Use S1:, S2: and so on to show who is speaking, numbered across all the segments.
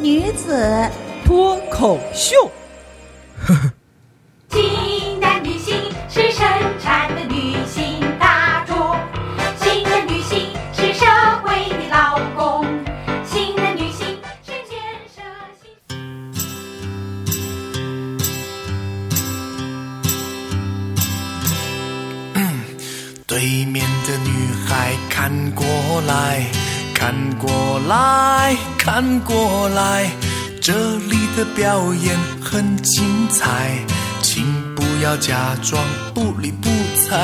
S1: 女子
S2: 脱口秀，
S3: 新的旅行是生产的女性大众，新的女性是社会的劳工，新的女性是建设新。
S4: 对面的女孩看过来，看过来，看过来，这里的表演很精彩，请不要假装不理不睬。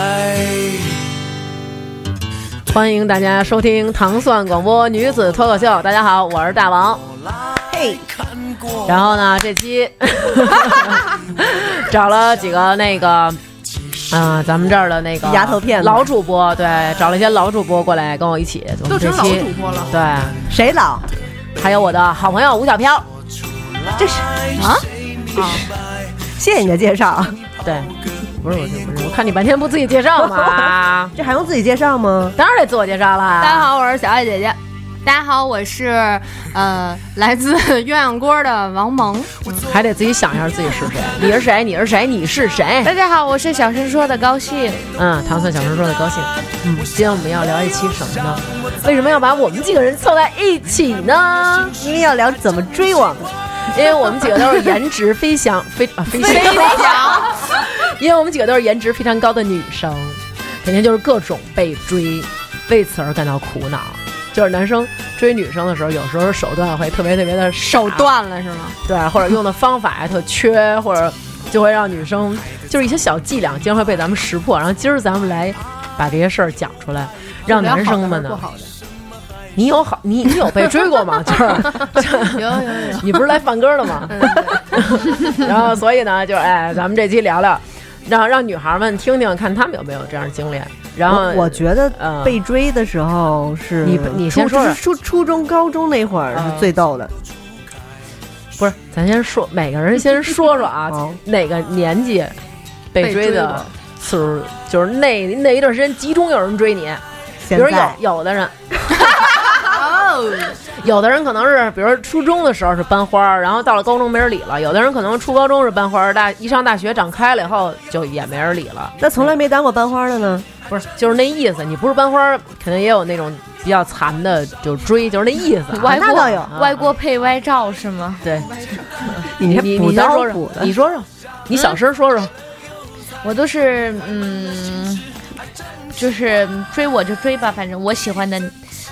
S5: 欢迎大家收听糖蒜广播女子脱口秀。大家好，我是大王。
S4: 过来，看过
S5: 然后呢，这期 找了几个那个，啊、咱们这儿的那个
S2: 丫头片子
S5: 老主播，对，找了一些老主播过来跟我一起。我们这期老主播了，对，
S2: 谁老？
S5: 还有我的好朋友吴小飘，
S2: 这是啊，谢谢你的介绍，
S5: 对，不是我就不是，我看你半天不自己介绍 吗？
S2: 这还用自己介绍吗？
S5: 当然得自我介绍
S6: 大家
S5: 啦。
S6: 好，我是小爱姐姐。大家好，我是呃来自鸳鸯锅的王萌。
S5: 还得自己想一下自己是谁，你是谁？你是谁？你是谁？
S2: 哎
S6: 大家好，我是小声说的高兴。
S5: 嗯，糖蒜小声说的高兴。嗯，今天我们要聊一期什么呢？为什么要把我们几个人凑在一起呢？
S2: 因为要聊怎么追我们。
S5: 因为我们几个都是颜值非常非啊非常非常，因为我们几个都是颜值非常高的女生，肯定就是各种被追，为此而感到苦恼。就是男生追女生的时候，有时候手段会特别特别的
S6: 手断了是吗？
S5: 对，或者用的方法呀特缺，或者就会让女生就是一些小伎俩，经常会被咱们识破。然后今儿咱们来把这些事儿讲出来，让男生们
S6: 不
S5: 呢，
S6: 好的，
S5: 你有好，你你有被追过吗？ 就是，
S6: 有嗯有有。
S5: 你不是来放歌的吗？ 然后所以呢，就是哎，咱们这期聊聊，让让女孩们听听，看她们有没有这样的经历。然后
S7: 我我觉得
S5: 嗯
S7: 被追的时候是
S5: 你你先
S7: 初
S5: 说嗯说
S7: 初初中高中那会儿是最逗的，，
S5: 不是，咱先说每个人先说说啊
S7: 好
S5: 哪个年纪被
S6: 被
S5: 追
S6: 追
S5: 的
S6: 过
S5: 次数，就是那那一段时间集中有人追你，比
S7: 现
S5: 如有
S7: 在
S5: 有的 人。哦有的人可能是，比如初中的时候是班花儿，然后到了高中没人理了；有的人可能初高中是班花儿，大一上大学长开了以后就也没人理了。
S7: 那从来没当过班花的呢，
S5: 不是，就是那意思。你不是班花儿，肯定也有那种比较残的，就追，就是那意 思、啊。
S6: 歪
S7: 那倒有
S6: 锅歪锅配歪照是吗？
S5: 对，
S7: 你
S5: 你
S7: 补
S5: 你先
S7: 刀
S5: 说
S7: 补
S5: 说，
S7: 的
S5: 你说说，你小声说说。
S6: 我都是嗯，就是追我就追吧，反正我喜欢的，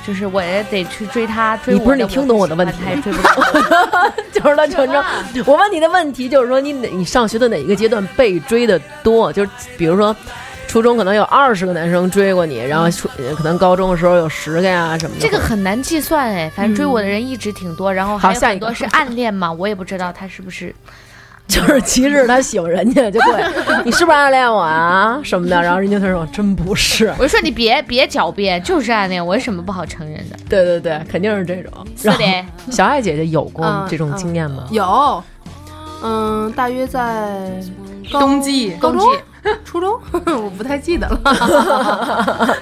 S6: 就是我也得去追他。追
S5: 你
S6: 我
S5: 不是
S6: 的
S5: 你听懂我的问题
S6: 他也追不到。
S5: 就是乱成章。我问你的问题就是说你，哪你上学的哪一个阶段被追的多？就是比如说，初中可能有二十个男生追过你，然后初呃可能高中的时候有十个呀什么的。
S6: 这个很难计算哎，反正追我的人一直挺多，然后还
S5: 好
S6: 有
S5: 下
S6: 很
S5: 一个
S6: 多是暗恋嘛，我也不知道他是不是
S5: 就是歧视他喜欢人家就 对，你是不是暗恋我啊什么的？然后人家他说真不是，
S6: 我就说你别别狡辩，就是暗恋，我有什么不好承认的？
S5: 对对对，肯定是这种。
S6: 是
S5: 然后
S6: 的，
S5: 小爱姐姐有过
S8: 嗯
S5: 这种经验吗？
S8: 有，嗯，大约在高高
S6: 冬
S8: 中、
S6: 季
S8: 初中，我不太记得了。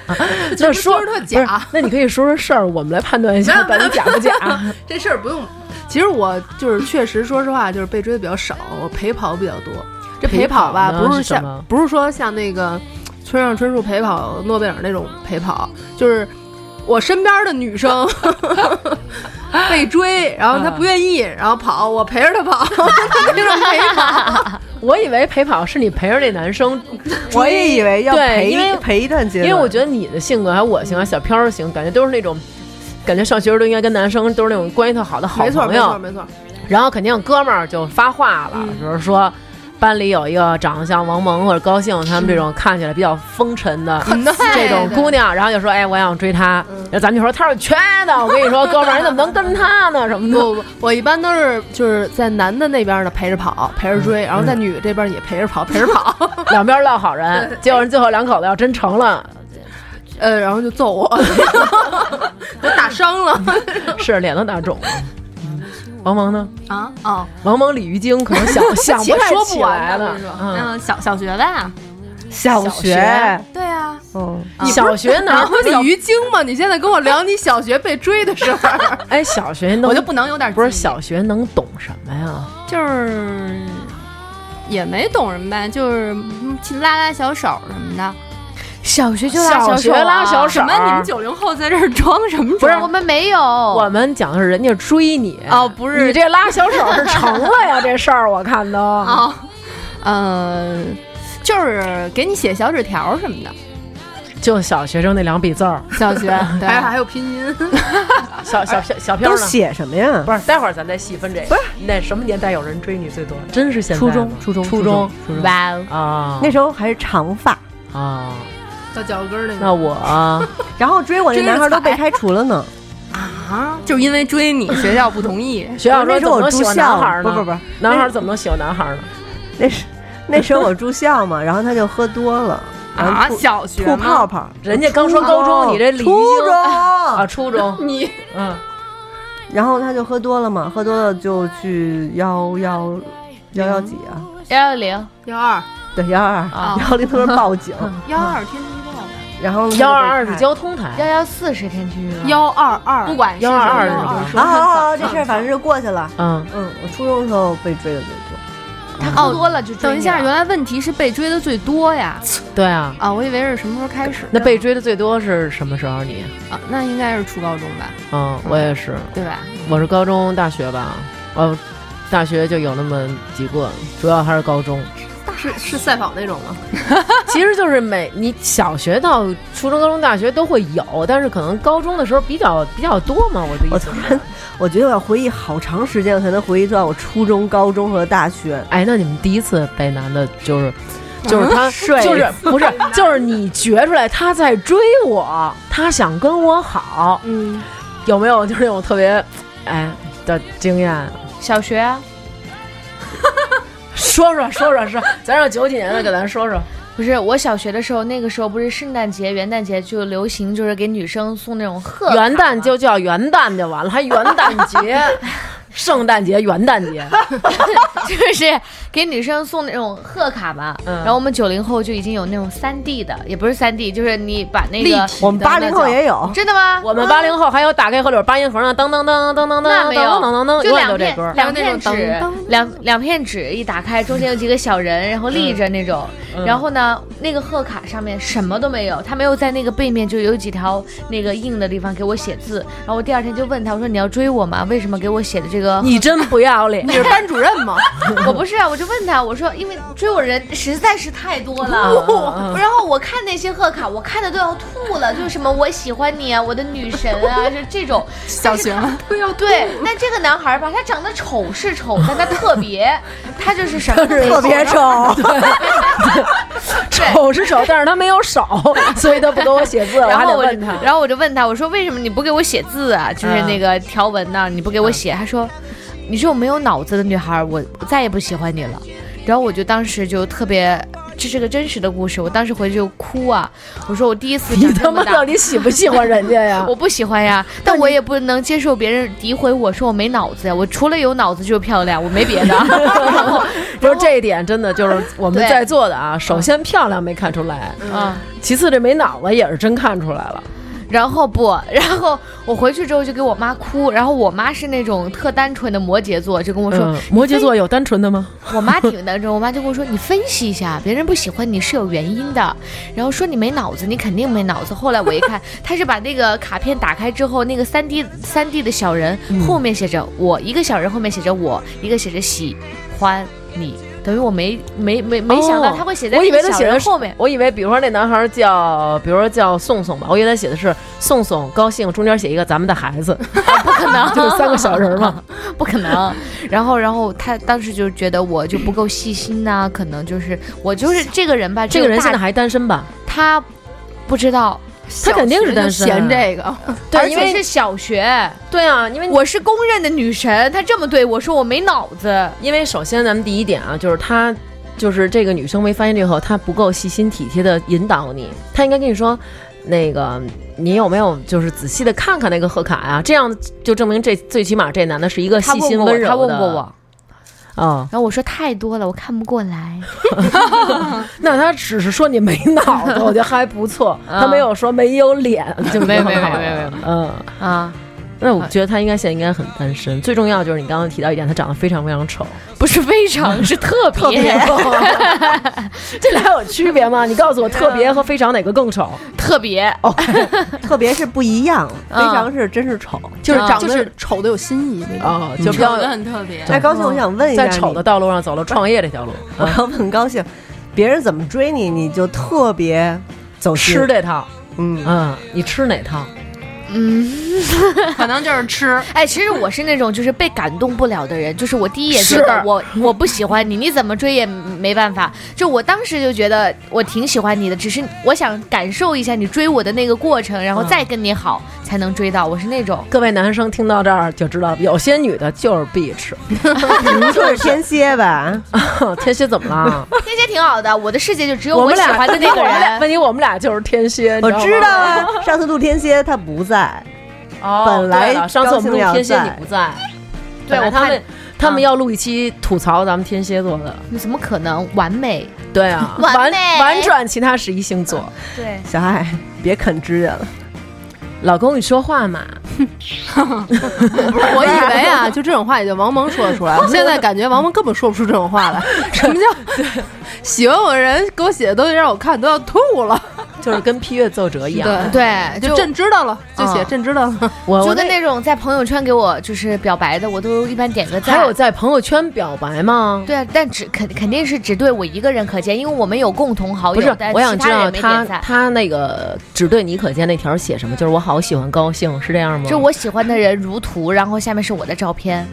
S5: 那说
S8: 就是特
S5: 不
S8: 假
S5: 是那你可以说说事儿，我们来判断一下到底假不假。啊
S8: 这事儿不用。其实我就是确实，说实话，就是被追的比较少，我陪跑比较多。这陪跑吧，
S5: 陪跑呢
S8: 不是
S5: 是什
S8: 像
S5: 么
S8: 不是说像那个村上春树陪跑诺贝尔那种陪跑，就是我身边的女生被追，然后她不愿意，然后跑，我陪着她跑， 这种陪跑。
S5: 我以为陪跑是你陪着那男生
S7: 我也以为要
S5: 对
S7: 陪
S5: 因为
S7: 陪一段阶
S5: 因
S7: 段，
S5: 为我觉得你的性格还有我的性格，小飘儿的性格，感觉都是那种，感觉上学时候都应该跟男生都是那种关系特好的好
S8: 没错，
S5: 朋
S8: 没错，
S5: 友，
S8: 没错。
S5: 然后肯定哥们儿就发话了，比如说。班里有一个长得像王蒙或者高兴他们这种看起来比较风尘的
S8: 可
S5: 这种
S8: 对对
S7: 嗯
S5: 姑娘，然后就说：“哎，我想追她。然后咱们就说他是瘸的，我跟你说，哥们儿，你怎么能跟他呢？什么的，
S8: 不，我一般都是就是在男的那边呢陪着跑，陪着追，然后在女的这边也陪着跑，陪着跑，
S5: 两边落好 人，结果人最后两口子要真成了，
S8: 呃，然后就揍我，我打伤 了
S5: 是脸都打肿了。嗯王蒙呢？
S9: 啊哦，
S5: 王蒙、鲤鱼精可能想想不
S8: 奇怪
S5: 说
S8: 起
S5: 不
S8: 来
S5: 来
S8: 了
S5: 了
S8: 是吧。
S9: 嗯，小小学吧，
S7: 小学，
S9: 对啊，
S7: 嗯，
S5: 嗯，小学
S8: 然
S5: 呢？
S8: 后鲤鱼精嘛，你现在跟我聊你小学被追的事儿，
S5: 哎，小学能
S9: 我就不能有点
S5: 不是
S9: 记忆
S5: 小学能懂什么呀？
S9: 就是也没懂什么呗，就是嗯去拉拉小手什么的。
S6: 小学就
S5: 小学拉小手啊
S9: 什
S5: 儿，
S9: 么？你们九零后在这儿装什么装？
S6: 不是我们没有，
S5: 我们讲的是人家追你
S8: 啊
S9: 哦，不是
S5: 你这拉小手儿是成了 呀，这事儿我看都
S9: 哦，呃，就是给你写小纸条什么的。
S5: 就小学生那两笔字儿，
S9: 小学对
S8: 还还有拼音，
S5: 哦小小小小票
S7: 都
S5: 呢？
S7: 写什么呀？
S5: 不是，待会儿咱再细分这个。不是，那什么年代有人追女最多？真是现在
S7: 初中
S5: 吗
S7: 初中
S5: 初
S7: 初
S5: 中
S7: 中
S9: 哇哦，
S5: 啊，
S7: 那时候还是长发，
S5: 啊，
S8: 到脚跟儿那
S5: 那
S8: 个。
S5: 我啊。
S7: 然后追我那
S9: 追着
S7: 男孩都被
S9: 踩
S7: 开除了呢。
S9: 就因为追你，学校不同 意
S5: 学校
S7: 那
S5: 说
S7: 时
S5: 怎
S7: 候
S5: 么能
S7: 我
S5: 喜
S7: 住
S5: 欢男孩
S7: 校，
S5: 儿
S7: 不
S5: 呢？
S7: 不不，
S5: 男孩儿怎么能喜欢男孩儿呢？
S7: 那时那时候我住校嘛，然后他就喝多了，然
S9: 啊，
S7: 后吐
S9: 小学
S7: 吐
S9: 吗
S7: 泡泡。
S5: 人家刚说高中，你这李
S7: 初中
S5: 啊，初中
S8: 你
S5: 嗯，
S7: 然后他就喝多了嘛，喝多了就去幺幺幺幺几啊？
S6: 幺幺零
S8: 幺二，
S7: 对，幺二
S5: 啊嗯
S7: 幺零他说报 警，
S9: 幺二天气预报吧，
S7: 然后
S5: 幺二二是
S7: 交
S5: 交通台
S6: 幺幺四是天气预报，
S9: 幺二二，不管是
S5: 幺二二是
S9: 什么
S5: 什么
S7: 啊啊啊！这事儿反正就过去了。
S5: 嗯，
S7: 嗯，我初中的时候被追的最多，
S6: 他喝多了就追
S9: 等
S6: 你
S9: 一下，
S6: 了
S9: 原来问题是被追的最多呀！
S5: 对啊。
S9: 啊，我以为是什么时候开始的
S5: 那被追的最多是什么时候？你？
S9: 啊，那应该是初高中吧，
S5: 嗯，我也是，
S9: 对吧？
S5: 我是高中、大学吧，哦，大学就有那么几个，主要还是 高中。
S8: 是是赛跑那种吗？
S5: 其实就是每你小学到初中、高中、大学都会有，但是可能高中的时候比较比较多嘛。我的
S7: 我
S5: 意思
S7: 突
S5: 是
S7: 然，我觉得我要回忆好长时间，我才能回忆到我初中、高中和大学。
S5: 哎，那你们第一次被男的就是。
S6: 啊
S5: 就是他， 就是不是，就是你觉出来他在追我，他想跟我好，
S8: 嗯，
S5: 有没有就是那种特别，哎的经验？
S6: 小学啊，
S5: 说说说说说，咱让九几年的给咱说说。
S6: 不是我小学的时候，那个时候不是圣诞节、元旦节就流行，就是给女生送那种贺卡
S5: 元旦就 叫元旦就完了，还元旦节、圣诞节、元旦节，
S6: 就是给女生送那种贺卡吧。
S5: 嗯
S6: 然后我们九零后就已经有那种三 D 的，也不是三 D，就是你把那
S9: 立
S6: 个
S9: 体
S7: 我们八零后也有，
S6: 真的吗？
S5: 我们八零后还有打开河柳八音盒呢，噔噔噔噔噔噔
S6: 那
S5: 噔
S6: 没有
S5: 噔噔噔，
S6: 就
S5: 永远
S6: 两
S5: 都这歌。
S6: 片两片纸，两两片纸一打开，中间有几个小人，然后
S5: 嗯
S6: 立着那种。然后呢，那个贺卡上面什么都没有，他没有在那个背面就有几条那个硬的地方给我写字。然后我第二天就问他，我说你要追我吗？为什么给我写的这个？
S5: 你真不要 脸
S8: 你！是班主任吗？
S6: 我不是啊，我就问他，我说因为追我人实在是太多了。
S5: 嗯
S6: 然后我看那些贺卡，我看的都要吐了，就是什么我喜欢你啊，我的女神啊，就这种。
S9: 小 学吗？
S6: 哎对，但这个男孩儿吧，他长得丑是丑，但他 特别，他就是什么都没
S7: 特
S6: 有
S7: 别 丑。
S5: 丑是丑，但是他没有手，所以他不给我写字，我
S6: 然
S5: 还
S6: 后
S5: 得
S6: 我
S5: 问
S6: 就，
S5: 他。
S6: 然后我就问他，我说为什么你不给我写字啊？就是那个条文呢、你不给我
S5: 啊
S6: 写。他说，你这种没有脑子的女孩儿，我我再也不喜欢你了。然后我就当时就特别，这是个真实的故事，我当时回去就哭啊。我说我第一次
S5: 你
S6: 长
S5: 他
S6: 这么
S5: 妈
S6: 大
S5: 到底喜不喜欢人家呀
S6: 我？不喜欢呀，但我也不能接受别人诋毁我说我没脑子呀。我除了有脑子就是漂亮，我 没别的。然后
S5: 不是这一点，真的就是我们
S6: 对
S5: 在座的啊，首先漂亮没看出来，
S6: 嗯，
S5: 其次这没脑子也是真看出来了。
S6: 然后不， 然后我回去之后就给我妈哭，然后我妈是那种特单纯的摩羯座，就跟我说，
S5: 嗯摩羯座有单纯的吗？
S6: 我妈挺单纯，我妈就跟我说，你分析一下，别人不喜欢你是有原因的，然后说你没脑子，你肯定没脑子。后来我一 看，她是把那个卡片打开之后，那个三 D 三 D 的小人后面写着我，一个小人后面写着我，一个写着喜欢你。等于我没没没没想到
S5: 哦
S6: 他会写在
S5: 我以
S6: 那
S5: 为
S6: 个
S5: 他
S6: 小
S5: 写的
S6: 人
S5: 是
S6: 后面，
S5: 我以为，比如说那男孩叫，比如说叫宋宋吧，我以为他写的是宋宋高兴，中间写一个咱们的孩子，
S6: 啊不可 能，
S5: 就是三个小人 嘛。
S6: 不可能。然后，然后他当时就觉得我就不够细心呐、可能就是我就是这个人吧。
S5: 这个人
S6: 只有
S5: 现在
S6: 大
S5: 还单身吧？
S6: 他不知道，
S5: 他肯定是
S9: 小
S5: 单身啊
S9: 学就嫌这个，
S6: 而
S5: 对，因
S6: 且
S5: 为
S6: 是小学，
S5: 对啊，因为
S6: 我是公认的女神，她这么对我说我没脑子，
S5: 因为首先咱们第一点啊，就是他就是这个女生没发现这个后，她不够细心体贴的引导你，她应该跟你说。那个，你有没有就是仔细的看看那个贺卡啊？这样就证明这最起码这男的是一个
S6: 她
S5: 细
S6: 问
S5: 心
S6: 过
S5: 温
S6: 我，
S5: 柔的。
S6: 她问过我，
S5: 啊、
S6: 然后我说太多了，我看不过来。
S5: 那他只是说你没脑子，我觉得还不 错。他没有说没有脸，嗯就没有没有没有没 有。嗯，
S6: 啊，
S5: 那我觉得他应该现在应该很单身。最重要就是你刚刚提到一点，他长得非常非常丑。
S6: 不是非常，是 特别。
S5: 这俩有区别吗？你告
S6: 啊
S5: 诉我，特别和非常哪个更丑？
S6: 特别，
S7: 特别是不一样，非
S6: 嗯
S7: 常是真是丑。
S5: 嗯
S9: 就是
S6: 啊
S9: 长
S6: 就
S9: 得嗯丑的有新意那种，
S5: 哦，
S7: 嗯
S5: 就比
S10: 长
S5: 较
S6: 嗯
S10: 得很特别。
S7: 哎，高兴，我想问一下
S5: 在
S7: 你，
S5: 丑的道路上走了创业这条路，
S7: 我要问高兴，别人怎么追你，你就特别走心
S5: 吃，这套，
S7: 嗯，
S5: 嗯，你吃哪套？
S10: 可能就是吃，
S6: 哎，其实我是那种就是被感动不了的人，就是我第一眼觉得
S5: 是
S6: 我我不喜欢你，你怎么追也没办法。就我当时就觉得我挺喜欢你的，只是我想感受一下你追我的那个过程，然后
S5: 嗯
S6: 再跟你好才能追到。我是 那种，
S5: 各位男生听到这儿就知道，有些女的就是 bitch。
S7: 您就是天蝎吧？
S5: 天蝎怎么 了？
S6: 那些挺好的，我的世界就只有
S5: 我们
S6: 喜
S5: 俩
S6: 欢的那个
S5: 我们俩
S6: 人。
S5: 问题我们俩就是天蝎，
S7: 我
S5: 你
S7: 知道
S5: 吗。
S7: 啊，上次录天蝎他不在，
S5: 哦，
S7: 本来
S5: 对了上次我们录天蝎
S7: 高兴
S5: 你
S7: 要在
S5: 不在，本
S6: 对
S5: 来
S6: 我
S5: 他
S6: 看
S5: 们他们要录一期吐槽咱们天蝎座的，
S6: 你怎么可能完美？
S5: 对啊，
S6: 完
S5: 婉
S6: 美
S5: 婉转其他十一星座。
S6: 对，
S7: 小爱 别啃指甲了，
S5: 老公，你说话嘛？
S9: 我以为 啊，就这种话也就王蒙说得出来，现在感觉王蒙根本说不出这种 话来。什么叫喜欢我的人给我写的东西让我看都要吐了？
S5: 就是跟批阅奏折一样。
S9: 对，
S6: 对，
S9: 就朕知道了，就写
S6: 嗯
S9: 朕知道了。
S5: 我
S6: 就
S5: 我
S6: 跟那种在朋友圈给我就是表白的，我都一般点个赞。
S5: 还有在朋友圈表白吗？
S6: 对啊，但只肯肯定是只对我一个人可见，因为我们有共同好
S5: 不
S6: 友。
S5: 是，
S6: 但
S5: 我想
S6: 其
S5: 知
S6: 他人
S5: 道
S6: 没
S5: 他
S6: 点赞
S5: 他那个只对你可见那条写什么？就是我好喜欢高兴，是这样吗？
S6: 就我喜欢的人如图，然后下面是我的照片。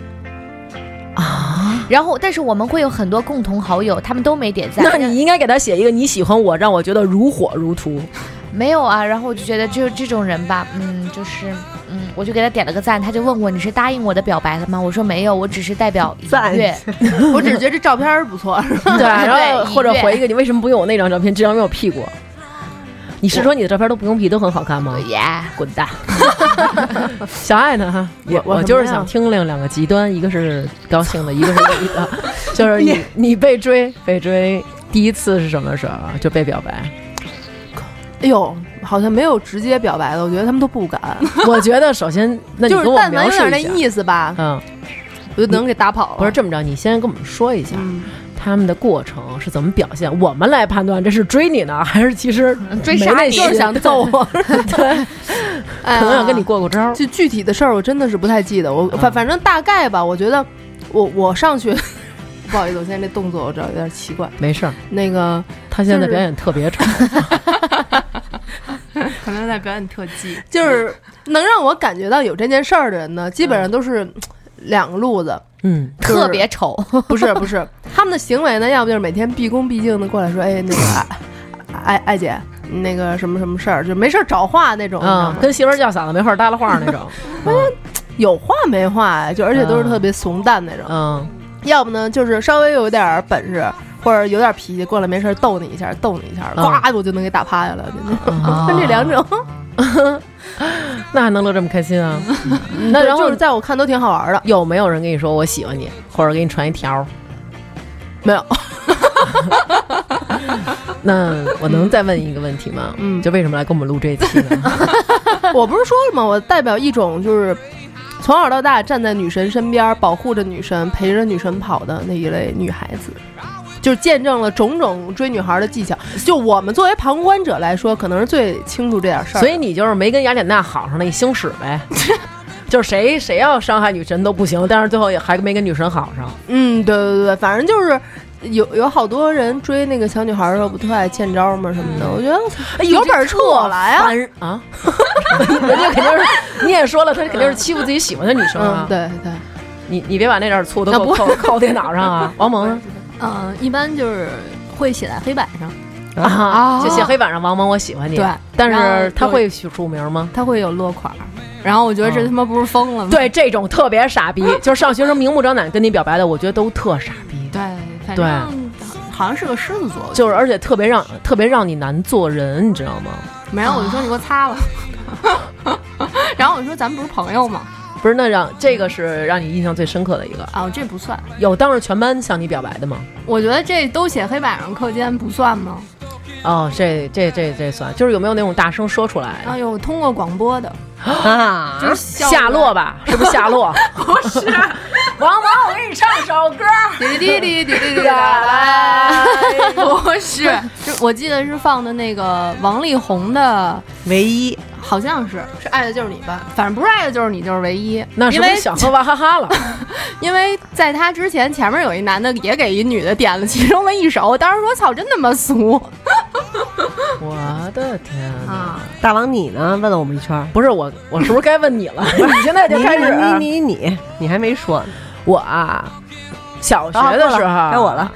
S6: 啊，然后但是我们会有很多共同好友，他们都没点赞。
S5: 那你应该给他写一个你喜欢我，让我觉得如火如荼。
S6: 没有啊？然后我就觉得就这种人吧，嗯，就是嗯，我就给他点了个赞，他就问我你是答应我的表白了吗？我说没有，我只是代表一
S7: 赞
S6: 月。
S9: 我只是觉得这照片儿 不错，
S5: 对，然后
S6: 对
S5: 或者
S6: 一月
S5: 回一个你为什么不用我那张照片？这张没有 P 过。你是说你的照片都不用 P 都很好看吗？
S6: 对呀，
S5: 滚蛋！小爱呢？我
S7: 我
S5: 我
S7: 什么
S5: 就是
S7: 呀
S5: 想听听两个极端，一个是高兴 的，一个是那个，就是你你被追被追，第一次是什么时候啊就被表 白？
S9: 哎呦，好像没有直接表白的，我觉得他们都不敢。
S5: 我觉得首先， 那你
S9: 就是
S5: 跟我
S9: 但凡
S5: 描
S9: 有
S5: 述
S9: 点
S5: 一
S9: 那
S5: 下，
S9: 意思吧，
S5: 嗯，
S9: 我就能给打跑了。
S5: 不是这么着，你先跟我们说一下
S9: 嗯，
S5: 他们的过程是怎么表现，我们来判断这是追 你呢，还是其实
S6: 嗯追
S5: 没
S6: 杀
S5: 那
S6: 你
S5: 心
S9: 就是想 揍我，
S5: 对，
S9: 可
S5: 可能想跟你嗯过过招儿。
S9: 哎就具体的事儿，我真的是不太记得。我反反正大概吧，我觉得我我上学， 不好意思，我现在这动作我知道有点奇怪。
S5: 没事儿，
S9: 那个
S5: 他现在
S9: 就是
S5: 表演特别丑，
S10: 可能在表演特技。
S9: 就是能让我感觉到有这件事儿的人呢，基本上都是嗯两个路子，
S5: 嗯，
S9: 就是
S6: 特别 丑。
S9: 不是不是， 他们的行为呢，要不就是每天毕恭毕敬的过来说，哎，那个哎艾艾艾姐，那个什么什么事儿，就没事儿找话那种，你知道
S5: 啊
S9: 吗，？
S5: 跟媳妇儿叫嗓子没话儿搭了话儿那 种，嗯
S9: 有话没话呀，就而且都是特别怂蛋那种。
S5: 嗯。
S9: 要不呢，就是稍微有点儿本事，或者有点脾气，过来没事儿逗你一下，逗你一下，
S5: 嗯
S9: 呱，我就能给打趴下了。就
S5: 啊
S9: 那 分这两种，
S5: 那还能乐这么开心啊？ 那然
S9: 就
S5: 后
S9: 是在我看都挺好玩的。
S5: 有没有人跟你说我喜欢 你，或者给你传一条儿？
S9: 没有，
S5: 那我能再问一个问题吗？
S9: 嗯
S5: 就为什么来跟我们录这一期呢？
S9: 我不是说了吗？我代表一种就是从小到大站在女神身边，保护着女神，陪着女神跑的那一类女孩子。就是见证了种种追女孩的技巧，就我们作为旁观者来说，可能是最清楚这 点事儿。
S5: 所以你就是没跟雅典娜好上那星矢呗？ 就是谁谁要伤害女神都不行，但是最后也还没跟女神好上。
S9: 嗯，对对对，反正就是有有好多人追那个小女孩儿的时候，不特爱欠招吗什么的？我觉得、哎 有本事我来啊！
S5: 烦啊！ 人家肯定是你也说了，他肯定是欺负自己喜欢的女生啊
S9: 嗯，。对对，
S5: 你你别把那点儿醋都给我
S9: 那
S5: 扣扣我电脑上啊！王蒙呢
S10: 嗯，一般就是会写在黑板上，
S5: 啊，就写黑板上王蒙我喜欢你，
S9: 对
S5: 但
S9: 然后
S5: 是他
S9: 有
S5: 会署署名吗？
S9: 他会有落款儿，然后我觉得这
S5: 嗯
S9: 他妈不是疯了吗？
S5: 对，这种特别傻逼，就是上学时候明目张胆跟你表白的，我觉得都特傻逼，
S9: 对，反
S5: 对
S9: 正好像是个狮子座，
S5: 就是而且特别让特别让你难做人，你知道吗？
S9: 没有我就说你给我擦了， 然后我说咱们不是朋友吗？
S5: 不是，那让这个是让你印象最深刻的一个。
S9: 啊，这不算，
S5: 有当着全班向你表白的吗？
S9: 我觉得这都写黑板上课间不算吗？
S5: 哦，这这这这算，就是有没有那种大声说出来
S9: 啊，有通过广播的，
S5: 啊
S9: 就是笑
S5: 夏洛吧？是不是夏洛？ 不是，啊王蒙，我给你唱首歌。
S9: 滴滴滴滴 滴滴 哒哒，不是，就我记得是放的那个王力宏的，
S7: 唯一
S9: 好像是是爱的就是你吧，反正不是爱的就是你就是唯一，
S5: 那是
S9: 因
S5: 不
S9: 为
S5: 是想喝娃哈哈 了？
S9: 因为在他之前，前面有一男的也给一女的点了其中的一首，我当时说操，真他妈俗
S5: 我的天哪！
S9: 啊！
S7: 大王你呢？问了我们一圈儿，
S5: 不是我，我是不是该问你了？你现在就
S7: 你
S5: 开始啊
S7: 你你你你你还没说呢，
S5: 我啊，小学的时候，
S7: 啊该我了。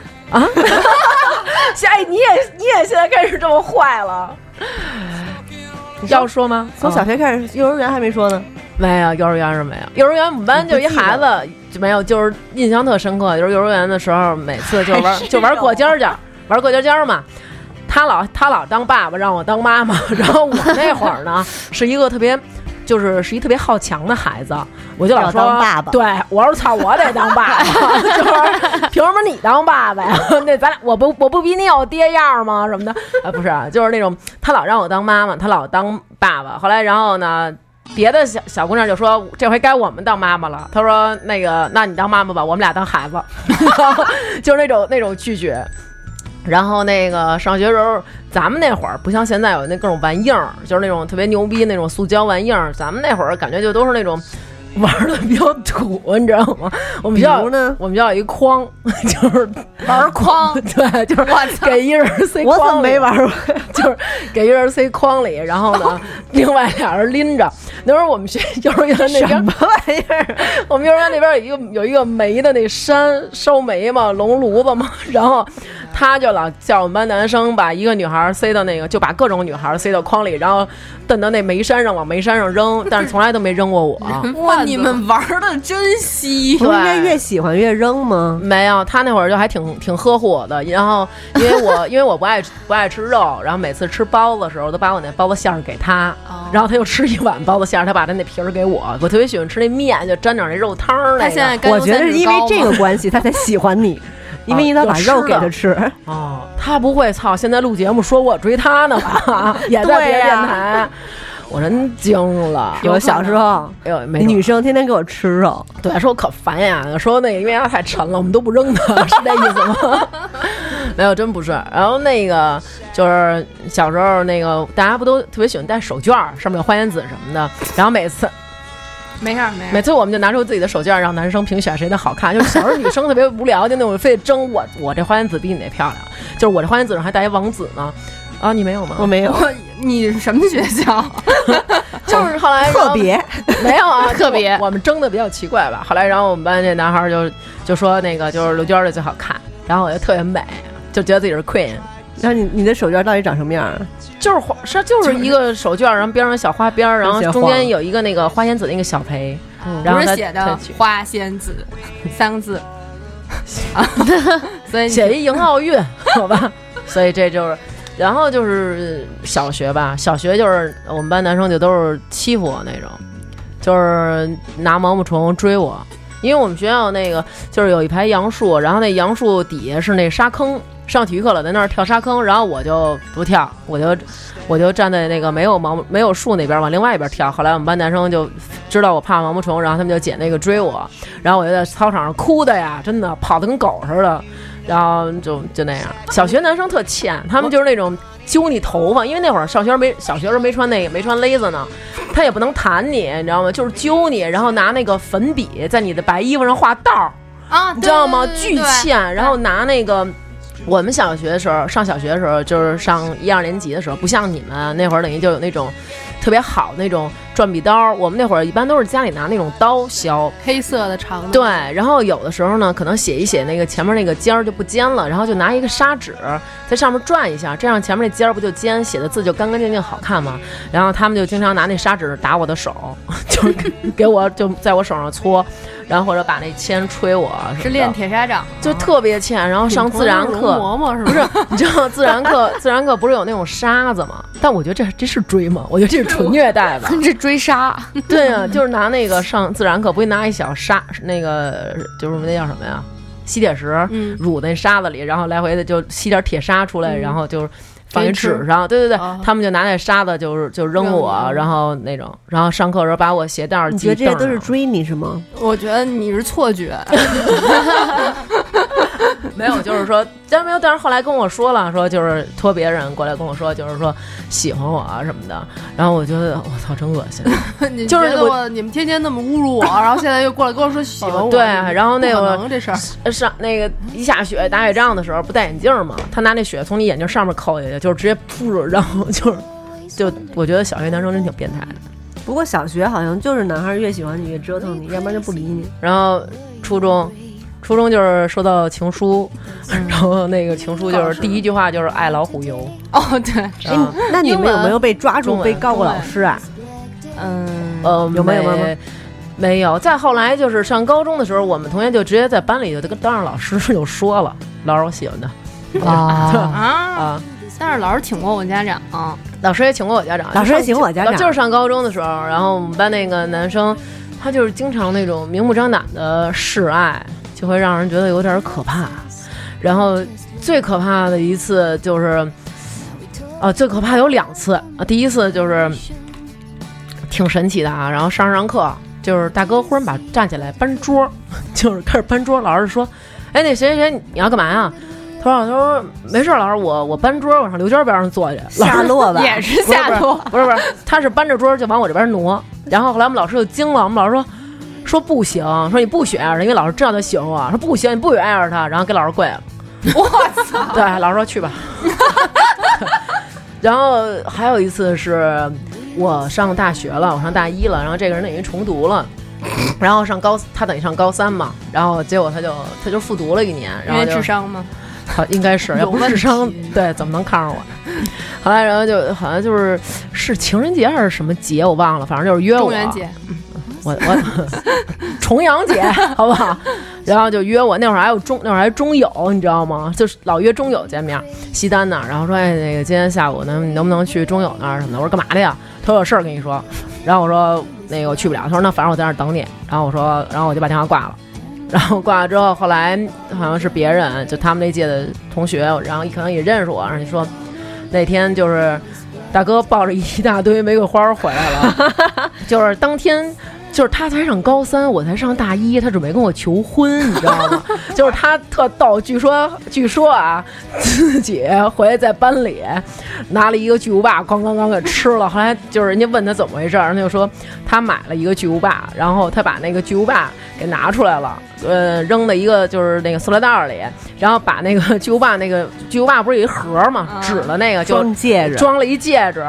S5: 现在你也你也现在开始这么坏了，要说吗？
S7: 从小
S5: 学、
S7: 学开始，幼儿园还没说呢。
S5: 没有，幼儿园是没有。幼儿园我们班就一孩子就没有，就是印象特深刻，就是幼儿园的时候，每次就玩就玩过家家，玩过家家嘛。他老他老当爸爸，让我当妈 妈。然后我那会儿 呢，是一个特别。就是是一特别好强的孩子，我就老说
S7: 要当爸爸
S5: 对我说操，我得 当爸爸，就是凭什么你当爸爸呀？ 那咱俩我不我不比你有爹样儿吗？什么的啊，不是啊，就是那种他老让我当妈妈，他老当爸爸。后来然后呢，别的小小姑娘就说这回该我们当妈妈了。她说那个，那你当妈妈吧，我们俩当孩子， 就是那种那种拒绝。然后那个上学时候，咱们那会儿不像现在有那各种玩意儿，就是那种特别牛逼那种塑胶玩意儿。咱们那会儿感觉就都是那种玩的比较土，你知道吗？我们学校
S7: 比如呢
S5: 我们学校有一筐， 就是
S9: 玩框
S5: 对，就是给一人塞
S7: 我
S5: 筐里。
S7: 怎么没玩过？
S5: 就是给一人塞筐里，然后呢，另外俩人拎着。那时候我们学幼儿园那边什么玩意儿？ 我们幼儿园那边有一个有一个煤的那山烧煤嘛，熔炉子嘛， 然后他就老叫我们班男生把一个女孩塞到那个，就把各种女孩塞到筐里，然后蹬到那煤山上，往煤山上扔，但是从来都没扔过我。
S9: 哇，你们玩的真稀，
S7: 不是应该越喜欢越扔吗？
S5: 没有，他那会儿就还挺挺呵护我的，然后因为我 因为我不爱不爱吃肉，然后每次吃包子的时候都把我那包子馅儿给他，
S9: 哦
S5: 然后他又吃一碗包子馅儿，他把他那皮儿给我，我特别喜欢吃那面，就沾点那肉汤儿那个。
S9: 他现在甘
S7: 我
S9: 油
S7: 觉得
S9: 三
S7: 是
S9: 酯
S7: 因
S9: 高
S7: 为
S9: 吗
S7: 这个关系，他才喜欢你，因为你得把肉给他吃。
S5: 哦，他不会操！现在录节目说我追他呢吧， 也在别的
S9: 对
S5: 电
S9: 呀
S5: 台，我真惊了。
S7: 我小时候，
S5: 哎呦，没准儿
S7: 女生天天给我吃肉，
S5: 对，说我可烦呀，说那个因为它太沉了，我们都不扔它， 是这意思吗？ 没有，真不是。然后那个就是小时候那个大家不都特别喜欢戴手绢儿，上面有花仙子什么的。然后每次
S9: 没事儿没事
S5: 每
S9: 儿，
S5: 次我们就拿出自己的手绢儿，让男生评选谁的好看。就是小时候女生特别无聊，就那种非得争我我这花仙子比你那漂亮，就是我这花仙子上还带一王子呢。啊，你没有吗？
S7: 我没有，
S9: 你什么学校？
S5: 就是后来
S7: 特别
S5: 没有 啊，
S9: 特别
S5: 就我我们争的比较奇怪吧。后来，然后我们班这男孩儿就就说那个就是刘娟儿的最好看，然后我就特别美，就觉得自己是 queen，
S7: 那你你的手绢到底长什么样啊？
S5: 就是花是就是一个手绢儿，然后边上有小花边儿，然后
S7: 特别
S5: 中
S7: 晃
S5: 间有一个那个花仙子那个小陪，然
S9: 嗯不
S5: 后他
S9: 是写的
S5: 他
S9: “花仙子”三个字，啊所以你
S5: 写一迎奥运，好吧？ 所以这就是，然后就是小学吧，小学就是我们班男生就都是欺负我那种，就是拿毛毛虫追我，因为我们学校那个就是有一排杨树，然后那杨树底下是那沙坑。上体育课了，在那儿跳沙坑，然后我就不跳，我就我就站在那个没有毛没有树那边，往另外一边跳。后来我们班男生就知道我怕毛毛虫，然后他们就捡那个追我，然后我就在操场上哭的呀，真的跑得跟狗似的，然后就就那样。小学男生特欠，他们就是那种揪你头发，因为那会儿上学没小学时候没穿那个没穿勒子呢，他也不能弹你，你知道吗？就是揪你，然后拿那个粉笔在你的白衣服上画道儿。
S9: 啊，
S5: 你知道吗？
S9: 对
S5: 巨。
S9: 对对对
S5: 欠，然后拿那个。我们小学的时候，上小学的时候，就是上一二年级的时候，不像你们那会儿，等于就有那种特别好那种转笔刀。我们那会儿一般都是家里拿那种刀削，
S9: 黑色的长的，
S5: 对，然后有的时候呢，可能写一写那个前面那个尖儿就不尖了，然后就拿一个砂纸在上面转一下，这样前面那尖儿不就尖，写的字就干干净净好看吗？然后他们就经常拿那砂纸打我的手， 就是给给我就在我手上搓，然后或者把那铅吹我什么的，
S9: 是练铁砂掌，
S5: 就特别欠。然后上自然课，
S9: 嬷嬷是不是？
S5: 你知道自然课自然课不是有那种沙子吗？但我觉得这这是追吗？我觉得这是纯虐待吧。
S6: 这追杀，
S5: 对啊，就是拿那个上自然课，不会拿一小沙那个就是那叫什么呀？吸铁石，
S9: 嗯
S5: 乳那沙子里，然后来回的就吸点铁砂出来，然后就是放一
S9: 给你
S5: 纸
S9: 吃
S5: 上。对对对，
S9: 哦
S5: 他们就拿那沙子就是就扔
S9: 扔
S5: 我，
S9: 你
S5: 然后那种，然后上课的时候把我鞋带儿
S7: 你
S5: 系
S7: 觉得这些都是
S5: 凳上
S7: 追你是吗？
S9: 我觉得你是 错觉，
S5: 没有，就是说，当然没有。但是后来跟我说了，说就是托别人过来跟我说，就是说喜欢我啊什么的。然后我觉得我操，真恶心。
S9: 你
S5: 就是
S9: 觉得
S5: 我哦
S9: 我你们天天那么侮辱我，然后现在又过来跟我说喜欢我，
S5: 对然后那
S9: 不
S5: 会
S9: 可
S5: 儿
S9: 能这事儿，
S5: 上那个一下雪打雪仗的时候，不戴眼镜嘛，他拿那雪从你眼镜上面扣下去，就是直接扑着，然后就是就我觉得小学男生真挺变态的。
S7: 不过小学好像就是男孩越喜欢你越折腾你，要不然就不理你。
S5: 然后初中，初中就是收到情书，然后那个情书就是第一句话就是爱老虎油，
S9: 哦对，
S5: 然后
S7: 那哎你们
S9: 英文
S7: 有没有被抓住
S5: 中文
S7: 被告过老师啊？
S9: 嗯，
S5: 呃，
S7: 有吗有吗有
S5: 没
S7: 吗
S5: 没有。再后来就是上高中的时候，我们同学就直接在班里就跟当着老师 就说了，老师我喜欢他
S11: 啊，
S9: 啊，
S5: 啊，
S9: 但是老是请过我家长，
S5: 老师也请过我家长，
S7: 老师也请我家
S5: 老 就
S7: 长
S5: 是，上高中的时候，然后我们班那个男生，他就是经常那种明目张胆的示爱，就会让人觉得有点可怕。然后最可怕的一次就是，啊，最可怕有两次啊。第一次就是挺神奇的啊，然后上着上课，就是大哥忽然把站起来搬桌， 就是开始搬桌，老师说：“哎，那谁谁谁，你要干嘛呀？”他说：“他说没事儿，老师，我我搬桌，我上刘娟边上坐去。”老师
S7: 夏洛吧，
S9: 也 是
S5: 不是
S9: 下头，
S5: 不是不是，他是搬着桌儿就往我这边 挪，然后后来我们老师就惊了，我们老师说说不行，说你不许爱着他，因为老师知道他喜欢我，说不行，你不许爱着他，然后给老师跪 了。我操！对，老师说去吧。 然后还有一次是我上大学了，我上大一了，然后这个人等于重读 了。然后上高，他等于上高三嘛，然后结果他就他就复读了一年，
S9: 因
S5: 然后
S9: 为
S5: 就
S9: 智商吗？
S5: 好，应该是要不是智商，对，怎么能看上我？后来，然后就好像就是是情人节还是什么节，我忘了，反正就是约我，
S9: 中元节，
S5: 我我 重阳节，好不好？然后就约我，那会儿还有中，那会儿还中友，你知道吗？就是老约中友见面，西单那儿，然后说，哎，那个今天下午呢，你能不能去中友那儿什么的？我说干嘛的呀？他说有事儿跟你说。然后我说那个我去不了，他说那反正我在那儿等你。然后我说，然后我就把电话挂了。然后挂了之后，后来好像是别人，就他们那届的同学，然后可能也认识我，然后就说那天就是大哥抱着一大堆玫瑰花儿回来了，就是当天。就是他才上高三，我才上大一，他准备跟我求婚，你知道吗？就是他特逗，据说据说啊，自己回来在班里拿了一个巨无霸，咣咣咣给吃了。后来就是人家问他怎么回事儿，然后他就说他买了一个巨无霸，然后他把那个巨无霸给拿出来了，呃，扔到一个就是那个塑料袋儿里，然后把那个巨无霸那个巨无霸不是有一盒儿嘛，纸的那个就
S7: 嗯装戒指，
S5: 装了一戒指，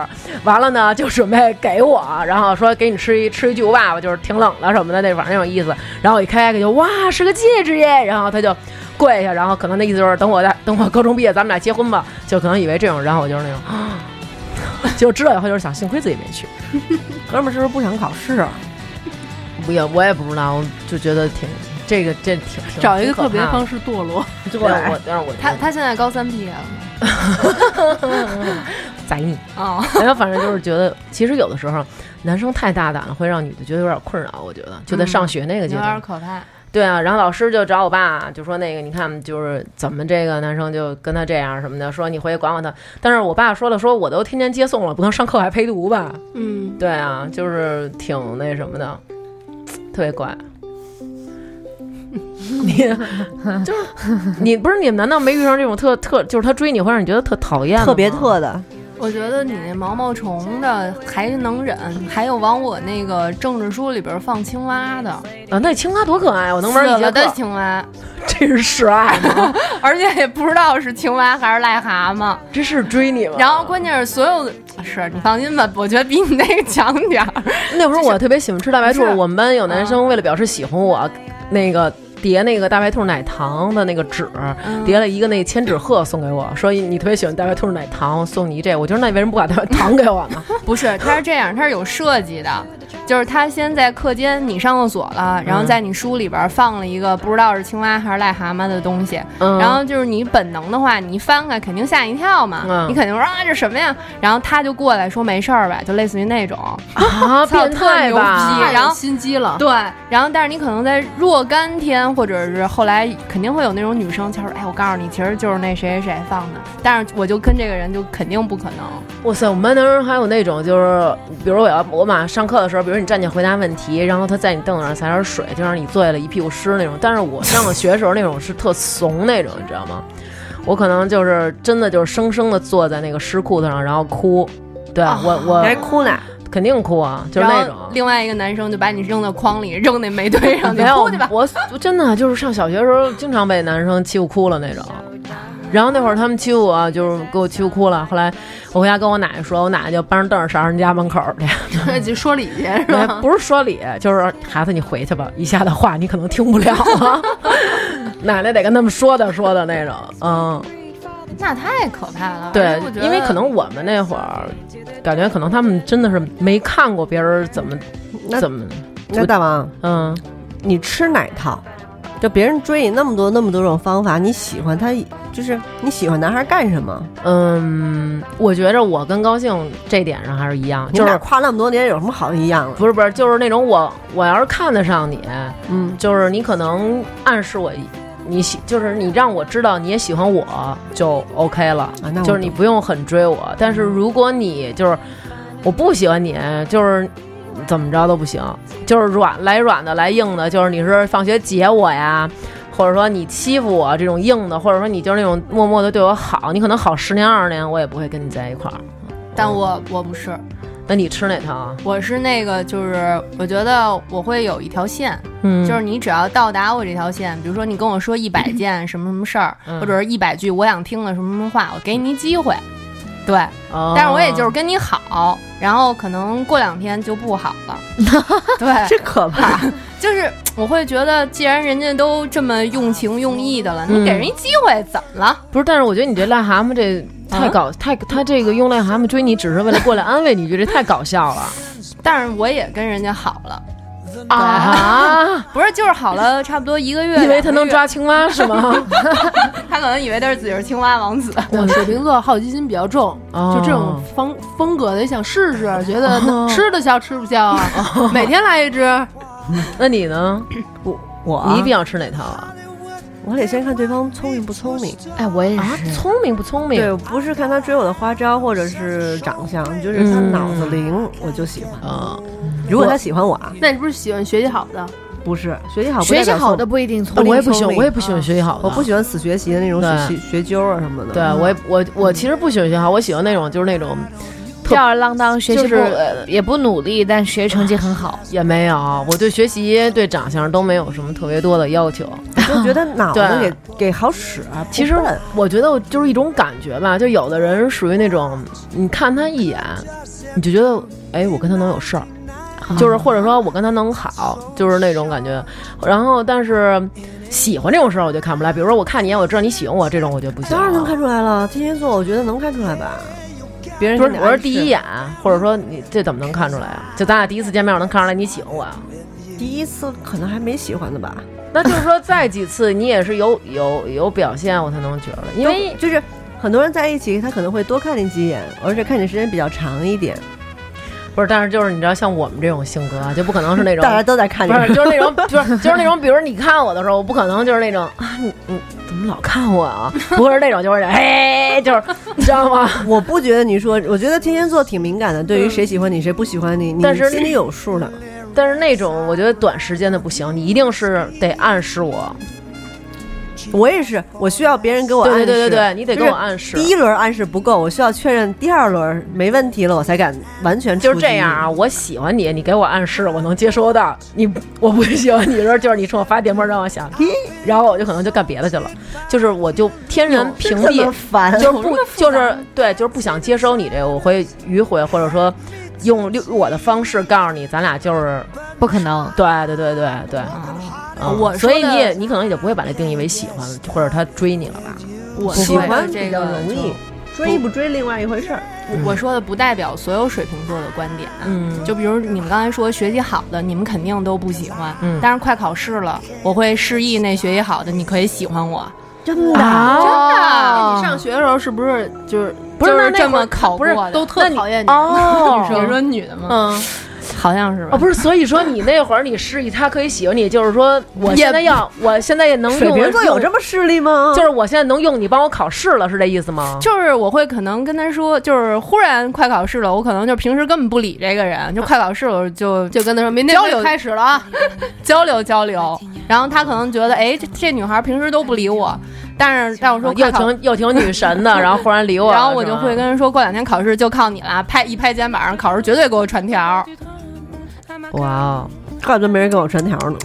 S5: 完了呢就准备给我，然后说给你吃一吃一巨无霸吧，就是挺冷的什么的那反正那种意思。然后我一开开就哇是个戒指耶，然后他就跪下，然后可能那意思就是等我在等我高中毕业咱们俩结婚吧，就可能以为这种，然后我就是那种，啊就知道以后就是想幸亏自己没去，
S7: 哥们儿是不是不想考试啊？
S5: 我也我也不知道，我就觉得挺这个这挺挺
S9: 找一个
S5: 挺可
S9: 特别
S5: 怕的
S9: 方式堕落。
S5: 对，我但是我
S9: 他他现在高三毕业了
S5: 嗯宰你。
S9: 啊，
S5: 然后反正就是觉得，其实有的时候男生太大胆了，会让女的觉得有点困扰。我觉得就在上学那个
S9: 有
S5: 阶段，
S9: 点可怕。
S5: 对啊。然后老师就找我爸，就说那个你看，就是怎么这个男生就跟他这样什么的，说你回去管管他。但是我爸说了，说我都天天接送了，不能上课还陪读吧？
S9: 嗯，
S5: 对啊，就是挺那什么的，特别怪。 你就是你不是你们？难道没遇上这种特特，就是他追你会让你觉得特讨厌的吗，
S7: 特别特的，
S9: 我觉得你那毛毛虫的还能忍，还有往我那个政治书里边放青蛙的，
S5: 啊！那青蛙多可爱，我能玩
S9: 死
S5: 一节
S9: 了的
S5: 课，
S9: 青蛙，
S5: 这是示爱吗？
S9: 而且也不知道是青蛙还是癞蛤�蟆。
S5: 啊这是追你吗？
S9: 然后关键是所有啊是你放心吧，我觉得比你那个强点儿。
S5: 那会儿我特别喜欢吃大白兔
S9: 不是，嗯
S5: 我们班有男生为了表示喜欢我，那个叠那个大白兔奶糖的那个纸，
S9: 嗯
S5: 叠了一个那千纸鹤送给我，说你特别喜欢大白兔奶糖，我送你一这。我就说那你为什么不把它 糖给我呢？
S9: 不是，它是这样，它是有设计的，就是它先在课间你上厕所了，然后在你书里边放了一个不知道是青蛙还是癞蛤蟆的东西，
S5: 嗯
S9: 然后就是你本能的话，你一翻开肯定吓一跳嘛，
S5: 嗯
S9: 你肯定说啊这什么呀？然后他就过来说没事儿吧，就类似于那种，
S5: 啊，
S9: 操
S5: 变态
S9: 特牛
S5: 吧
S9: 逼！然后
S8: 心机了，
S9: 对，然后但是你可能在若干天，或者是后来肯定会有那种女生，她说：“哎，我告诉你，其实就是那谁谁谁放的。”
S5: 嗯
S9: 但是我就跟这个人就肯定不可能，
S5: 哇塞，我们班男生还有那种就是，比如我要我马上上课的时候，比如你站起来回答问题，然后他在你凳子上撒点水，就让你醉了一屁股湿那种。但是我上了学的时候那种是特怂那种，你知道吗？我可能就是真的就是生生的坐在那个湿裤子上，然后哭。对、我我
S9: 哦
S7: 你还哭呢？
S5: 肯定哭啊，就是那种
S9: 然后。另外一个男生就把你扔到筐里，扔那煤堆 上，你
S5: 没有
S9: 哭去吧，。
S5: 我我真的就是上小学的时候，经常被男生欺负哭了那种。然后那会儿他们欺负我，就是给我欺负哭了。后来我回家跟我奶奶说，我奶奶就搬着凳儿上人家门口 去，
S8: 就说理去是
S5: 哎
S8: 吧？
S5: 不是说理，就是孩子你回去吧，以下的话你可能听不了了。 奶奶得跟他们说的说的那种，嗯，
S9: 那太可怕了。而
S5: 对
S9: 哎且我觉，得
S5: 因为可能我们那会儿，感觉可能他们真的是没看过别人怎么
S7: 那
S5: 怎么，
S7: 那大王，
S5: 嗯，
S7: 你吃哪套？就别人追你那么多那么多种方法，你喜欢他，就是你喜欢男孩干什么？
S5: 嗯，我觉着我跟高兴这点上还是一样，
S7: 你
S5: 就
S7: 们俩
S5: 是
S7: 跨那么多年，有什么好一样的？啊
S5: 不是不是，就是那种我我要是看得上你，
S7: 嗯，
S5: 就是你可能暗示我，你喜就是你让我知道你也喜欢我就 OK 了，
S7: 啊那我
S5: 就是你不用很追我，但是如果你就是我不喜欢你，就是。怎么着都不行，就是软来软的来硬的，就是你是放学截我呀，或者说你欺负我这种硬的，或者说你就是那种默默的对我好，你可能好十年二十年我也不会跟你在一块儿。
S9: 但我我不是，
S5: 那你吃哪套啊？
S9: 我是那个就是我觉得我会有一条线，
S5: 嗯
S9: 就是你只要到达我这条线，比如说你跟我说 一百件什么什么事儿，
S5: 嗯
S9: 或者是一百句我想听的什么什么话，我给你机会。对，
S5: 哦，
S9: 但是我也就是跟你好，然后可能过两天就不好 了。对，
S7: 这可怕！
S9: 就是我会觉得，既然人家都这么用情用义的了，
S5: 嗯
S9: 你给人一机会怎么了？
S5: 不是，但是我觉得你这癞蛤蟆这太
S9: 啊
S5: 搞、太他这个用癞蛤蟆追你，只是为了过来安慰你，觉得这太搞笑了
S9: 但是我也跟人家好了，
S5: 啊！
S9: 不是就是好了差不多一个月，
S5: 因为他
S9: 两个
S5: 能
S9: 月，
S5: 抓青蛙是吗？
S7: 啊
S9: 他可能以为他是自己是青蛙王子。
S8: 我水瓶座好奇心比较重，
S5: 哦
S8: 就这种风风格的想试试，觉得那
S5: 哦
S8: 吃得消吃不消
S9: 哦
S8: 啊，每天来一只。
S5: 那你呢？
S7: 我我啊
S5: 你比较吃哪套啊？
S7: 我得先看对方聪明不聪明。
S6: 哎，我也
S5: 啊，聪明不聪明？
S7: 嗯对，我不是看他追我的花招或者是长相，就是
S5: 嗯
S7: 他脑子灵，我就喜欢。
S5: 啊，
S7: 如果他喜欢我啊，
S8: 那你不是喜欢学习好的？
S7: 不是学习好，
S6: 学习好的，不一定聪
S7: 灵
S6: 明。
S5: 我也不喜
S7: 聪
S5: 欢，
S7: 明啊
S5: 我也不喜欢学习好的，
S7: 我不喜欢死学习的那种
S5: 对
S7: 学学学究啊什么的。
S5: 对，我也我我其实不喜欢学习好，我喜欢那种就是那种
S6: 吊儿郎当，学习不、
S5: 就是
S6: 呃也不努力，但学习成绩很好。
S5: 也没有，我对学习对长相都没有什么特别多的要求。
S7: 就觉得脑子
S5: 对
S7: 给给好使啊。不
S5: 其实
S7: 笨
S5: 我觉得就是一种感觉吧，就有的人属于那种，你看他一眼，你就觉得，哎，我跟他能有事儿，
S7: 啊
S5: 就是或者说我跟他能好，就是那种感觉。然后但是喜欢这种事儿我就看不来，比如说我看你一眼，我知道你喜欢我，这种我就不行。
S7: 当然能看出来了，天蝎座我觉得能看出来吧。别人
S5: 不是
S7: 给你
S5: 我是
S7: 暗示
S5: 第一眼，或者说你这怎么能看出来啊？就咱俩第一次见面，我能看出来你喜欢我 啊？
S7: 第一次可能还没喜欢的吧，
S5: 那就是说再几次你也是有有有表现，我才能觉得，因为
S7: 都就是很多人在一起，他可能会多看你几眼，而且看你时间比较长一点，
S5: 不是，但是就是你知道，像我们这种性格啊，就不可能是那种
S7: 大家都在看你
S5: 不。是，就是那种，就是就是那种，比如你看我的时候，我不可能就是那种啊，你你怎么老看我啊？ 不是那种，就是哎，就是你知道吗？
S7: 我不觉得你说，我觉得天蝎座挺敏感的，对于谁喜欢你，谁不喜欢你，你
S5: 但是
S7: 心里有数的。
S5: 但是那种我觉得短时间的不行，你一定是得暗示我，
S7: 我也是，我需要别人给我暗
S5: 对对
S7: 示。
S5: 对对对，你得给
S7: 就是
S5: 我暗示。
S7: 第一轮暗示不够，我需要确认第二轮没问题了，我才敢完全
S5: 就是
S7: 出
S5: 这
S7: 击
S5: 样啊，我喜欢你，你给我暗示，我能接收到。你我不喜欢你的时候，就是你冲我发电波让我想，咦然后我就可能就干别的去了，就是我就天然
S7: 这
S5: 屏
S7: 么
S5: 蔽，
S7: 烦，
S5: 就是不就是对，就是不想接收你这个，我会迂回或者说用另我的方式告诉你，咱俩就是
S6: 不可能。
S5: 对对对对对。嗯
S9: 我
S5: 所
S9: 说的
S5: 以你也你可能也不会把它定义为喜欢，或者他追你了吧？
S9: 我
S7: 喜
S9: 说的
S7: 欢
S9: 这
S7: 比
S9: 个
S7: 较容
S9: 就
S7: 易，追不追另外一回事儿。
S9: 我我说的不代表所有水瓶座的观点，啊
S5: 嗯
S9: 就比如你们刚才说学习好的，你们肯定都不喜欢，
S5: 嗯
S9: 但是快考试了，我会示意那学习好的，你可以喜欢我，
S7: 真的，
S9: 真
S8: 你
S9: 的
S8: 上学的时候是不是就是
S9: 不
S5: 是
S9: 就
S5: 那
S9: 是
S5: 那
S9: 这
S5: 会儿哦
S9: 么考
S5: 不
S9: 过
S5: 是
S9: 的，
S5: 都
S9: 特讨厌
S5: 哦
S9: 你说女的吗？
S5: 嗯，
S9: 好像是吧？
S5: 哦，不是，所以说你那会儿你示意他可以喜欢你，就是说我现在要，我现在也能
S7: 水
S5: 用
S7: 瓶座有这
S5: 么，
S7: 么势利吗？
S5: 就是我现在能用你帮我考试了，是这意思吗？
S9: 就是我会可能跟他说，就是忽然快考试了，我可能就平时根本不理这个人，就快考试了我就就跟他说明天交流开始了 啊，交流交流。然后他可能觉得，哎，这这女孩平时都不理我，但是但我说
S5: 嗯又
S9: 快考，
S5: 挺又挺女神 的，然后忽然理我了，
S9: 然后我
S5: 是
S9: 就
S5: 吗
S9: 会跟他说，过两天考试就靠你了，拍一拍肩膀，考试绝对给我传条，
S5: 哇哦，
S7: 怪不得没人给我传条呢。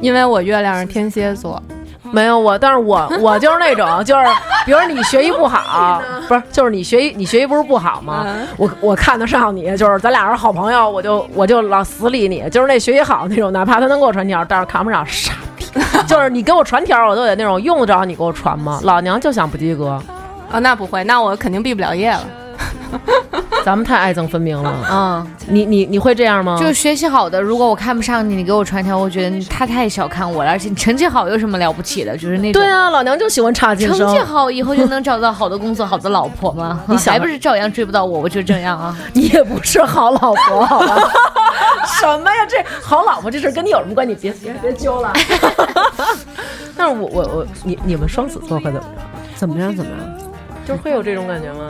S9: 因为我月亮是天蝎座，
S5: 没有我，但是我我就是那种，就是比如你学习不好，不是，就是你学习你学习不是不好吗？我我看得上你，就是咱俩是好朋友，我就我就老死理你，就是那学习好那种，哪怕他能给我传条，但是看不上，傻逼。 就是你给我传条，我都得那种用得着你给我传吗？老娘就想不及格，
S9: 啊，那不会，那我肯定毕不了业了。
S5: 咱们太爱憎分明了。
S6: 嗯，
S5: 你你你会这样吗？
S6: 就学习好的，如果我看不上你，你给我传条，我觉得你他太小看我了，而且你成绩好有什么了不起的？就是那种
S5: 对。啊，老娘就喜欢差劲
S6: 成
S5: 生
S6: 绩。好以后就能找到好的工作、好的老婆 吗？
S5: 你想吧
S6: 还不是照样追不到我？我就这样啊，
S5: 你也不是好老婆，好吧？ 什么呀？这好老婆这事儿跟你有什么关系？别别别揪了。 但是我我我，你你们双子座会怎么着？
S7: 怎么样？怎么样？
S5: 就是会有这种感觉吗？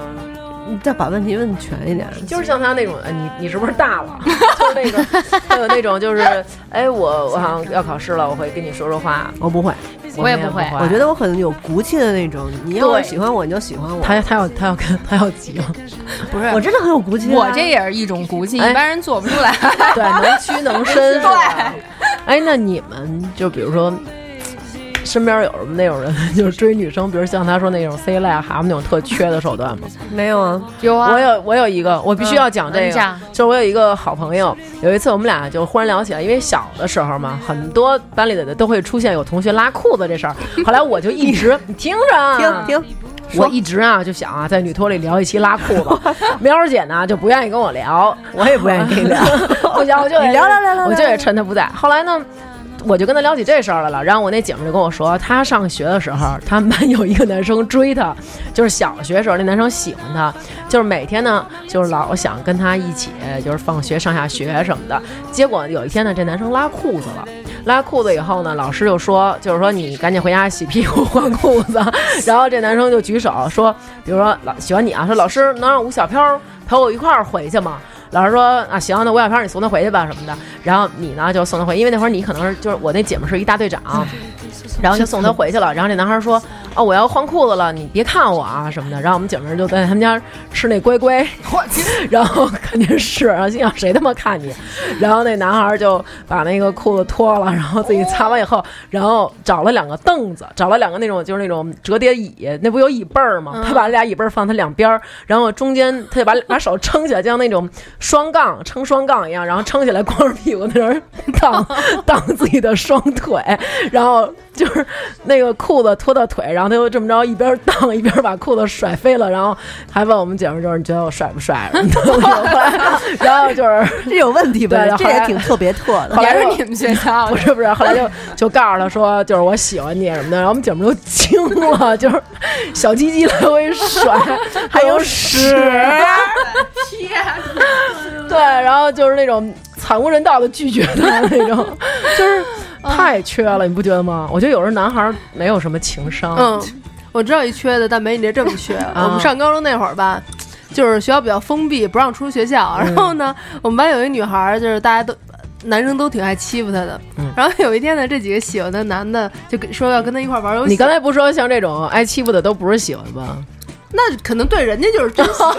S7: 你再把问题问全一点。
S5: 就是像他那种，呃你你是不是大 了？就是那种，还有那种 就是，哎，我我好像要考试了，我会跟你说说话。
S7: 我不会，
S6: 我也
S5: 们
S6: 不会
S7: 我觉得我可能有骨气的那种。你要是喜欢我，你就喜欢我。
S5: 他他要他要跟他要急了，
S9: 不是，
S7: 我真的很有骨气啊。
S9: 我这也是一种骨气，
S5: 哎
S9: 一般人做不出来。
S5: 对，能屈能伸。是吧？哎，那你们就比如说，身边有什么那种人， 就是追女生，比如像他说那种 C 赖蛤蟆那种特缺的手段吗？
S7: 没有啊，
S6: 有啊，
S5: 我有我有一个，我必须要讲这
S6: 嗯你
S5: 个，
S6: 讲
S5: 就是我有一个好朋友，有一次我们俩就忽然聊起来，因为小的时候嘛，很多班里的都会出现有同学拉裤子这事儿。后来我就一直你听着啊，
S7: 听听，
S5: 我一直啊就想啊，在女托里聊一期拉裤子，苗儿姐呢就不愿意跟我聊，
S7: 我也不愿意跟 你聊。
S5: 不行，我就得哎
S7: 你聊聊聊聊
S5: 我就得趁他不在。后来呢，我就跟他聊起这事儿来了，然后我那姐们就跟我说，她上学的时候，他们班有一个男生追她，就是小学时候那男生喜欢她，就是每天呢就是老想跟她一起，就是放学上下学什么的。结果有一天呢，这男生拉裤子了。拉裤子以后呢，老师就说，就是说你赶紧回家洗屁股换裤子。然后这男生就举手说，比如说老喜欢你啊，说老师能让吴小飘陪我一块儿回去吗？老师说啊行，那吴小飘你送他回去吧什么的。然后你呢就送他回，因为那会儿你可能是就是我那姐们是一大队长，然后就送他回去了。然后这男孩说哦我要换裤子了，你别看我啊什么的。然后我们姐们就在他们家吃那龟龟，然后看电视，然啊后心想谁他妈看你？然后那男孩就把那个裤子脱了，然后自己擦完以后，然后找了两个凳子，找了两个那种就是那种折叠椅，那不有椅背儿吗？他把俩椅背儿放他两边儿，然后中间他就把把手撑起来，就像那种双杠撑双杠一样，然后撑起来光着屁股在那儿荡荡自己的双腿，然后就是那个裤子脱到腿，然后他又这么着一边荡一边把裤子甩飞了，然后还问我们姐们儿就是你觉得我帅不帅？然后就是
S7: 这有问题吧
S5: 对？
S7: 这也挺特别特的
S5: 后。来
S9: 也
S5: 就
S9: 是你们学校
S8: 啊
S5: 不
S9: 的，
S5: 是不是，后来 就就告诉他说，就是我喜欢你什么的，然后我们姐们儿都惊了，就是小鸡鸡来回甩，还有屎， 天，对，然后就是那种惨无人道的拒绝他那种，就是
S8: 嗯
S5: 太缺了，你不觉得吗？我觉得有时候男孩儿没有什么情商，
S8: 嗯，我知道一缺的，但没你这这么 缺。
S9: 哦
S8: 我们上高中那会儿吧，
S9: 嗯
S8: 就是学校比较封闭，不让出学校。然后呢，我们班有一女孩儿，就是大家都男生都挺爱欺负她的。
S5: 嗯
S8: 然后有一天呢，这几个喜欢的男的就跟说要跟她一块儿玩游戏。
S5: 你刚才不说像这种挨欺负的都不是喜欢吧？
S8: 那可能对人家就是真喜欢，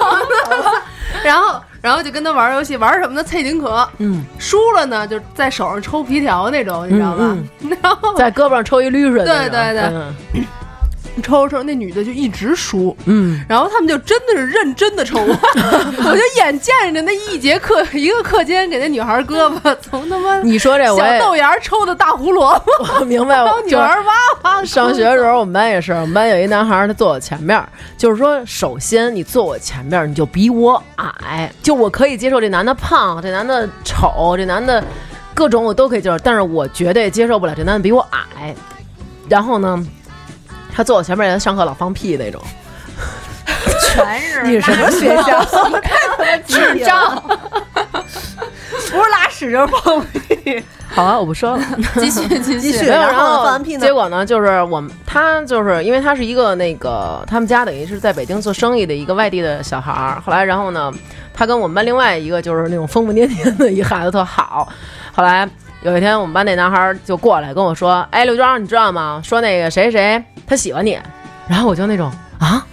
S8: 然后然后就跟他玩游戏，玩什么呢？蔡丁壳，
S5: 嗯，
S8: 输了呢就在手上抽皮条那种，你知道吧？
S5: 嗯
S8: 然后
S5: 在胳膊上抽一绿水。
S8: 对对对抽抽抽，那女的就一直输，
S5: 嗯，
S8: 然后他们就真的是认真的抽， 我就眼见着那一节课一个课间给那女孩胳膊从他妈
S5: 嗯，你说这我
S8: 小
S5: 也
S8: 豆芽抽的大胡萝卜，
S5: 我明白，
S8: 然后
S5: 我
S8: 女
S5: 就是
S8: 孩哇哇
S5: 上学的时候，我们班也是，我们班有一男孩儿，他坐我前面儿，就是说，首先你坐我前面儿，你就比我矮，就我可以接受这男的胖，这男的丑，这男的呃各种我都可以接受，但是我绝对接受不了这男的比我矮。然后呢， 他坐我前面儿，上课老放屁那种。
S2: 全是
S5: 你什么学校？
S2: 智障？
S7: 不是拉屎就是放屁。
S5: 好啊，我不说了。
S8: 继续 继
S7: 继续，
S5: 没有，
S7: 然
S5: 然
S7: 后
S5: 后
S7: 放完屁呢
S5: 结？果呢，就是我们他就是因为他是一个那个他们家等于是在北京做生意的一个外地的小孩儿，后来然后呢，他跟我们班另外一个就是那种疯疯癫癫的一孩子特好，后来。有一天，我们班那男孩儿就过来跟我说：“哎，刘庄，你知道吗？说那个谁谁他喜欢你。”然后我就那种啊，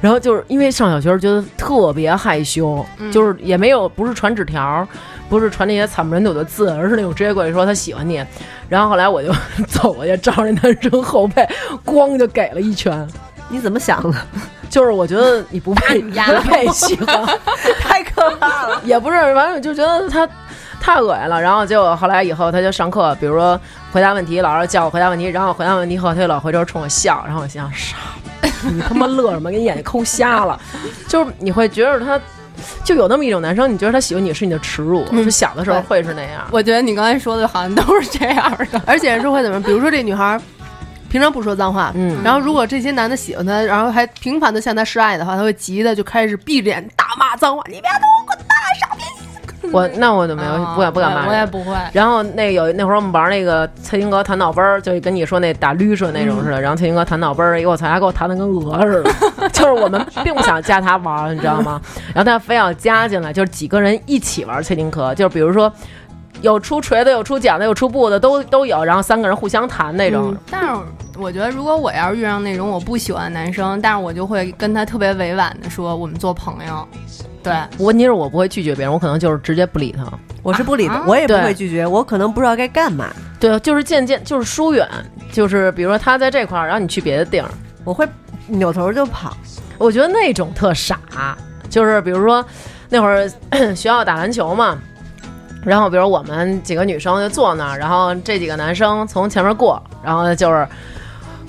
S5: 然后就是因为上小学儿觉得特别害羞，
S7: 嗯
S5: 就是也没有不是传纸条儿，不是传那些惨不忍睹的字，而是那种直接过去说他喜欢你。然后后来我就 走过去，照着那男生后背，咣就给了一拳。
S7: 你怎么想的？
S5: 就是我觉得你不配，不配喜欢，
S7: 太可怕了！
S5: 也不是，反正我就觉得他太恶心了。然后结果后来以后，他就上课，比如说回答问题，老师叫我回答问题，然后回答问题后，他就老回头冲我笑，然后我心想傻，你他妈乐什么？给你眼睛抠瞎了。就是你会觉得他，就有那么一种男生，你觉得他喜欢你是你的耻辱。
S8: 嗯
S5: 就小的时候会是那样。
S8: 我觉得你刚才说的好像都是这样的，而且是会怎么？比如说这女孩儿平常不说脏话，
S5: 嗯
S8: 然后如果这些男的喜欢她，然后还频繁的向她示爱的话，她会急的就开始闭着眼大骂脏话，你别动我，滚蛋，傻逼！
S5: 我那我就没
S9: 哦
S5: 有，不敢不敢骂人。
S9: 啊我也不会。
S5: 然后那有那会儿我们玩那个蔡丁格弹脑杯儿，就跟你说那打捋顺那种似的。然后蔡丁格弹脑杯儿，哎我操，他给我弹的跟鹅似的。就是我们并不想加他玩儿，你知道吗？然后他非要加进来，就是几个人一起玩蔡丁格，就是比如说。有出锤子，有出剪子，有出布的，都 都有。然后三个人互相弹那
S8: 嗯
S5: 种，
S9: 但是我觉得，如果我要是遇上那种我不喜欢的男生，但是我就会跟他特别委婉的说，我们做朋友。对，
S5: 问题是我不会拒绝别人，我可能就是直接不理他。
S7: 我是不理的
S9: 啊，
S7: 我也不
S5: 对
S7: 会拒绝，我可能不知道该干嘛，
S5: 对，就是渐渐就是疏远，就是比如说他在这块儿，然后你去别的地儿，
S7: 我会扭头就跑。
S5: 我觉得那种特傻，就是比如说那会儿学校打篮球嘛，然后比如我们几个女生就坐那儿，然后这几个男生从前面过，然后就是。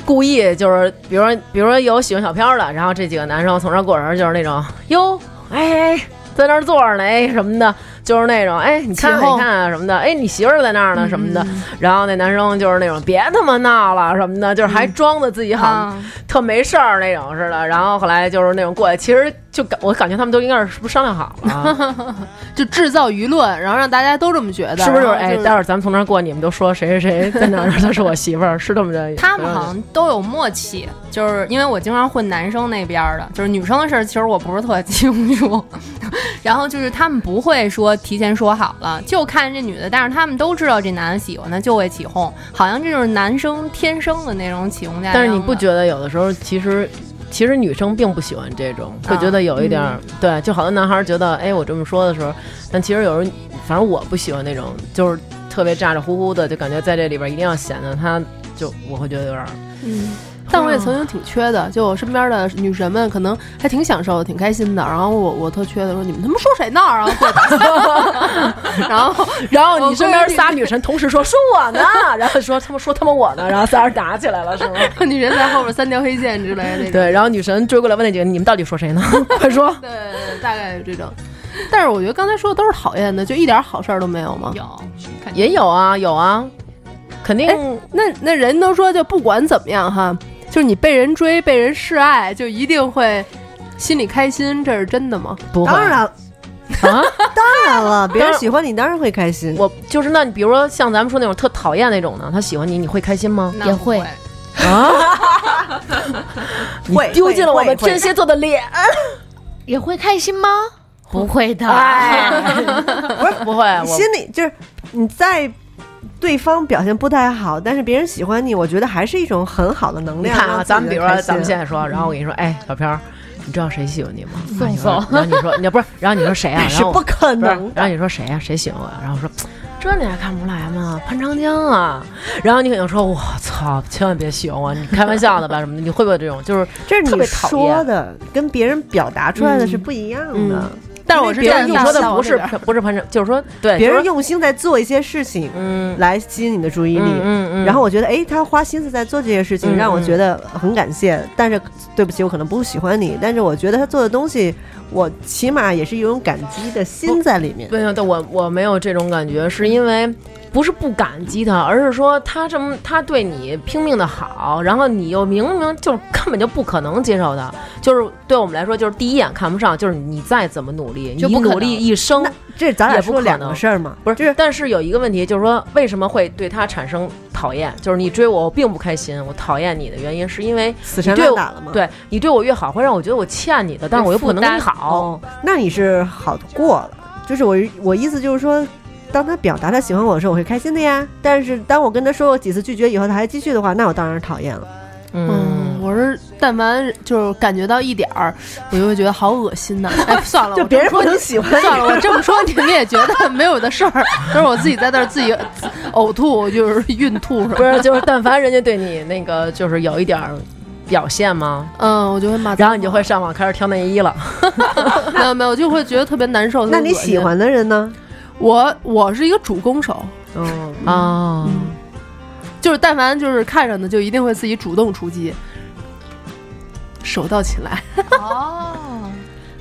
S5: 故意就是，比如说，比如说有喜欢小飘的，然后这几个男生从这儿过人，就是那种哟，哎，哎在那儿坐着呢，哎什么的，就是那种哎，你看
S8: 起哄
S5: 你看啊什么的，哎，你媳妇儿在那儿呢什么的，然后那男生就是那种别他妈闹了什么的，就是还装的自己好像
S9: 啊，
S5: 特没事儿那种似的。然后后来就是那种过来，其实就感我感觉他们都应该是是不是商量好 了，
S8: 就制造舆论，然后让大家都这么觉得，
S5: 啊是不是就是
S8: 然
S5: 哎
S8: 后，
S5: 待会儿咱们从那儿过，你们都说谁谁谁在哪儿，她是我媳妇儿，是这么着。
S9: 他们好像都有默契，就是因为我经常混男生那边儿的，就是女生的事儿，其实我不是特清楚。 然后就是他们不会说提前说好了，就看这女的，但是他们都知道这男的喜欢她，就会起哄，好像这就是男生天生的那种起哄架秧子。
S5: 但是你不觉得有的时候其实？其实女生并不喜欢这种，会
S8: 啊
S5: 觉得有一点
S8: 嗯
S5: 儿、对，就好多男孩儿觉得，哎，我这么说的时候，但其实有时候，反正我不喜欢那种，就是特别咋咋呼呼的，就感觉在这里边儿一定要显得他，就我会觉得有点儿，
S8: 嗯
S5: 嗯
S8: 但我也曾经挺缺的，就我身边的女神们可能还挺享受的，挺开心的。然后我我特缺的说你们他妈说谁呢？然后过 来然后
S5: 然后你身边仨女神同时说说我呢， 然后说他们说他们我呢，然后仨人打起来了，是吗？
S8: 女神在后边三条黑线之类 的那种。
S5: 对，然后女神追过来问那几个你们到底说谁 呢？快说！
S8: 对，大概是这种。但是我觉得刚才说的都是讨厌的，就一点好事儿都没有吗？
S9: 有肯定
S5: 也有啊，有啊，肯定
S7: 嗯
S8: 哎那那人都说，就不管怎么样哈，就是你被人追、被人示爱，就一定会心里开心，这是真的吗？
S5: 不会
S7: 当然，
S5: 啊。
S7: 当然了，别人
S5: 当
S7: 喜欢你当然会开心。
S5: 我就是那，你比如说像咱们说那种特讨厌那种呢，他喜欢你，你会开心吗？
S9: 那
S6: 也
S9: 不会
S6: 会。
S5: 啊，你
S7: 会
S5: 丢尽了我
S7: 会
S5: 们
S7: 会
S5: 天蝎座的脸，
S6: 也会开心吗？不会的，
S5: 哎，不是不会，我
S7: 心里就是你在对方表现不太好，但是别人喜欢你，我觉得还是一种很好的能
S5: 你
S7: 量。
S5: 看
S7: 让自
S5: 啊，
S7: 己
S5: 咱们比如
S7: 开
S5: 说，
S7: 心嗯
S5: 咱们现在说，然后我跟你说，哎，小飘儿，你知道谁喜欢你吗？宋宋。然后你说，你不是，然后你说谁啊？然
S7: 是
S5: 后我
S7: 不可
S5: 不是
S7: 能的
S5: 然后你说谁呀、谁喜欢我啊呀、然后我说，这你还看不出来吗？潘长江啊。然后你肯定说，我操，千万别喜欢我，你开玩笑的吧什么的？你会不会这种？就是
S7: 这是
S5: 特
S7: 你
S5: 别讨
S7: 说
S5: 厌。嗯
S7: 的，跟别人表达出来的是不一样的。
S5: 但是我是
S7: 因为别人
S5: 你
S7: 用
S5: 说的
S7: 心
S5: 不是不是潘长，就是说对
S7: 别
S5: 哎就是
S7: 人
S5: 说
S7: 用心在做一些事情
S5: 嗯
S7: 来吸引你的注意力，
S5: 嗯嗯嗯
S7: 然后我觉得，哎，他花心思在做这些事情，
S5: 嗯
S7: 让我
S5: 嗯
S7: 觉得很感谢。但是对不起，我可能不喜欢你，但是我觉得他做的东西，我起码也是有一种感激的心在里面。
S5: 没有，但我我没有这种感觉，是因为不是不感激他，而是说他这么他对你拼命的好，然后你又明明就是根本就不可能接受他，就是对我们来说就是第一眼看不上，就是你再怎么努力，
S6: 就
S5: 你
S6: 不可
S5: 努力
S6: 能
S5: 一生
S7: 那这咱俩
S5: 也不
S7: 说
S5: 可
S7: 两个
S5: 能
S7: 事儿嘛，
S5: 不是，但是有一个问题，就是说为什么会对他产生讨厌？就是你追我，我并不开心，我讨厌你的原因是因为
S7: 死缠
S5: 你对
S7: 烂
S5: 我
S7: 打了吗？
S5: 对你对我越好，会让我觉得我欠你的，但是我又不可能跟你好。
S7: 哦，那你是好过了。就是我我意思就是说，当他表达他喜欢我的时候，我是开心的呀。但是当我跟他说过几次拒绝以后，他还继续的话，那我当然是讨厌了。
S8: 嗯，我是但凡就是感觉到一点儿，我就会觉得好恶心呐。哎，算了，
S7: 就
S8: 我
S7: 别
S8: 这
S7: 人
S8: 么
S7: 不
S8: 说
S7: 能
S8: 你。
S7: 喜欢你
S8: 算了，我这么说你们也觉得没有的事儿，都是我自己在那儿自己呕吐，就是孕吐什么
S5: 不
S8: 的。
S5: 是，就是但凡人家对你那个就是有一点儿表现吗？
S8: 嗯，我就会骂脏话。
S5: 然后你就会上网开始挑内衣了。
S8: 没有没有，就会觉得特别难受。
S7: 那
S8: 特别
S7: 你
S8: 恶心
S7: 喜欢的人呢？
S8: 我？我是一个主攻手，
S7: 嗯，
S5: 哦，
S8: 就是但凡就是看上的，就一定会自己主动出击，手到擒来。
S6: 哦，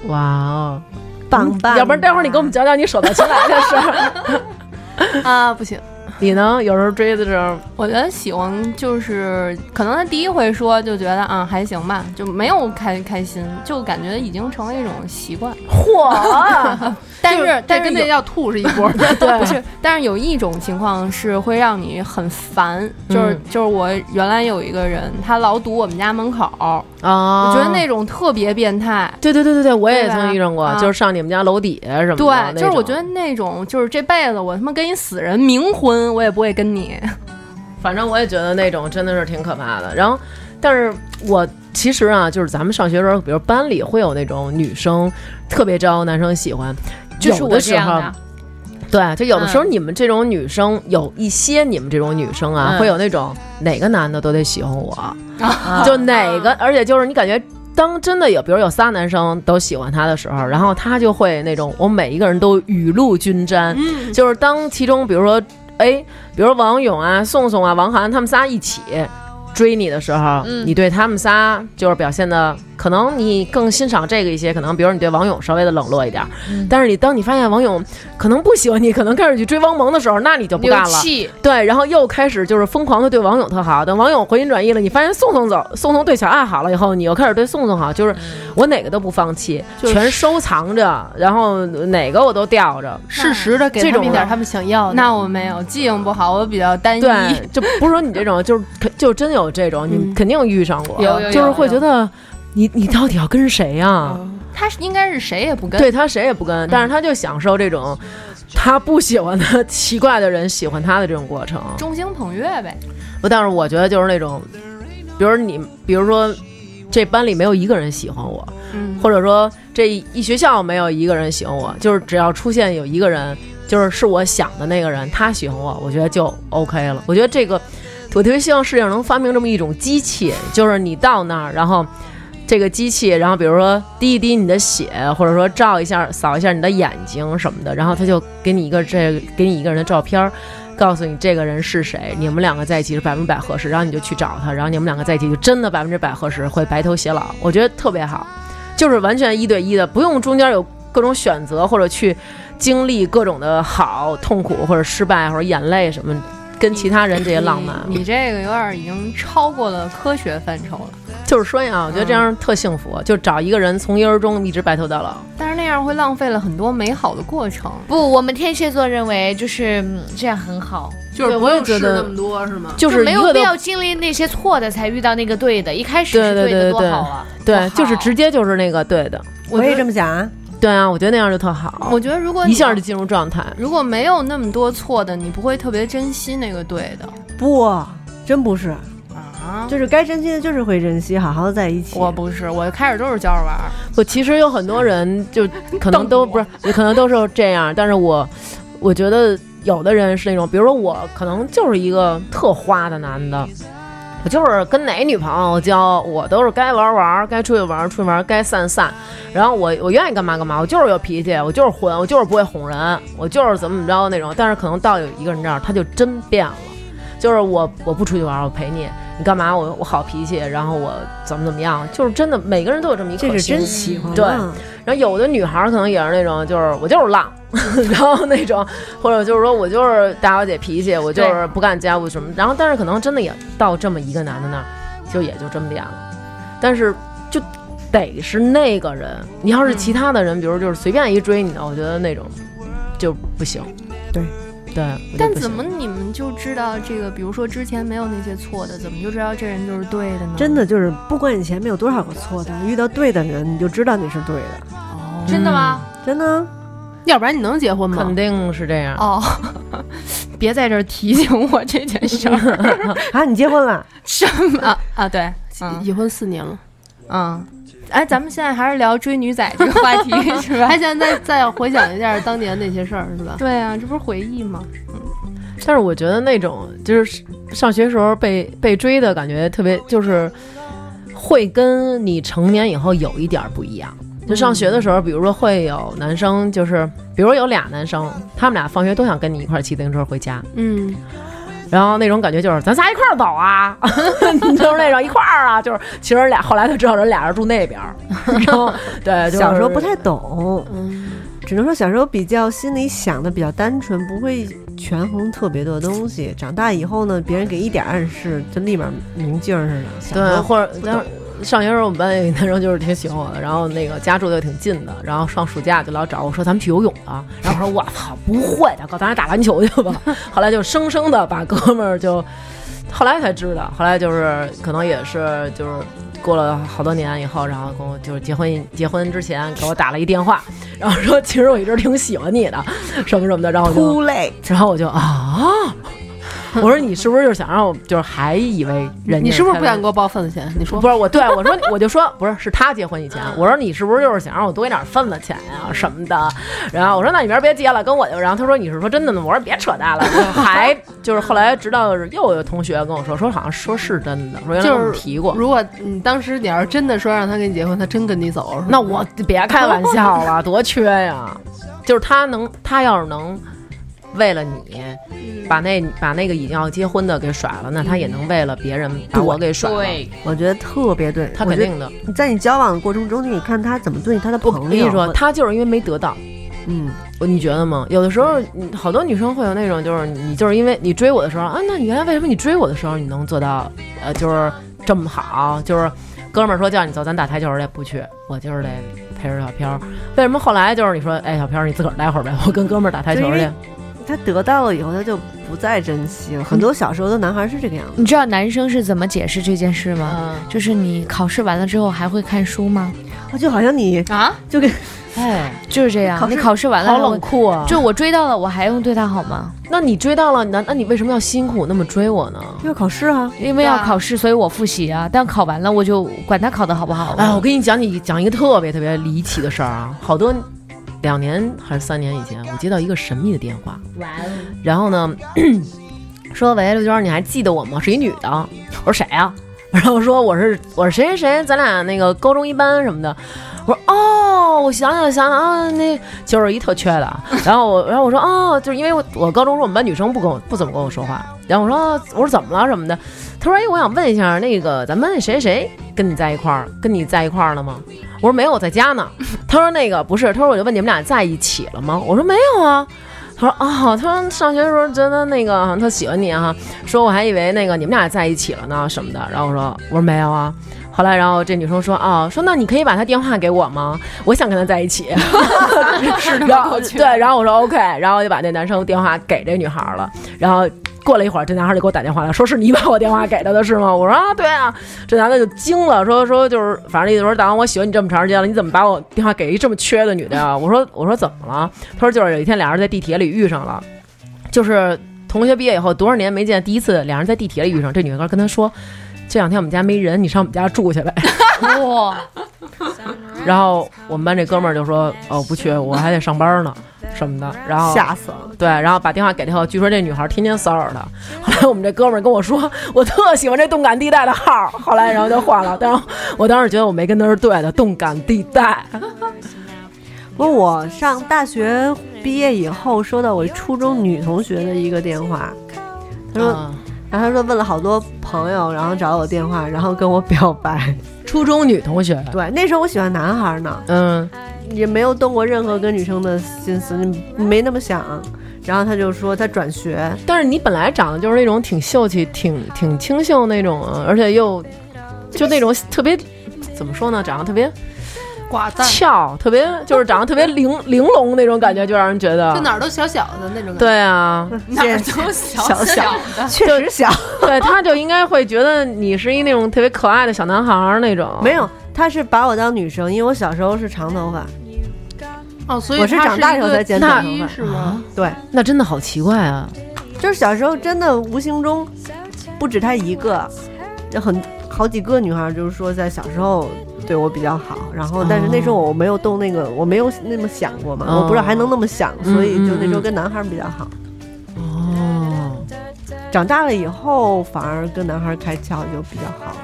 S5: 哇哦，
S7: 棒棒。
S5: 要不然待会儿你给我们讲讲你手到擒来的事儿。
S8: 啊，不 行，
S5: 你呢？有时候追的时 候，
S9: 我觉得喜欢就是可能他第一回说就觉得啊、还行吧，就没有开开心，就感觉已经成为一种习惯。
S5: 嚯，
S9: 但
S8: 就是这
S9: 但是
S8: 跟那
S9: 有
S8: 要吐是一波儿。
S5: 对，
S9: 不是，但是有一种情况是会让你很烦，就是、
S5: 嗯
S9: 就是我原来有一个人，他老堵我们家门口，
S5: 啊，
S9: 我觉得那种特别变态。
S5: 对对对对对，我也
S9: 对吧
S5: 曾经遇上过，
S9: 啊
S5: 就是上你们家楼底下什么的。
S9: 对，就是
S5: 那
S9: 我
S5: 种
S9: 觉得，那种就是这辈子我他妈跟一死人冥婚我也不会跟你。
S5: 反正我也觉得那种真的是挺可怕的。然后，但是我其实啊，就是咱们上学的时候，比如班里会有那种女生特别招男生喜欢，
S6: 就是
S5: 有
S6: 我
S5: 的
S6: 这
S5: 时
S6: 样
S5: 候。
S9: 啊
S6: 的，
S5: 对，就有的时候
S6: 嗯
S5: 你们这种女生，有一些你们这种女生啊，
S6: 嗯
S5: 会有那种哪个男的都得喜欢我，
S6: 啊
S5: 就哪个，而且就是你感觉。当真的有，比如有仨男生都喜欢他的时
S6: 嗯
S5: 候，然后他就会那种，我每一个人都雨露均沾，
S6: 嗯
S5: 就是当其中比如说，哎，比如王勇啊、宋宋啊、王涵他们仨一起追你的时候，
S6: 嗯
S5: 你对他们仨就是表现的，可能你更欣赏这个一些，可能比如你对王勇稍微的冷落一点，
S6: 嗯
S5: 但是你当你发现王勇可能不喜欢你，可能开始去追汪萌的时候，那你就不干
S6: 有
S5: 了。
S6: 气，
S5: 对，然后又开始就是疯狂的对王勇特好，等王勇回心转意了，你发现宋宋走，宋宋对小爱好了以后，你又开始对宋宋好，就是我哪个都不放弃，
S8: 就是
S5: 全收藏着，然后哪个我都吊着，
S8: 适时的给
S5: 这
S8: 他
S5: 种
S8: 们一点
S5: 人
S8: 他们想要的。
S9: 那我没有，记性不好，我比较单一。
S5: 对，就不是说你这种，就是肯就真有这种，你
S8: 嗯
S5: 肯定遇上过，
S6: 有有有
S5: 就是会觉得你你到底要跟谁呀、
S9: 他是应该是谁也不跟。
S5: 对他谁也不跟，但是他就享受这种他不喜欢的奇怪的人喜欢他的这种过程。
S9: 众星捧月呗，
S5: 不，但是我觉得就是那种，比如你，比如说这班里没有一个人喜欢我，
S9: 嗯，
S5: 或者说这一学校没有一个人喜欢我，就是只要出现有一个人，就是是我想的那个人，他喜欢我，我觉得就 OK 了。我觉得这个，我特别希望世界上能发明这么一种机器，就是你到那儿，然后。这个机器，然后比如说滴一滴你的血，或者说照一下、扫一下你的眼睛什么的，然后他就给你一个这给你一个人的照片儿，告诉你这个人是谁，你们两个在一起是百分之百合适，然后你就去找他，然后你们两个在一起就真的百分之百合适，会白头偕老。我觉得特别好。就是完全一对一的，不用中间有各种选择或者去经历各种的好、痛苦或者失败或者眼泪什么，跟其他人这些浪漫。
S9: 你你这个有点已经超过了科学范畴了，
S5: 就是说呀，我觉得这样特幸福，就找一个人从一而终，一直白头到老。
S9: 但是那样会浪费了很多美好的过程。
S6: 不，我们天蝎座认为就是嗯这样很好，
S8: 就
S5: 对
S8: 是不
S5: 我也
S8: 用
S5: 觉
S8: 试
S5: 得
S8: 那么多是吗？
S5: 就是
S6: 没
S5: 一
S6: 有
S5: 个
S6: 必
S5: 都
S6: 要经历那些错的才遇到那个对的，一开始
S5: 对
S6: 是
S5: 对对
S6: 的
S5: 对
S6: 多好啊，
S5: 对
S6: 多，好
S5: 就是直接就是那个对的。
S7: 我也这么想啊。
S5: 对啊，我觉得那样就特好，
S9: 我觉得如果
S5: 一
S9: 你
S5: 下就进入状态。
S9: 如果没有那么多错的，你不会特别珍惜那个对的
S7: 不，真不是，
S9: 啊。
S7: 就是该珍惜的，就是会珍惜，好好在一起。
S9: 我不是，我开始都是交着玩儿，
S5: 我其实有很多人就可能都不是，可能都是这样，但是我我觉得有的人是那种，比如说我可能就是一个特花的男的。我就是跟哪女朋友交，我都是该玩玩，该出去玩出去玩，该散散。然后我我愿意干嘛干嘛，我就是有脾气，我就是混，我就是不会哄人，我就是怎么怎么着那种。但是可能到有一个人这儿，他就真变了，就是我我不出去玩，我陪你，你干嘛？我我好脾气，然后我怎么怎么样，就是真的每个人都有这么一颗
S7: 这是
S5: 心
S7: 真喜欢。啊
S5: 对，然后有的女孩儿可能也是那种，就是我就是浪， 然后那种，或者就是说我就是大小姐脾气，我就是不干家务什么。然后但是可能真的也到这么一个男的那儿，就也就真变了。但是就得是那个人，你要是其他的人，比如就是随便一追你的，我觉得那种就不行。
S7: 对，
S5: 对。我就
S9: 但
S5: 不
S9: 怎
S5: 行
S9: 么你们就知道这个？比如说之前没有那些错的，怎么就知道这人就是对的呢？
S7: 真的就是不管你前面有多少个错的，遇到对的人，你就知道你是对的，
S9: 真的吗？
S7: 真的。啊
S8: 要不然你能结婚吗
S5: 肯？定是这样？
S9: 哦， 别在这儿提醒我这件事 儿。
S7: 啊，你结婚了？
S9: 什么啊？对，嗯
S8: 已婚四年了，
S9: 嗯，哎，咱们现在还是聊追女仔这个话 题是吧
S8: 他？现在再再要回想一下当年那些事儿，是吧？
S9: 对啊，这不是回忆吗？
S5: 但是我觉得那种就是上学时候被被追的感觉特别，就是会跟你成年以后有一点儿不一样。就上学的时候，比如说会有男生，就是比如有俩男生，他们俩放学都想跟你一块儿骑自行车回家，
S9: 嗯，
S5: 然后那种感觉就是咱仨一块儿走啊， 就是那种一块儿啊，就是其实俩后来就知道人俩人住那边儿，然后对，就是嗯
S7: 小时候不太懂，只能说小时候比较心里想的比较单纯，不会权衡特别多的东西。长大以后呢，别人给一点暗示，就立马明镜儿似的。想
S5: 对，
S7: 到
S5: 或者
S7: 不
S5: 但
S7: 懂
S5: 是上学时候我们班有一男生就是挺喜欢我的，然后那个家住的挺近的，然后上暑假就老找我说咱们去游泳吧，然后我说我操不会的，告咱俩打篮球去 吧。后来就生生的把哥们儿就，后来才知道，后来就是可能也是就是。过了好多年以后，然后跟我就是结婚结婚之前给我打了一电话，然后说其实我一直挺喜欢你的，什么什么的，然后我就
S7: 累，
S5: 然后我就啊， 我说你是不是就是想让我就是还以为人家
S8: 你是不是
S5: 开
S8: 不
S5: 玩
S8: 想给我报份子钱？你说
S5: 不是我，对我说，我就说不是，是他结婚以前，我说你是不是就是想让我多给点份子钱呀、什么的？然后我说那你明儿别结了，跟我就。然后他说你是说真的吗？我说别扯淡 了，就还就是后来直到又有同学跟我说，说好像说是真的，说原来
S8: 就
S5: 我们
S8: 是
S5: 提过。
S8: 如果你当时你要是真的说让他跟你结婚，他真跟你走，是吧
S5: 那我别开玩笑了，多缺呀！ 就是他能，他要是能为了你，把那把那个已经要结婚的给甩了，那他也能为了别人把我给甩了，
S7: 我觉得特别对。
S5: 他
S7: 我
S5: 肯
S7: 觉得
S5: 定的。
S7: 你在你交往的过程中，你看他怎么对他的
S5: 我
S7: 朋友。
S5: 跟你说，他就是因为没得到。
S7: 嗯，
S5: 我你觉得吗？有的时候，嗯好多女生会有那种，就是你就是因为你追我的时候啊，那你原来为什么你追我的时候你能做到，呃，就是这么好，就是哥们儿说叫你走，咱打台球去，不去，我就是得陪着小飘儿。为什么后来就是你说，哎，小飘儿你自个儿待会儿呗，我跟哥们儿打台球
S7: 对因
S5: 去啊
S7: 为。他得到了以后，他就不再珍惜了。很多小时候的男孩是这个样子。
S6: 你知道男生是怎么解释这件事吗？
S5: 嗯，
S6: 就是你考试完了之后还会看书吗？
S7: 就好像你
S9: 啊，
S7: 就跟
S5: 哎，
S6: 就是这样，
S7: 考试
S6: 你考试完了
S5: 好
S6: 还会
S5: 冷酷啊！
S6: 哎就我追到了，我还用对他好吗？
S5: 那你追到了，那那你为什么要辛苦那么追我呢？
S7: 要考试啊，
S6: 因为要
S9: 对啊
S6: 考试，所以我复习
S5: 嗯
S6: 啊。但考完了，我就管他考的好不好。
S5: 哎，我跟你讲，你讲一个特别特别离奇的事儿啊，好多两年还是三年以前，我接到一个神秘的电话，然后呢， 说喂，刘娟，你还记得我吗？是一女的，我说谁呀、 然后说我是我是谁谁谁，咱俩那个高中一班什么的。我说哦，我想想了想想啊，那就是一特缺的啊。然后我然后我说哦，就是因为我我高中时候我们班女生不跟我不怎么跟我说话。然后我说哦我说怎么了什么的，他说哎，我想问一下那个咱们那谁谁谁跟你在一块儿跟你在一块儿了吗？我说没有，我在家呢。他说那个不是，他说我就问你们俩在一起了吗？我说没有啊。他说哦，他说上学的时候觉得那个好像特喜欢你哈、说我还以为那个你们俩在一起了呢什么的。然后我说我说没有啊。后来然后这女生说哦，说那你可以把他电话给我吗？我想跟他在一起。是的，然后对，然后我说 OK，然后我就把那男生电话给这女孩了。然后过了一会儿，这男孩就给我打电话了，说是你把我电话给他的是吗？我说啊，对啊。这男的就惊了，说说就是，反正意思说，大王，我喜欢你这么长时间了，你怎么把我电话给一这么缺的女的呀？我说我说怎么了？他说就是有一天俩人在地铁里遇上了，就是同学毕业以后多少年没见，第一次俩人在地铁里遇上，这女的跟他说。这两天我们家没人，你上我们家住去呗。
S6: 哇，
S5: 然后我们班这哥们儿就说：“哦，不去，我还得上班呢，什么的。”然后
S7: 吓死了。
S5: 对，然后把电话给他以后，据说这女孩天天骚扰他。后来我们这哥们儿跟我说，我特喜欢这动感地带的号儿，后来然后就换了。但是我当时觉得我没跟他是对的，动感地带。
S7: 不，我上大学毕业以后收到我初中女同学的一个电话，她说，
S5: 嗯
S7: 然后她说问了好多朋友，然后找了我电话，然后跟我表白。
S5: 初中女同学，
S7: 对，那时候我喜欢男孩呢，
S5: 嗯，
S7: 也没有动过任何跟女生的心思，没那么想。然后她就说她转学，
S5: 但是你本来长得就是那种挺秀气、挺挺清秀那种啊，而且又就那种特别怎么说呢，长得特别
S8: 寡淡，
S5: 翘，特别就是长得特别玲玲珑那种感觉，就让人觉得
S8: 就哪儿都小小的那种感觉。
S5: 对
S7: 嗯
S5: 啊，
S8: 哪儿都小
S7: 小小
S8: 的，
S7: 确实小，
S5: 对，他就应该会觉得你是一那种特别可爱的小男孩儿那种。
S7: 没有，她是把我当女生，因为我小时候是长头发，
S8: 哦，所以
S7: 我是
S8: 他
S7: 长大以后
S8: 一个
S7: 才剪短
S8: 第一
S7: 头发
S8: 是吗？
S7: 对，
S5: 那真的好奇怪啊！
S7: 就是小时候真的无形中，不止她一个，有很好几个女孩，就是说在小时候对我比较好，然后但是那时候我没有动那个，我没有那么想过嘛，
S5: 哦
S7: 我不知道还能那么想，
S5: 嗯
S7: 所以就那时候跟男孩比较好。
S5: 哦，
S7: 长大了以后，反而跟男孩开窍就比较好。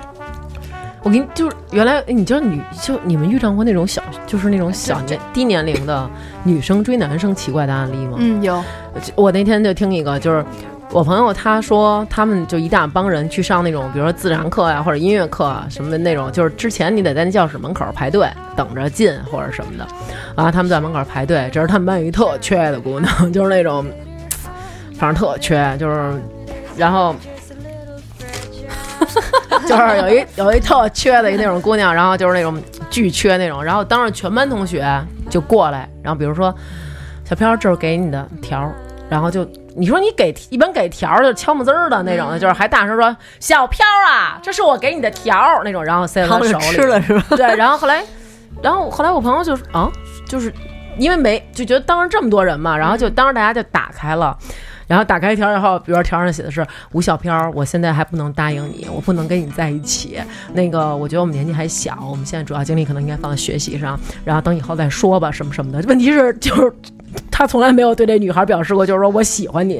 S5: 我跟你就是原来你知道你就你们遇上过那种小就是那种小年低年龄的女生追男生奇怪的案例吗？
S8: 嗯，有
S5: 就我那天就听一个，就是我朋友他说，他们就一大帮人去上那种，比如说自然课呀、或者音乐课啊什么的那种，就是之前你得在那教室门口排队等着进或者什么的，啊，他们在门口排队，这是他们班有一特缺的姑娘， 就是那种，反正特缺，就是，然后。就是有一 有一特缺的一那种姑娘，然后就是那种巨缺那种，然后当着全班同学就过来，然后比如说小飘，这是给你的条儿，然后就你说你给一般给条儿就敲木滋儿的那种的，就是还大声说小飘啊，这是我给你的条儿那种，然后塞到
S7: 他
S5: 他
S7: 们
S5: 手
S7: 就
S5: 里，
S7: 吃了是吧？
S5: 对，然后后来，然后后来我朋友就是啊，就是因为没就觉得当着这么多人嘛，然后就当时大家就打开了。然后打开一条以后，比如说条上写的是吴小飘，我现在还不能答应你，我不能跟你在一起。那个，我觉得我们年纪还小，我们现在主要精力可能应该放在学习上，然后等以后再说吧，什么什么的。问题是，就是他从来没有对这女孩表示过，就是说我喜欢你，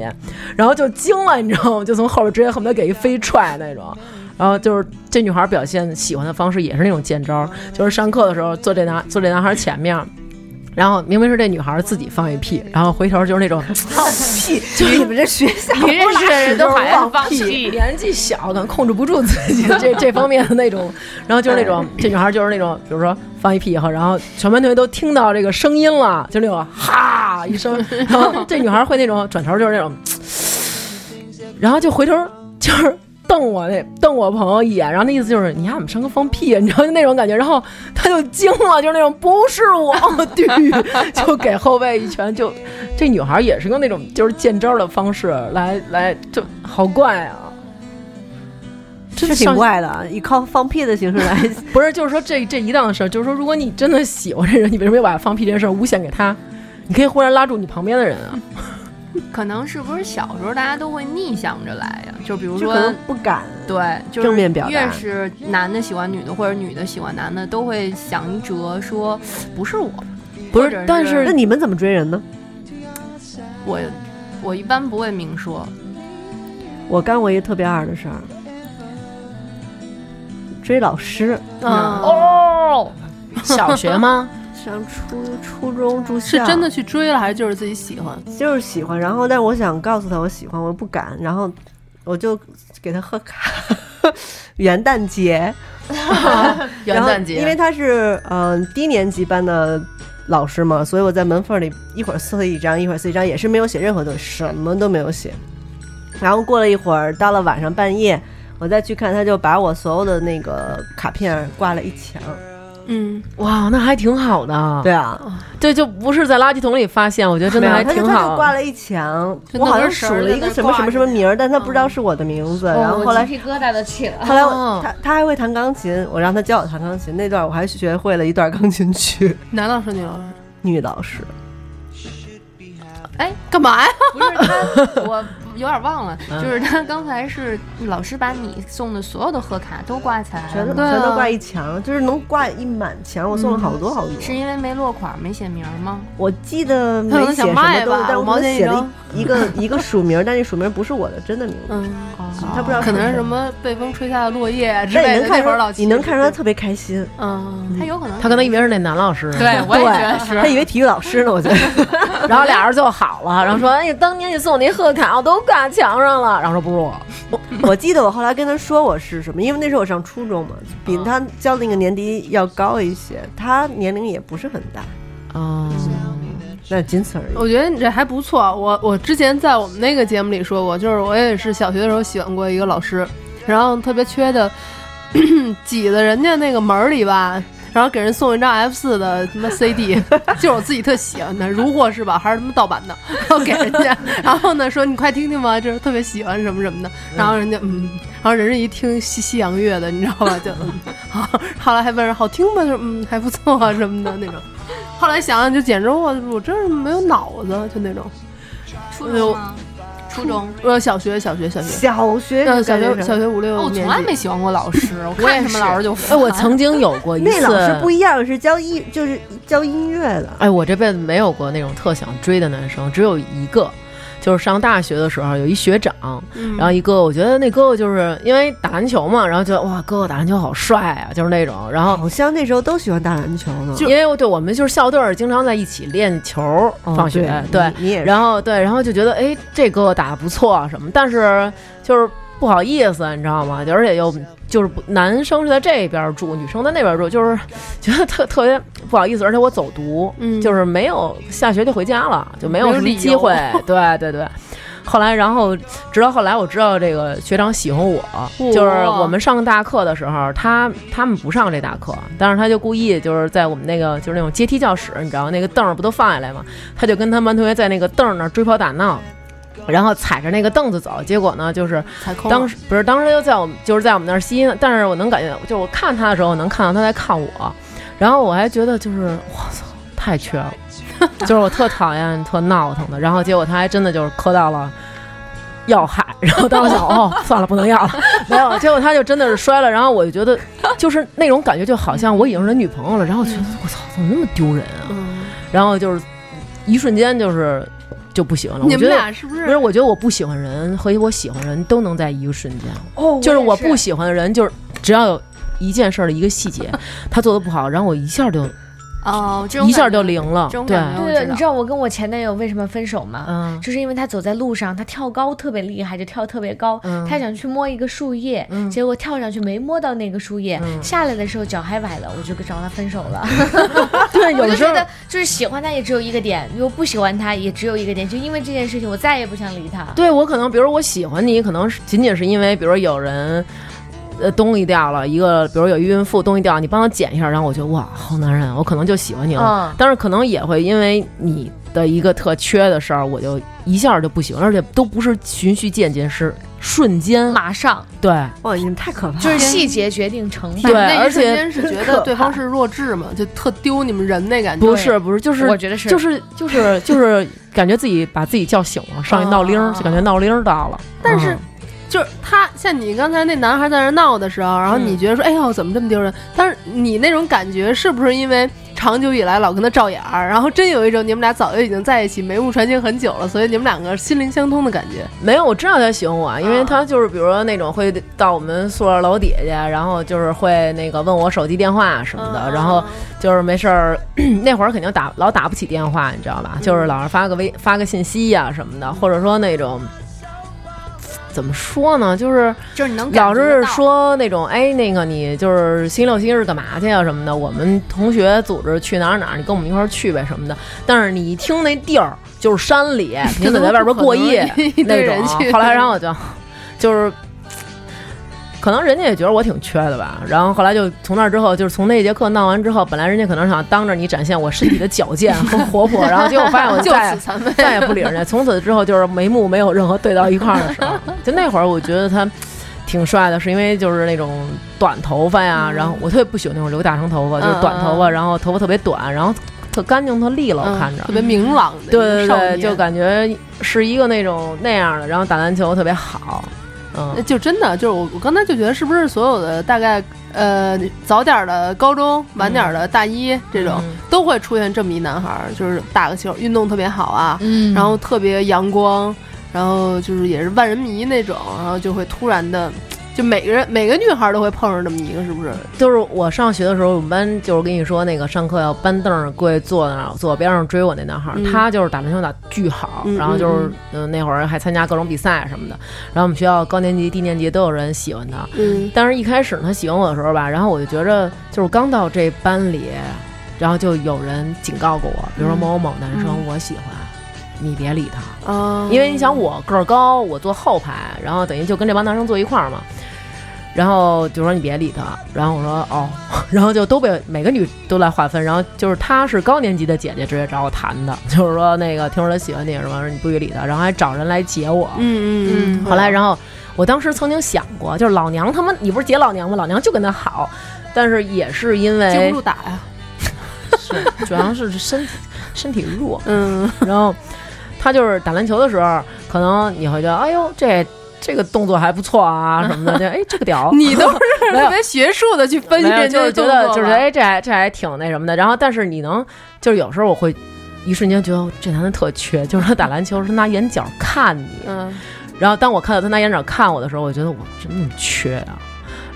S5: 然后就惊了，你知道吗？就从后边直接恨不得给一飞踹那种。然后就是这女孩表现喜欢的方式也是那种见招儿，就是上课的时候坐这男坐这男孩前面儿，然后明明是这女孩自己放一屁，然后回头就是那种放屁， 就是你们这学校
S6: 你认识的人都还要放屁，
S5: 年纪小，可能控制不住自己的这这方面的那种，然后就是那种
S7: 哎
S5: 这女孩就是那种，比如说放一屁以后，然后全班同学都听到这个声音了，就那种哈 一声，然后这女孩会那种转头就是那种，然后就回头就是。瞪我那瞪我朋友一眼，然后那意思就是你丫怎么上课放屁啊？你知道就那种感觉，然后他就惊了，就是那种不是我， 对，就给后背一拳就这女孩也是用那种就是见招的方式来来，就好怪啊！
S7: 是
S5: 真的
S7: 挺
S5: 上，
S7: 怪的啊，以靠放屁的形式 来
S5: 不是就是说这这一档子事儿，就是说如果你真的喜欢这人，你为什么要把放屁这件事儿诬陷给他？你可以忽然拉住你旁边的人啊！
S8: 可能是不是小时候大家都会逆向着来呀？就比如
S7: 就
S8: 说
S7: 可能不敢。
S8: 对，就是
S7: 正面表达
S8: 越是男的喜欢女的，或者女的喜欢男的，都会想一折，说不是我，
S5: 不
S8: 或
S5: 是
S8: 者
S5: 但是
S7: 那你们怎么追人呢？
S8: 我我一般不会明说，
S7: 我干过一个特别二的事儿，追老师。
S8: 嗯，
S5: 哦，小学 吗？
S7: 上初初中住
S8: 是
S7: 校
S8: 真的，去追了，还是就是自己喜欢？
S7: 就是喜欢。然后，但是我想告诉他我喜欢，我又不敢，然后我就给他贺卡。 元旦节，
S5: 元旦
S7: 然后因为
S5: 节，
S7: 他是嗯、呃低年级班的老师嘛，所以我在门缝里一会儿撕了一张，一会儿撕一张，也是没有写任何东西，什么都没有写。然后过了一会儿，到了晚
S5: 啊
S7: 上半夜，我再去看，他就把我所有的那个卡片挂了一墙。
S9: 嗯，
S5: 哇，那还挺好的。
S7: 对啊，
S5: 对，就不是在垃圾桶里发现，我觉得真
S7: 对
S5: 的
S7: 啊，
S5: 还
S7: 他就
S5: 挺
S7: 他就
S5: 好。
S7: 挂了一墙，
S9: 就
S7: 我好像
S9: 弄根绳
S7: 数
S9: 儿
S7: 了
S9: 在
S7: 一个
S9: 那
S7: 什么什
S9: 挂
S7: 么
S9: 着
S7: 什么名儿，但他不知
S5: 啊
S7: 道是我的名字。然后后来
S6: 鸡皮疙瘩都起了。
S7: 后来我
S5: 哦
S7: 他他还会弹钢琴，我让他教我弹钢琴那段，我还学会了一段钢琴曲。
S9: 男老师女老师，
S7: 女老师，
S9: 哎干嘛呀？嗯不是他，我有点忘 了，就是他刚才是老师把你送的所有的贺卡都挂起来
S7: 全都
S9: 了，
S7: 全都挂一墙，就是能挂一满墙。我送了好多好多，
S9: 是因为没落款没写名儿吗？
S7: 我记得没
S9: 他可能
S7: 写
S9: 想
S7: 什么
S9: 卖
S7: 东西
S9: 吧，
S7: 但我
S9: 毛
S7: 可能
S9: 线一
S7: 写了
S9: 张
S7: 一一个一个署名，但那署名不是我的真的名字。
S9: 嗯，
S7: 他不知道
S9: 可能
S7: 是
S9: 是什么被风吹下的落叶之
S7: 但
S9: 类
S7: 你
S9: 的。
S7: 能看
S9: 那会儿老
S7: 出，
S9: 七
S7: 你能看出他，特别开心，
S9: 嗯，他有可能，
S5: 他可能以为是那男老师，
S9: 对，我也觉得是。
S7: 他以为体育老师呢，我觉得。
S5: 然后俩人就好了，然后说：“哎，当年你送我那贺卡，我都挂墙上了。”然后说：“不是我。
S7: 我记得我后来跟他说我是什么，因为那时候我上初中嘛，比他教那个年级要高一些，他年龄也不是很大，”
S5: 哦，
S7: 那仅此而已。
S8: 我觉得你这还不错。我我之前在我们那个节目里说过，就是我也是小学的时候喜欢过一个老师，然后特别缺的， 挤在人家那个门儿里吧，然后给人送一张 F 四的他妈 CD，就是 我自己特喜欢的，如获是吧？还是他妈盗版的， 然后给人家，然后呢说你快听听吧，就是特别喜欢什么什么的，然后人家嗯，然后人家一听西西洋乐的，你知道吧？就嗯， 好，后来还问人好听吗？就嗯还不错啊什么的那种。后来想想，就简直我我真是没有脑子，就那种。
S3: 初中吗？初中
S8: 呃，小学小学小学，
S7: 小学
S8: 呃，小
S7: 就干
S8: 学
S7: 这事儿
S8: 小学五六
S9: 我
S8: 年
S9: 从来
S8: 级，
S9: 没喜欢过老师，我看什么老师就
S5: 哎，
S9: 烦。
S5: 我曾经有过一次，
S7: 那老师不一样，是教艺就是教音乐的，
S5: 哎，我这辈子没有过那种特想追的男生，只有一个，就是上大学的时候有一学长，
S7: 嗯
S8: 嗯
S5: 然后一哥，我觉得那哥哥就是因为打篮球嘛，然后觉得哇，哥哥打篮球好帅啊，就是那种，然后
S7: 好像那时候都喜欢打篮球呢。
S5: 因为我对我们就是校队儿经常在一起练球儿，
S7: 哦
S5: 放学、
S7: 对
S5: 对，
S7: 你你也是
S5: 然后对，然后就觉得哎，这哥哥打的不错啊什么，但是就是不好意思，你知道吗？就而且又就是不男生是在这边住，女生在那边住，就是觉得特特别不好意思，而且我走读，
S8: 嗯
S5: 就是没有下学就回家了，就没有
S8: 没有
S5: 什么
S8: 理
S5: 机
S8: 由
S5: 会，对对对。后来，然后直到后来，我知道这个学长喜欢我，就是我们上大课的时候，他他们不上这大课，但是他就故意就是在我们那个就是那种阶梯教室，你知道那个凳儿不都放下来吗？他就跟他们班同学在那个凳儿那儿追跑打闹。然后踩着那个凳子走，结果呢，就是
S8: 踩空了啊
S5: 当时不是当时他就在我们就是在我们那儿吸烟，但是我能感觉到，就是我看他的时候，我能看到他在看我，然后我还觉得就是我操，太缺 了，就是我特讨厌、特闹腾的。然后结果他还真的就是磕到了要害，然后当时想，哦，算了，不能要了，没有。结果他就真的是摔了，然后我就觉得就是那种感觉，就好像我已经是他女朋友了，然后我觉得我操，怎么那么丢人啊？
S8: 嗯
S5: 然后就是一瞬间就是就不喜欢了。
S8: 你
S5: 我觉得。
S8: 们俩是不
S5: 不是，
S8: 是？
S5: 我觉得我不喜欢人和我喜欢人都能在一个瞬间，
S6: 哦
S5: 就是我不喜欢的人，就是只要有一件事儿的一个细节，他做的不好，然后我一下就
S9: 哦，这种
S5: 一下
S9: 感觉
S5: 就灵了
S9: 这，种
S5: 对，
S9: 感觉
S6: 对，你
S9: 我
S6: 知
S9: 知道。
S6: 道我跟我前男友为什么分手吗？
S5: 哦嗯
S6: 就是因为他走在路上，他跳高特别厉害，就跳特别高。
S5: 嗯
S6: 他想去摸一个树叶，
S5: 嗯
S6: 结果跳上去没摸到那个树叶，
S5: 嗯
S6: 下来的时候脚还崴了，我就跟找他分手 了。
S5: 对，有
S6: 我
S5: 的
S6: 就
S5: 时
S6: 觉
S5: 候
S6: 得就是喜欢他也只有一个点，又不喜欢他也只有一个点，就因为这件事情，我再也不想理他。
S5: 对我可能，比如我喜欢你，可能是仅仅是因为，比如有人。呃，东西掉了一个，比如有一孕妇东西掉，你帮她捡一下，然后我觉得哇，好男人，啊我可能就喜欢你了。
S6: 嗯
S5: 但是可能也会因为你的一个特缺的事儿，我就一下就不喜欢，而且都不是循序渐进，是瞬间。
S6: 马上
S5: 对，
S7: 哇，你们太可怕了！
S6: 就是细节决定成败。
S5: 对
S8: 那
S5: 而
S8: 一瞬
S5: 且
S8: 间是觉得对方是弱智嘛，就特丢你们人那感觉。
S5: 不是不是，就是
S6: 我觉得是
S5: 就是就是就是感觉自己把自己叫醒了，上一闹铃儿，就感觉闹铃儿到了。
S8: 但是
S5: 嗯
S8: 就是他像你刚才那男孩在那闹的时候，然后
S5: 嗯
S8: 你觉得说，哎呦，怎么这么丢人？但是你那种感觉是不是因为长久以来老跟他照眼儿，然后真有一种你们俩早就已经在一起眉目传情很久了，所以你们两个心灵相通的感觉？
S5: 没有，我知道他喜欢我，因为他就是比如说那种会到我们宿舍楼底下去，然后就是会那个问我手机电话什么的，然后就是没事儿， 那会儿肯定打老打不起电话，你知道吧？就是老是发个微发个信息呀、什么的，或者说那种。怎么说呢？就是
S9: 就是你能感
S5: 老
S9: 觉
S5: 是
S9: 到
S5: 说那种，哎，那个你就是星期六、星期日干嘛去啊什么的？我们同学组织去哪儿哪儿，你跟我们一块儿去呗什么的。但是你一听那地儿就是山 里，你得在外边过夜
S8: 一堆
S5: 那
S8: 人
S5: 种啊
S8: 去。
S5: 后来然后我就就是可能人家也觉得我挺缺的吧。然后后来就从那儿之后，就是从那一节课闹完之后，本来人家可能想当着你展现我身体的矫健和活 泼，然后结果发现我
S8: 就
S5: 再
S8: 此残废。
S5: 再也不理人家。从此之后就是眉目没有任何对到一块儿的时 候。就那会儿，我觉得他挺帅的，是因为就是那种短头发呀，
S8: 嗯
S5: 然后我特别不喜欢那种留大长头发，就是短头发，然后头发特别短，然后特干净、特利落，
S8: 嗯
S5: 看着
S8: 特。别明朗的一
S5: 对对
S8: 个少年，
S5: 对，就感觉是一个那种那样的，然后打篮球特别好，嗯
S8: 呃，就真的就是我，我刚才就觉得是不是所有的大概呃早点儿的高中，晚点儿的大一这种、
S5: 嗯
S8: 都会出现这么一男孩儿，就是打个球，运动特别好啊，
S6: 嗯
S8: 然后特别阳光，然后就是也是万人迷那种，然后就会突然的，就每个人每个女孩儿都会碰上这么一个，是不是？
S5: 就是我上学的时候，我们班就是跟你说那个上课要搬凳儿跪坐那儿，左边上追我那男孩儿，
S8: 嗯
S5: 他就是打篮球打巨好，
S8: 嗯
S5: 然后就是嗯、那会儿还参加各种比赛什么的，然后我们学校高年级、低年级都有人喜欢他。
S8: 嗯
S5: 但是一开始他喜欢我的时候吧，然后我就觉着就是刚到这班里，然后就有人警告过我，比如说某某某男生我喜欢，你别理他。
S8: 啊，
S5: 因为你想我个儿高，我坐后排，然后等于就跟这帮男生坐一块儿嘛。然后就说你别理他，然后我说哦， 然后就都被每个女都来划分，然后就是她是高年级的姐姐直接找我谈的，就是说那个听说她喜欢你什么，说你不许理他，然后还找人来解我。
S8: 嗯嗯嗯，
S5: 后来然后我当时曾经想过，就是老娘他妈你不是解老娘吗？老娘就跟他好，但是也是因
S8: 经
S5: 为
S8: 不住打呀，
S5: 是主要是身体身体弱，
S8: 嗯
S5: 然后他就是打篮球的时候，可能你会觉得，哎呦，这这个动作还不错啊什么的，就哎这个屌，
S8: 你都是
S5: 没有
S8: 特别学术的去分析
S5: 没有
S8: 人
S5: 就
S8: 家
S5: 是
S8: 的
S5: 觉
S8: 动作
S5: 得
S8: 了，
S5: 就是哎这还这还挺那什么的。然后但是你能就是有时候我会一瞬间觉得这男的特缺，就是他打篮球是拿眼角看你，
S8: 嗯
S5: 然后当我看到他拿眼角看我的时候，我觉得我真那么缺啊。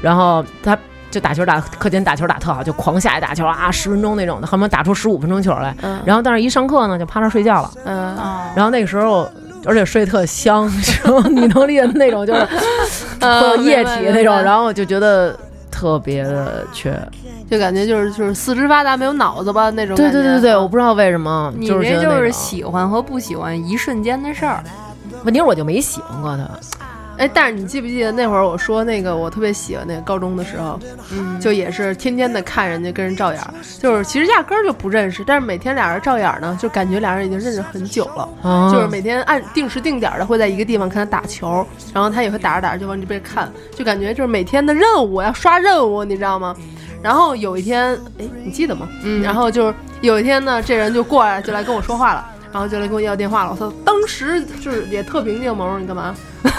S5: 然后他就打球打课间打球打特好，就狂下去打球啊，十分钟那种的，恨不得打出十五分钟球来。
S8: 嗯
S5: 然后但是一上课呢，就趴那儿睡觉了。
S8: 嗯
S9: 啊
S5: 然后那个时候，而且睡得特香， 然后你能理解那种 就是会有液体那种，
S8: 嗯后。明白
S5: 然后我就觉得特别的缺。
S8: 就感觉就是就是四肢发达没有脑子吧那种
S5: 对
S8: 感觉。
S5: 对对对，我不知道为什么，
S9: 你
S5: 就是觉
S9: 这
S5: 得
S9: 就
S5: 那
S9: 是
S5: 种
S9: 喜欢和不喜欢一瞬间的事儿。
S5: 问题是我就没喜欢过他，
S8: 哎，但是你记不记得那会儿我说那个我特别喜欢那个高中的时候，嗯，就也是天天的看人家跟人照眼儿，就是其实压根儿就不认识，但是每天俩人照眼儿呢，就感觉俩人已经认识很久了。
S5: 啊、
S8: 哦就是每天按定时定点的会在一个地方看他打球，然后他也会打着打着就往这边看，就感觉就是每天的任务要刷任务，你知道吗？然后有一天，哎，你记得吗？嗯。然后就是有一天呢，这人就过来就来跟我说话了，然后就来跟我要电话了。我操，当时就是也特平静，毛毛你干嘛？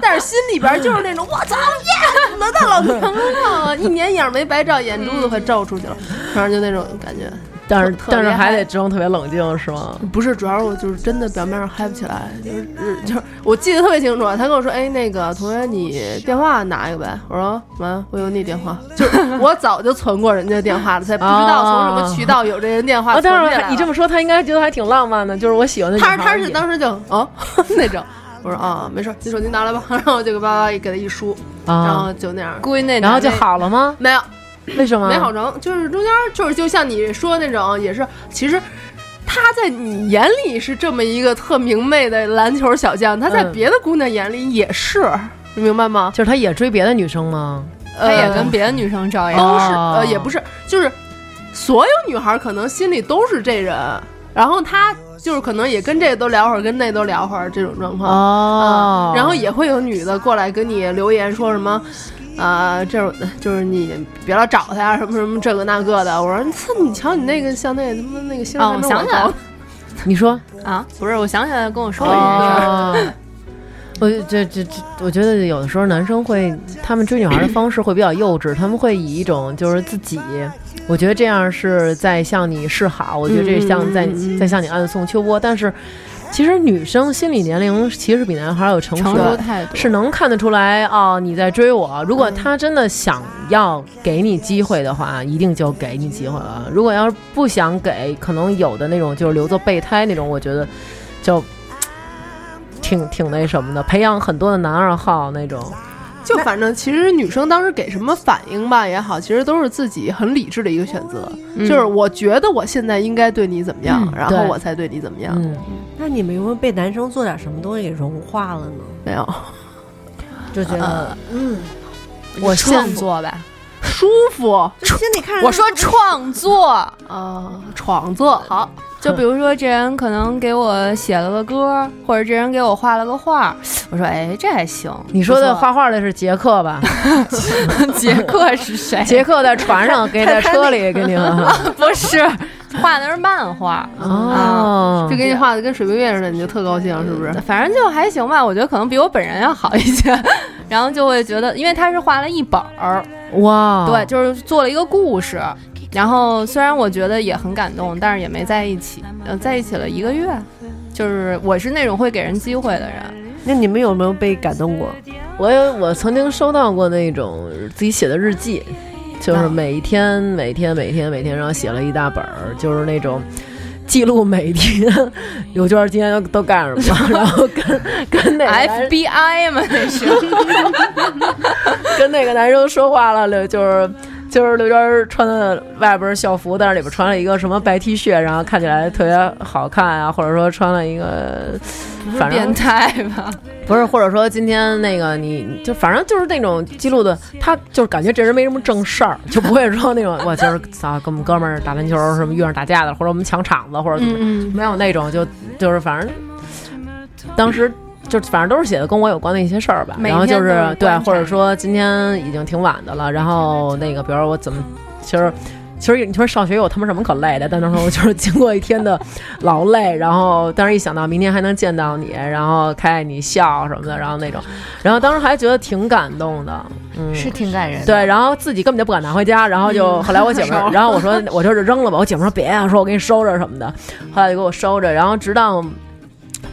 S8: 但是心里边就是那种我操耶，能当老娘了，一年眼没白照，眼珠子快照出去了，反正就那种感觉。
S5: 但是
S8: 特
S5: 但是
S8: 别
S5: 还
S8: 嗨
S5: 得装特别冷静是吗？
S8: 不是，主要是我就是真的表面上嗨不起来，就是就是， 我记得特别清楚。他跟我说：“哎，那个同学，你电话拿一个呗。”我说：“妈，我有你电话。”就是我早就存过人家电话了，才不知道从什么渠道有这人电话
S5: 啊，
S8: 存
S5: 但
S8: 下
S5: 是
S8: 来
S5: 你这
S8: 了
S5: 么说，他应该觉得还挺浪漫的，就是我喜欢的女
S8: 他
S5: 孩
S8: 是
S5: 儿也。
S8: 他是当时就哦 那种。我说啊，没事儿，你手机拿来吧， 然后我就给爸爸给他一输，然
S5: 啊，
S8: 后就那样，
S9: 估计那
S5: 然后就
S9: 男的
S5: 好了吗？
S8: 没有
S5: 为
S9: 嗯
S5: 什么？
S8: 没好成，就是中间就是就像你说那种，也是其实。他在你眼里是这么一个特明媚的篮球小将，他在
S5: 嗯
S8: 别的姑娘眼里也是，你明白吗？
S5: 就是他也追别的女生吗？
S8: 呃，
S9: 他也跟别的女生照样。
S8: 都是、
S5: 哦
S8: 呃，也不是，就是所有女孩可能心里都是这人，然后他就是可能也跟这个都聊会儿，跟那都聊会儿这种状况。
S5: 哦
S8: 啊，然后也会有女的过来跟你留言说什么。啊、这种就是你别老找他呀、什么什么这个那个的。我说，操，你瞧你那个像那他妈那个星儿
S9: 哦，
S8: 还
S9: 我
S8: 没
S9: 想起来
S8: 高
S9: 了
S8: 呢
S5: 你说
S9: 啊，不是，我想起来跟我说过一件事儿，
S5: 哦， 我这这这，我觉得有的时候男生会，他们追女孩的方式会比较幼稚，他们会以一种就是自己，我觉得这样是在向你示好，我觉得这是像在、
S8: 嗯嗯嗯
S5: 在向你暗送秋波。但是其实女生心理年龄其实比男孩要成熟
S9: 成
S5: 的
S9: 熟态度
S5: 是能看得出来哦，你在追我。如果他真的想要给你机会的话，一定就给你机会了。如果要是不想给，可能有的那种就是留作备胎那种，我觉得就挺挺那什么的，培养很多的男二号那种。
S8: 就反正其实女生当时给什么反应吧也好，其实都是自己很理智的一个选择，
S9: 嗯
S8: 就是我觉得我现在应该对你怎么样，
S5: 嗯
S8: 然后
S5: 对
S8: 我才对你怎么样。
S5: 嗯，
S7: 那你们有没有被男生做点什么东西给融化了呢？
S8: 没有，
S7: 就觉得
S9: 呃
S7: 嗯，
S9: 我
S5: 舒服
S9: 现做吧，舒服。
S7: 就心里看着
S9: 我说创作啊、
S8: 创作好，
S9: 就比如说这人可能给我写了个歌，或者这人给我画了个画，我说哎这还行。
S5: 你说的
S9: 不错
S5: 画画的是杰克吧？
S9: 杰克 是谁？
S5: 杰克啊在船上，给在车里给你们。
S9: 不是画的是漫画，
S5: 嗯 哦，
S8: 就给你画的跟水冰月似的，你就特高兴，是不是？
S9: 反正就还行吧。我觉得可能比我本人要好一些， 然后就会觉得，因为他是画了一本儿，
S5: 哇，
S9: 对，，就是做了一个故事。然后虽然我觉得也很感动，但是也没在一起。呃，在一起了一个月，就是我是那种会给人机会的人，
S7: 那你们有没有被感动过？
S5: 我有我曾经收到过那种自己写的日记，就是每一天、每天每天每天，然后写了一大本儿，就是那种。记录每一天，刘娟儿今天都干什 么，然后跟跟哪个男
S9: FBI 嘛那是。
S5: 跟哪个男生说话了，刘就是就是刘娟儿穿的外边儿校服，但是里边儿穿了一个什么白 T 恤，然后看起来特别好看啊，或者说穿了一个，反正
S9: 变态吧？
S5: 不是，或者说今天那个你你就反正就是那种记录的，他就是感觉这人没什么正事儿， 就不会说那种我今儿啊跟我们哥们儿打篮球什么遇上打架的，或者我们抢场子或者怎么，
S9: 嗯
S5: 没有那种就就是反正当时。就反正都是写的跟我有关的一些事儿吧，
S9: 每
S5: 然后就
S9: 天都
S5: 是
S9: 是
S5: 对，
S9: 观察
S5: 或者说今天已经挺晚的了，然后那个比如说我怎么，其实其实你说上学有他妈什么可累的，但那时候就是经过一天的劳累，然后但是一想到明天还能见到你，然后看见你笑什么的，然后那种，然后当时还觉得挺感动的，嗯，
S6: 是挺感人的。
S5: 对，然后自己根本就不敢拿回家，然后就、后来我姐们儿，然后我说我就是扔了吧，我姐们儿说别啊，说我给你收着什么的，后来就给我收着，然后直到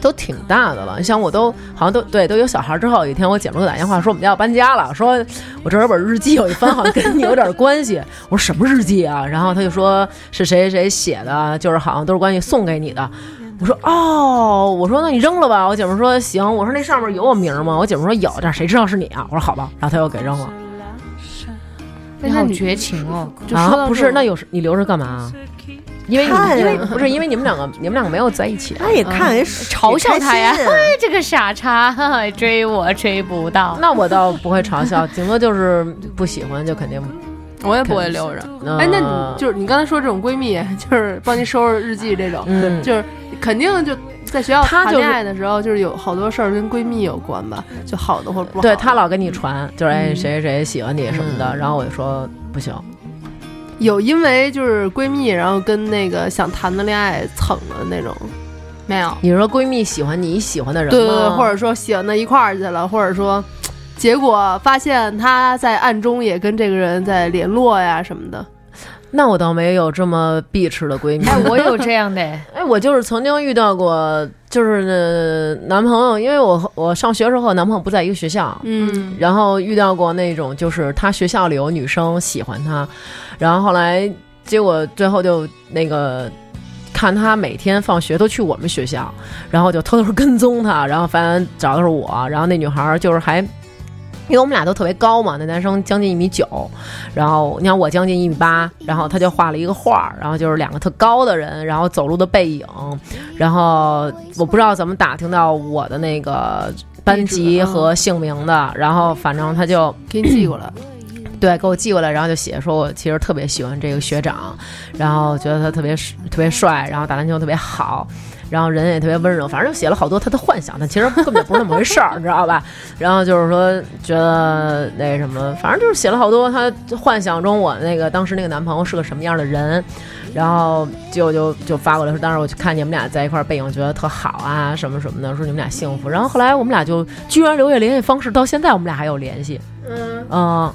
S5: 都挺大的了，你想我都好像都对都有小孩之后，有一天我姐们儿给我打电话说我们家要搬家了，说我这有本日记，有一翻好像跟你有点关系， 我说什么日记啊？然后她就说是谁谁写的，就是好像都是关于送给你的。我说哦，我说那你扔了吧。我姐们儿说行。我说那上面有我名儿吗？我姐们儿说有，但是谁知道是你啊？我说好吧，然后她又给扔了。
S6: 你好绝情哦！
S8: 就说
S5: 啊，
S8: 到
S5: 不
S8: 这
S5: 是，
S8: 种
S5: 那有时你留着干嘛？因为
S7: 看呀
S5: 你因为不是因为你们两个你们两个没有在一起啊。
S7: 他也看也
S6: 嘲笑他呀
S7: 也 开 心啊
S6: 哎，这个傻叉 哈哈追我追不到，
S5: 那我倒不会嘲 笑，顶多就是不喜欢，就肯定。
S9: 我也不会留着。
S5: 呃
S8: 哎，那你就是你刚才说这种闺蜜， 就是帮您收拾日记这种，
S5: 嗯
S8: 就是肯定就在学校
S5: 她
S8: 谈
S5: 就是
S8: 恋爱的时候，就是有好多事儿跟闺蜜有关吧，就好的或者不好的。
S5: 对他老跟你传，就是哎谁谁谁喜欢你什么的，然后我就说不行，
S8: 有因为就是闺蜜，然后跟那个想谈的恋爱蹭的那种，
S9: 没有，
S5: 你说闺蜜喜欢你喜欢的人
S8: 对对对，
S5: 吗
S8: 或者说喜欢到一块儿去了，或者说。结果发现她在暗中也跟这个人在联络呀什么的，
S5: 那我倒没有这么避斥的闺蜜。
S6: 哎，我有这样的，
S5: 哎，我就是曾经遇到过，就是呃男朋友，因为我我上学时候和男朋友不在一个学校，
S8: 嗯，
S5: 然后遇到过那种，就是他学校里有女生喜欢他，然后后来结果最后就那个。看他每天放学都去我们学校，然后就偷偷跟踪他，然后反正找的是我，然后那女孩儿就是还，因为我们俩都特别高嘛，那男生将近一米九，然后你看我将近一米八，然后他就画了一个画儿，然后就是两个特高的人，然后走路的背影，然后我不知道怎么打听到我的那个班级和姓名的，然后反正他就
S8: 嗯给你寄过来，
S5: 对，给我寄过来，然后就写说我其实特别喜欢这个学长，然后觉得他特别帅特别帅，然后打篮球特别好，然后人也特别温柔，反正就写了好多他的幻想，但其实根本就不是那么回事儿，你知道吧？然后就是说觉得那什么，反正就是写了好多他幻想中我那个当时那个男朋友是个什么样的人，然后就就就发过来说，当时我就看你们俩在一块儿背影，觉得特好啊，什么什么的，说你们俩幸福。然后后来我们俩就居然留下联系方式，到现在我们俩还有联系。嗯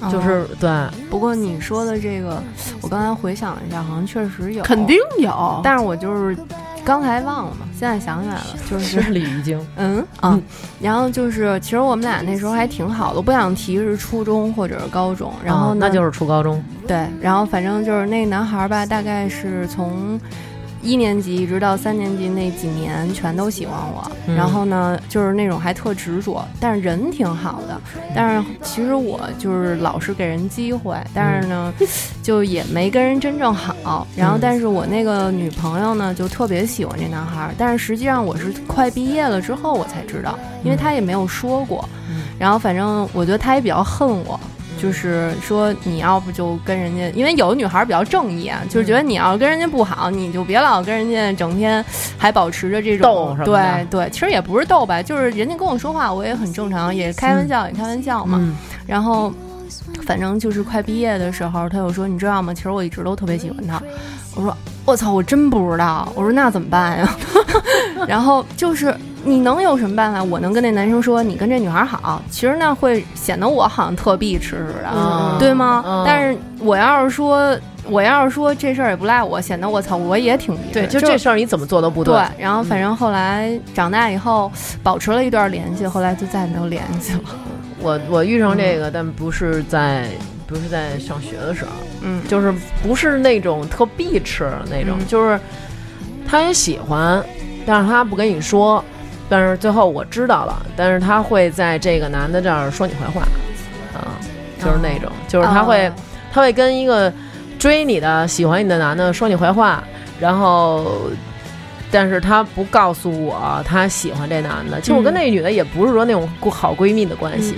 S5: 哦就是对，
S9: 不过你说的这个，我刚才回想了一下，好像确实有，
S8: 肯定有。
S9: 但是我就是刚才忘了嘛，现在想起来了，就是
S5: 是鲤鱼精。
S9: 嗯啊，然后就是其实我们俩那时候还挺好的，我不想提是初中或者是高中，然后
S5: 啊
S9: 呢、
S5: 那就是初高中，
S9: 对，然后反正就是那男孩儿吧，大概是从一年级一直到三年级那几年全都喜欢我，
S11: 嗯
S9: 然后呢，就是那种还特执着，但是人挺好的。但是其实我就是老是给人机会，但是呢，就也没跟人真正好。然后，但是我那个女朋友呢，就特别喜欢这男孩儿，但是实际上我是快毕业了之后我才知道，因为他也没有说过。然后，反正我觉得他也比较恨我。
S5: 嗯
S9: 就是说，你要不就跟人家，因为有的女孩儿比较正义
S5: 嗯
S9: 啊，就是觉得你要跟人家不好，你就别老跟人家整天还保持着这
S5: 斗
S9: 种
S5: 什么的
S9: 对对，其实也不是斗吧，就是人家跟我说话，我也很正常，也开玩笑，也开玩笑嘛。
S5: 嗯
S9: 然后，反正就是快毕业的时候，他就说：“你知道吗？其实我一直都特别喜欢他。”我说：“我操，我真不知道。”我说：“那怎么办呀？” 然后就是你能有什么办法？我能跟那男生说你跟这女孩好，其实那会显得我好像特 bitch 似的，
S5: 嗯
S9: 对吗？
S5: 嗯
S9: 但是我要是说。我要是说这事儿也不赖我，显得我操我也挺 bitch
S5: 对，就
S9: 就
S5: 这事儿你怎么做都不
S9: 对。然后反正后来长大以后保持了一段联系，后来就再也没有联系了。
S5: 我我遇上这个，但不是在不是在上学的时候，
S9: 嗯
S5: 就是不是那种特必吃的那种，
S9: 嗯
S5: 就是他也喜欢，但是他不跟你说，但是最后我知道了，但是他会在这个男的这儿说你坏话，啊，就是那种，就是他会、
S9: 哦
S5: 他会跟一个追你的、喜欢你的男的说你坏话，然后。但是他不告诉我他喜欢这男的，其实我跟那女的也不是说那种好闺蜜的关系，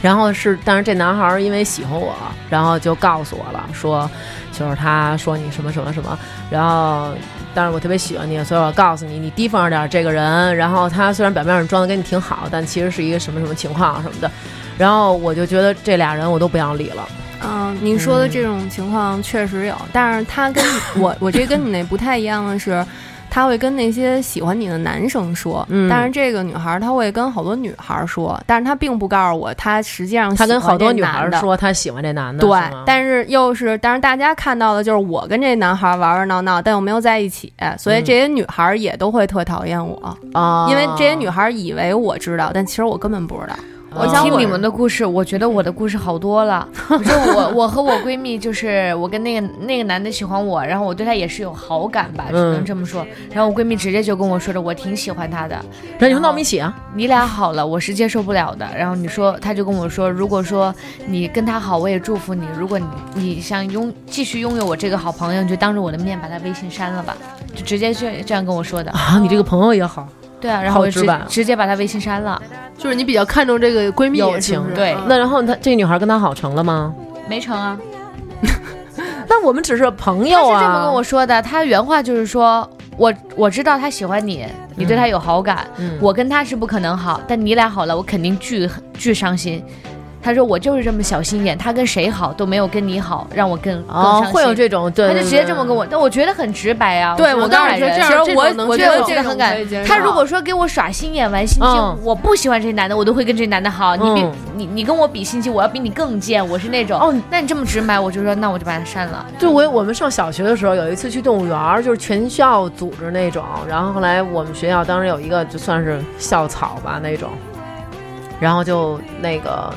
S5: 然后是，但是这男孩儿因为喜欢我，然后就告诉我了，说就是他说你什么什么什么，然后但是我特别喜欢你，所以我告诉你，你提防着点儿这个人。然后他虽然表面上装的跟你挺好，但其实是一个什么什么情况什么的。然后我就觉得这俩人我都不想理了，
S9: 嗯，你说的这种情况确实有，但是他跟我我这跟你那不太一样的是，他会跟那些喜欢你的男生说，
S5: 嗯
S9: 但是这个女孩儿她会跟好多女孩儿说，但是她并不告诉我她实际上
S5: 他跟
S9: 嗯喜欢
S5: 好多
S9: 这
S5: 女孩
S9: 男
S5: 儿
S9: 的。
S5: 说他喜欢这男的，
S9: 对
S5: 是吗，
S9: 但是又是，但是大家看到的就是我跟这男孩儿玩玩闹闹，但又没有在一起，所以
S5: 嗯
S9: 这些女孩儿也都会特讨厌我，
S5: 啊，
S9: 因为这些女孩儿以为我知道，但其实我根本不知道。
S6: 我
S5: 想
S6: 听你们的故事，我觉得我的故事好多 了。就我，我和我闺蜜，就是我跟那个那个男的喜欢我，然后我对他也是有好感吧，只能
S5: 嗯
S6: 这么说。然后我闺蜜直接就跟我说的，我挺喜欢他的，
S5: 那你说那我们一起啊，
S6: 你俩好了，我是接受不了的。然后你说，他就跟我说，如果说你跟他好，我也祝福你。如果你你想拥继续拥有我这个好朋友，你就当着我的面把他微信删了吧，就直接这这样跟我说的。
S5: 啊，你这个朋友也好，
S6: 对啊，然后我
S5: 好
S6: 就
S5: 直
S6: 直
S5: 白
S6: 直接把他微信删了，
S8: 就是你比较看重这个闺蜜
S5: 友
S8: 是不
S5: 情
S8: 是
S6: 对
S8: 嗯
S5: 那然后他这女孩跟他好成了吗？
S6: 没成啊。
S5: 那我们只是朋友
S6: 他
S5: 啊，
S6: 是这么跟我说的，他原话就是说，我我知道他喜欢你，你对他有好感，
S5: 嗯
S6: 我跟他是不可能好，但你俩好了，我肯定巨巨伤心。他说我就是这么小心眼，他跟谁好都没有跟你好，让我更更伤
S5: 哦，
S6: 心。
S5: 会有这种，对，
S6: 他就
S5: 对
S6: 直接
S5: 对
S6: 这么跟我，但我觉得很直白啊。
S8: 对我
S6: 我
S8: 当
S6: 当然
S8: 然觉得这样
S6: 其实
S8: 这种
S6: 我
S8: 能
S6: 我
S8: 接
S6: 觉得
S8: 受
S6: 我觉得很
S8: 这种
S6: 感
S8: 可以接。受
S6: 他如果说给我耍心眼玩心机
S5: 嗯，
S6: 我不喜欢这男的，我都会跟这男的好。你比
S5: 嗯
S6: 你你跟我比心机，我要比你更贱，我是那种。
S5: 哦，
S6: 那你这么直白，我就说那我就把他删了。
S5: 就我我们上小学的时候，有一次去动物园儿，就是全校组织那种。然后后来我们学校当时有一个就算是校草吧那种，然后就那个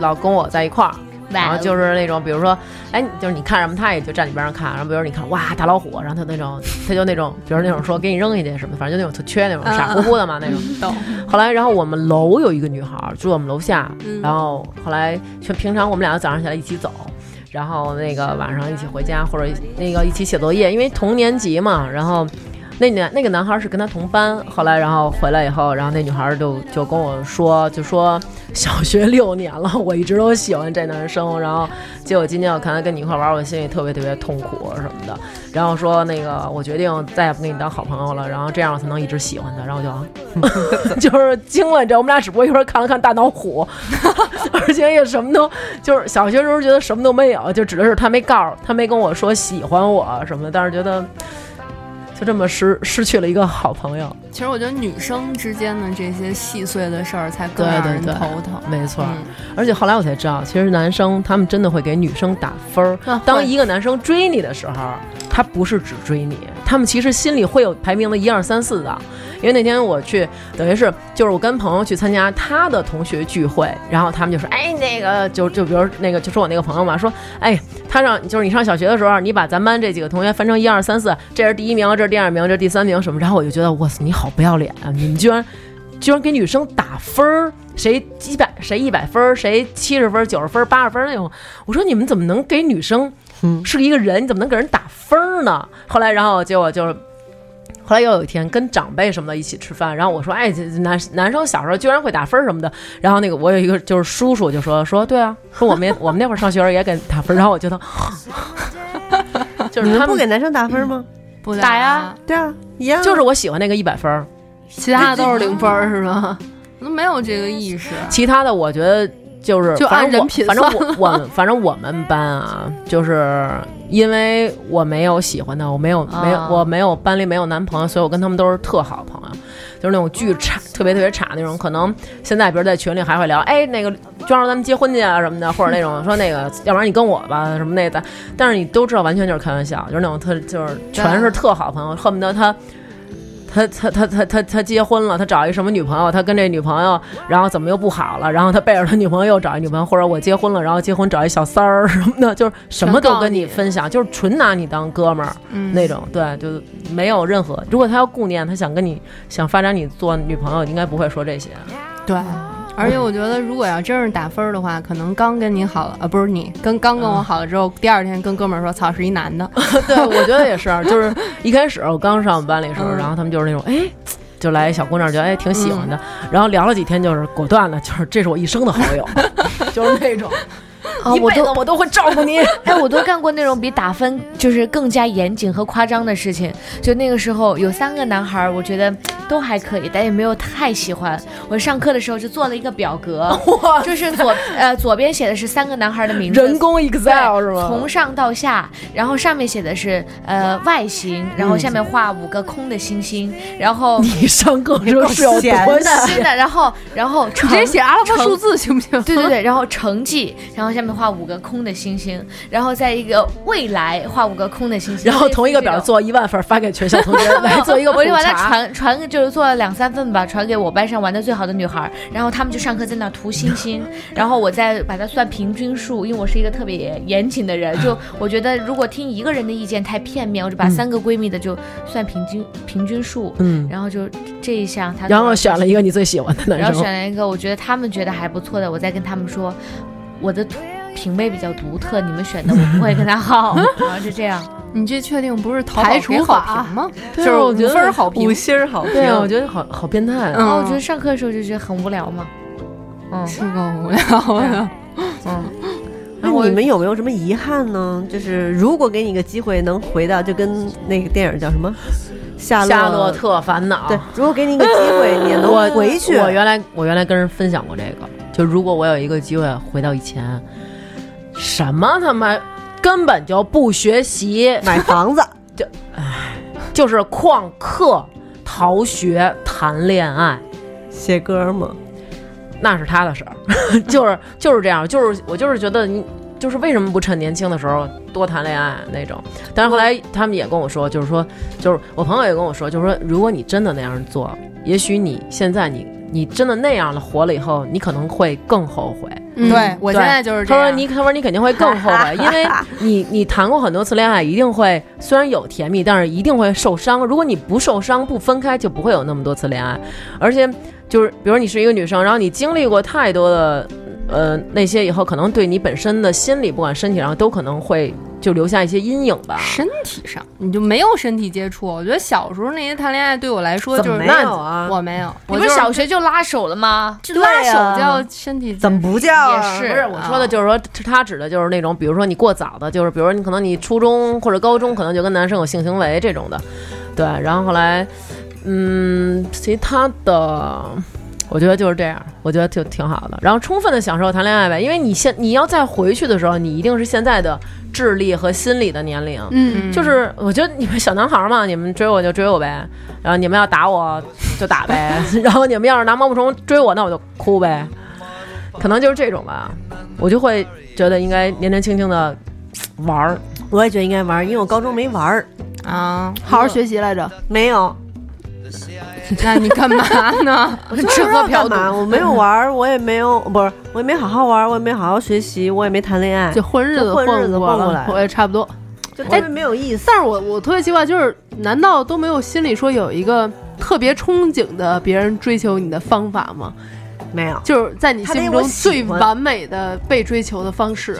S5: 老跟我在一块儿，然后啊就是那种比如说，哎，你就是你看什么，他也就站你边上看。然后比如你看哇大老虎，然后他那种他就那种，比如那种说给你扔下去什么，反正就那种特缺那种傻乎乎的嘛那种。后来，然后我们楼有一个女孩儿住我们楼下，然后后来就平常我们俩早上起来一起走，然后那个晚上一起回家或者那个一起写作业，因为同年级嘛，然后。那男那个男孩儿是跟他同班，后来然后回来以后，然后那女孩儿就就跟我说，就说小学六年了，我一直都喜欢这男生，然后结果今天我看他跟你一块玩，我心里特别特别痛苦什么的，然后说那个我决定再也不跟你当好朋友了，然后这样我才能一直喜欢他，然后我就啊就是惊了，你知道，我们俩只不过一会儿看了看《大脑虎》，而且也什么都就是小学时候觉得什么都没有，就指的是他没告诉他没跟我说喜欢我什么，但是觉得就这么失失去了一个好朋友。
S9: 其实我觉得女生之间的这些细碎的事儿才更
S5: 对
S9: 让
S5: 对
S9: 人
S5: 对
S9: 头疼。
S5: 没错儿，
S9: 嗯
S5: 而且后来我才知道，其实男生他们真的会给女生打分儿。
S9: 啊
S5: 当
S9: 会
S5: 一个男生追你的时候，他不是只追你，他们其实心里会有排名的一二三四的。因为那天我去，等于是就是我跟朋友去参加他的同学聚会，然后他们就说：“哎，那个就就比如那个就说我那个朋友嘛，说哎，他让就是你上小学的时候，你把咱班这几个同学分成一二三四，这是第一名，这是第二名，这是第三名什么？然后我就觉得，哇塞，你好不要脸啊！你们居然居然给女生打分儿，谁几百谁一百分儿，谁七十分儿、九十分儿、八十分儿那种。我说你们怎么能给女生
S7: 嗯
S5: 是一个人，你怎么能给人打分儿呢？后来，然后结果就是。后来又有一天跟长辈什么的一起吃饭，然后我说：“哎，这这男男生小时候居然会打分儿什么的。”然后那个我有一个就是叔叔就说：“说对啊，说我们也我们那会儿上学时候也给打分儿。”然后我觉 得，就是
S7: 你们
S5: 他
S7: 不
S5: 们
S7: 给男生打分吗？
S9: 不
S6: 打呀
S9: 嗯呀，
S7: 对啊，一样啊。
S5: 就是我喜欢那个一百分儿，
S9: 其他都是零分儿是吗？
S8: 嗯
S9: 我都没有这个意识。
S5: 其他的我觉得就是
S9: 就
S5: 反正
S9: 按人
S5: 我
S9: 品
S5: 反正
S9: 算
S5: 我我 们反正我们班啊，就是因为我没有喜欢的，我没有、没有
S6: 啊
S5: 我没有班里没有男朋友，所以我跟他们都是特好朋友，就是那种巨差特别特别差那种。可能现在比如在群里还会聊，哎，那个娟儿咱们结婚去啊什么的，或者那种说那个，要不然你跟我吧什么那的。但是你都知道，完全就是开玩笑，就是那种特就是全是特好朋友，恨不得他。他他他他他他结婚了，他找一什么女朋友，他跟这女朋友，然后怎么又不好了，然后他背着他女朋友又找一女朋友，或者我结婚了，然后结婚找一小三儿什么的，就是什么都跟你分享，就是纯拿你当哥们儿、那种，对，就是没有任何。如果他要顾念，他想跟你想发展你做女朋友，应该不会说这 些。
S9: 对，嗯而且我觉得，如果要真是打分儿的话，可能刚跟你好了，啊，不是你跟刚跟我好了之后，第二天跟哥们儿说，操，是一男的，
S5: 对，我觉得也是，就是一开始我刚上班里的时候，
S9: 嗯
S5: 然后他们就是那种哎。就来一小姑娘，觉得哎挺喜欢的，然后聊了几天，就是果断的，就是这是我一生的好友， 就是那种
S6: 啊，
S5: 一
S6: 我
S5: 辈子
S6: 都
S5: 我都会照顾你。
S6: 哎，我都干过那种比打分就是更加严谨和夸张的事情。就那个时候有三个男孩儿，我觉得都还可以，但也没有太喜欢。我上课的时候就做了一个表 格，就是左呃左边写的是三个男孩儿的名字，
S5: 人工
S6: 对
S5: Excel 是吗？
S6: 从上到下，然后上面写的是呃外形，然后下面画五个空的星星，然后
S5: 你上课的时候是有多
S6: 真的，然后然后直
S9: 直接写阿拉伯
S6: 成
S9: 数字行不行？
S6: 对对对，然后成绩，然后下面画五个空的星星，然后在一个未来画五个空的星星，
S5: 然后同一个
S6: 类
S5: 表
S6: 似于这种。
S5: 做一万份儿发给全校同学， 来做一个普
S6: 我就把它
S5: 查。
S6: 传传，就是做了两三份吧，传给我班上玩的最好的女孩儿，然后她们就上课在那儿涂星星，然后我再把它算平均数，因为我是一个特别严谨的人，就我觉得如果听一个人的意见太片面，我就把三个闺蜜的就算平均平均数，
S5: 嗯，
S6: 然后就这一项她
S5: 然后选了一个你最喜欢的
S6: 然
S5: 男
S6: 后
S5: 生
S6: 选，了一个我觉得他们觉得还不错的，我再跟他们说我的品味比较独特，你们选的我不会跟他好，然后就这样。
S9: 你这确定不是淘宝
S8: 排
S9: 给
S8: 除
S9: 好
S8: 法
S9: 评吗？
S5: 对
S9: 就是
S5: 我觉得
S9: 五分儿好评
S7: 五，星儿好评。
S5: 对啊，我觉得好好变态啊。
S6: 然后我
S9: 嗯
S6: 觉得上课的时候就觉得很无聊嘛，嗯
S9: 是够无聊的。
S6: 嗯，
S7: 那你们有没有什么遗憾呢？就是如果给你一个机会能回到，就跟那个电影叫什么《夏
S5: 夏洛特烦恼
S7: 嗯对》，，如果给你一个机会，你也
S5: 我
S7: 能回去，
S5: 我原来我原来跟人分享过这个，就如果我有一个机会回到以前，什么他妈根本就不学习，
S7: 买房子，
S5: 就是旷课、逃学、谈恋爱。
S7: 写歌嘛，
S5: 那是他的事儿， 就是就是这样，就是我就是觉得你就是为什么不趁年轻的时候多谈恋爱那种？但是后来他们也跟我说，就是说，就是我朋友也跟我说，就是说，如果你真的那样做，也许你现在你你真的那样了活了以后，你可能会更后悔。
S9: 嗯对我
S5: 对
S9: 现在就是这
S5: 他
S9: 样。
S5: 说你，他说你肯定会更后悔，因 为你你谈过很多次恋爱，一定会虽然有甜蜜，但是一定会受伤。如果你不受伤不分开，就不会有那么多次恋爱。而且就是，比如你是一个女生，然后你经历过太多的呃那些以后，可能对你本身的心理，不管身体上都可能会就留下一些阴影吧。
S9: 身体上你就没有身体接触。我觉得小时候那些谈恋爱对我来说
S7: 怎
S9: 就
S7: 么
S9: 是
S7: 没有啊？
S9: 我没有，
S6: 你
S9: 我
S6: 不
S9: 就是
S6: 小学就拉手了吗？
S9: 就拉
S7: 对
S9: 手
S7: 啊
S9: 叫身体接触
S7: 怎么不叫啊？
S6: 也是
S5: 不是我说的，就是说，他指的就是那种，比如说你过早的，就是比如说你可能你初中或者高中可能就跟男生有性行为这种的，对。然后后来，嗯，其他的，我觉得就是这样，我觉得就挺好的。然后充分的享受谈恋爱呗，因为你现你要再回去的时候，你一定是现在的智力和心理的年龄。
S9: 嗯，
S5: 就是我觉得你们小男孩嘛，你们追我就追我呗，然后你们要打我就打呗， 然后你们要是拿毛毛虫追我，那我就哭呗，可能就是这种吧，我就会觉得应该年年轻轻的玩儿，
S7: 我也觉得应该玩儿，因为我高中没玩儿，
S9: 啊，
S8: 好好学习来着。
S7: 没有，
S9: 那你干嘛呢？
S7: 我是吃喝嫖赌嘛，我没有玩儿，我也没有，不是，我也没好好玩儿，我也没好好学习，我也没谈恋爱，
S8: 就混日子
S7: 就混日子
S8: 过
S7: 混过
S8: 了
S7: 来，
S8: 我也差不多。
S7: 就特别没有意思。
S8: 但是我我特别奇怪，就是难道都没有心里说有一个特别憧憬的别人追求你的方法吗？
S7: 没有，
S8: 就是在你
S7: 他得
S8: 心
S7: 我
S8: 中
S7: 喜
S8: 最
S7: 欢
S8: 完美的被追求的方式，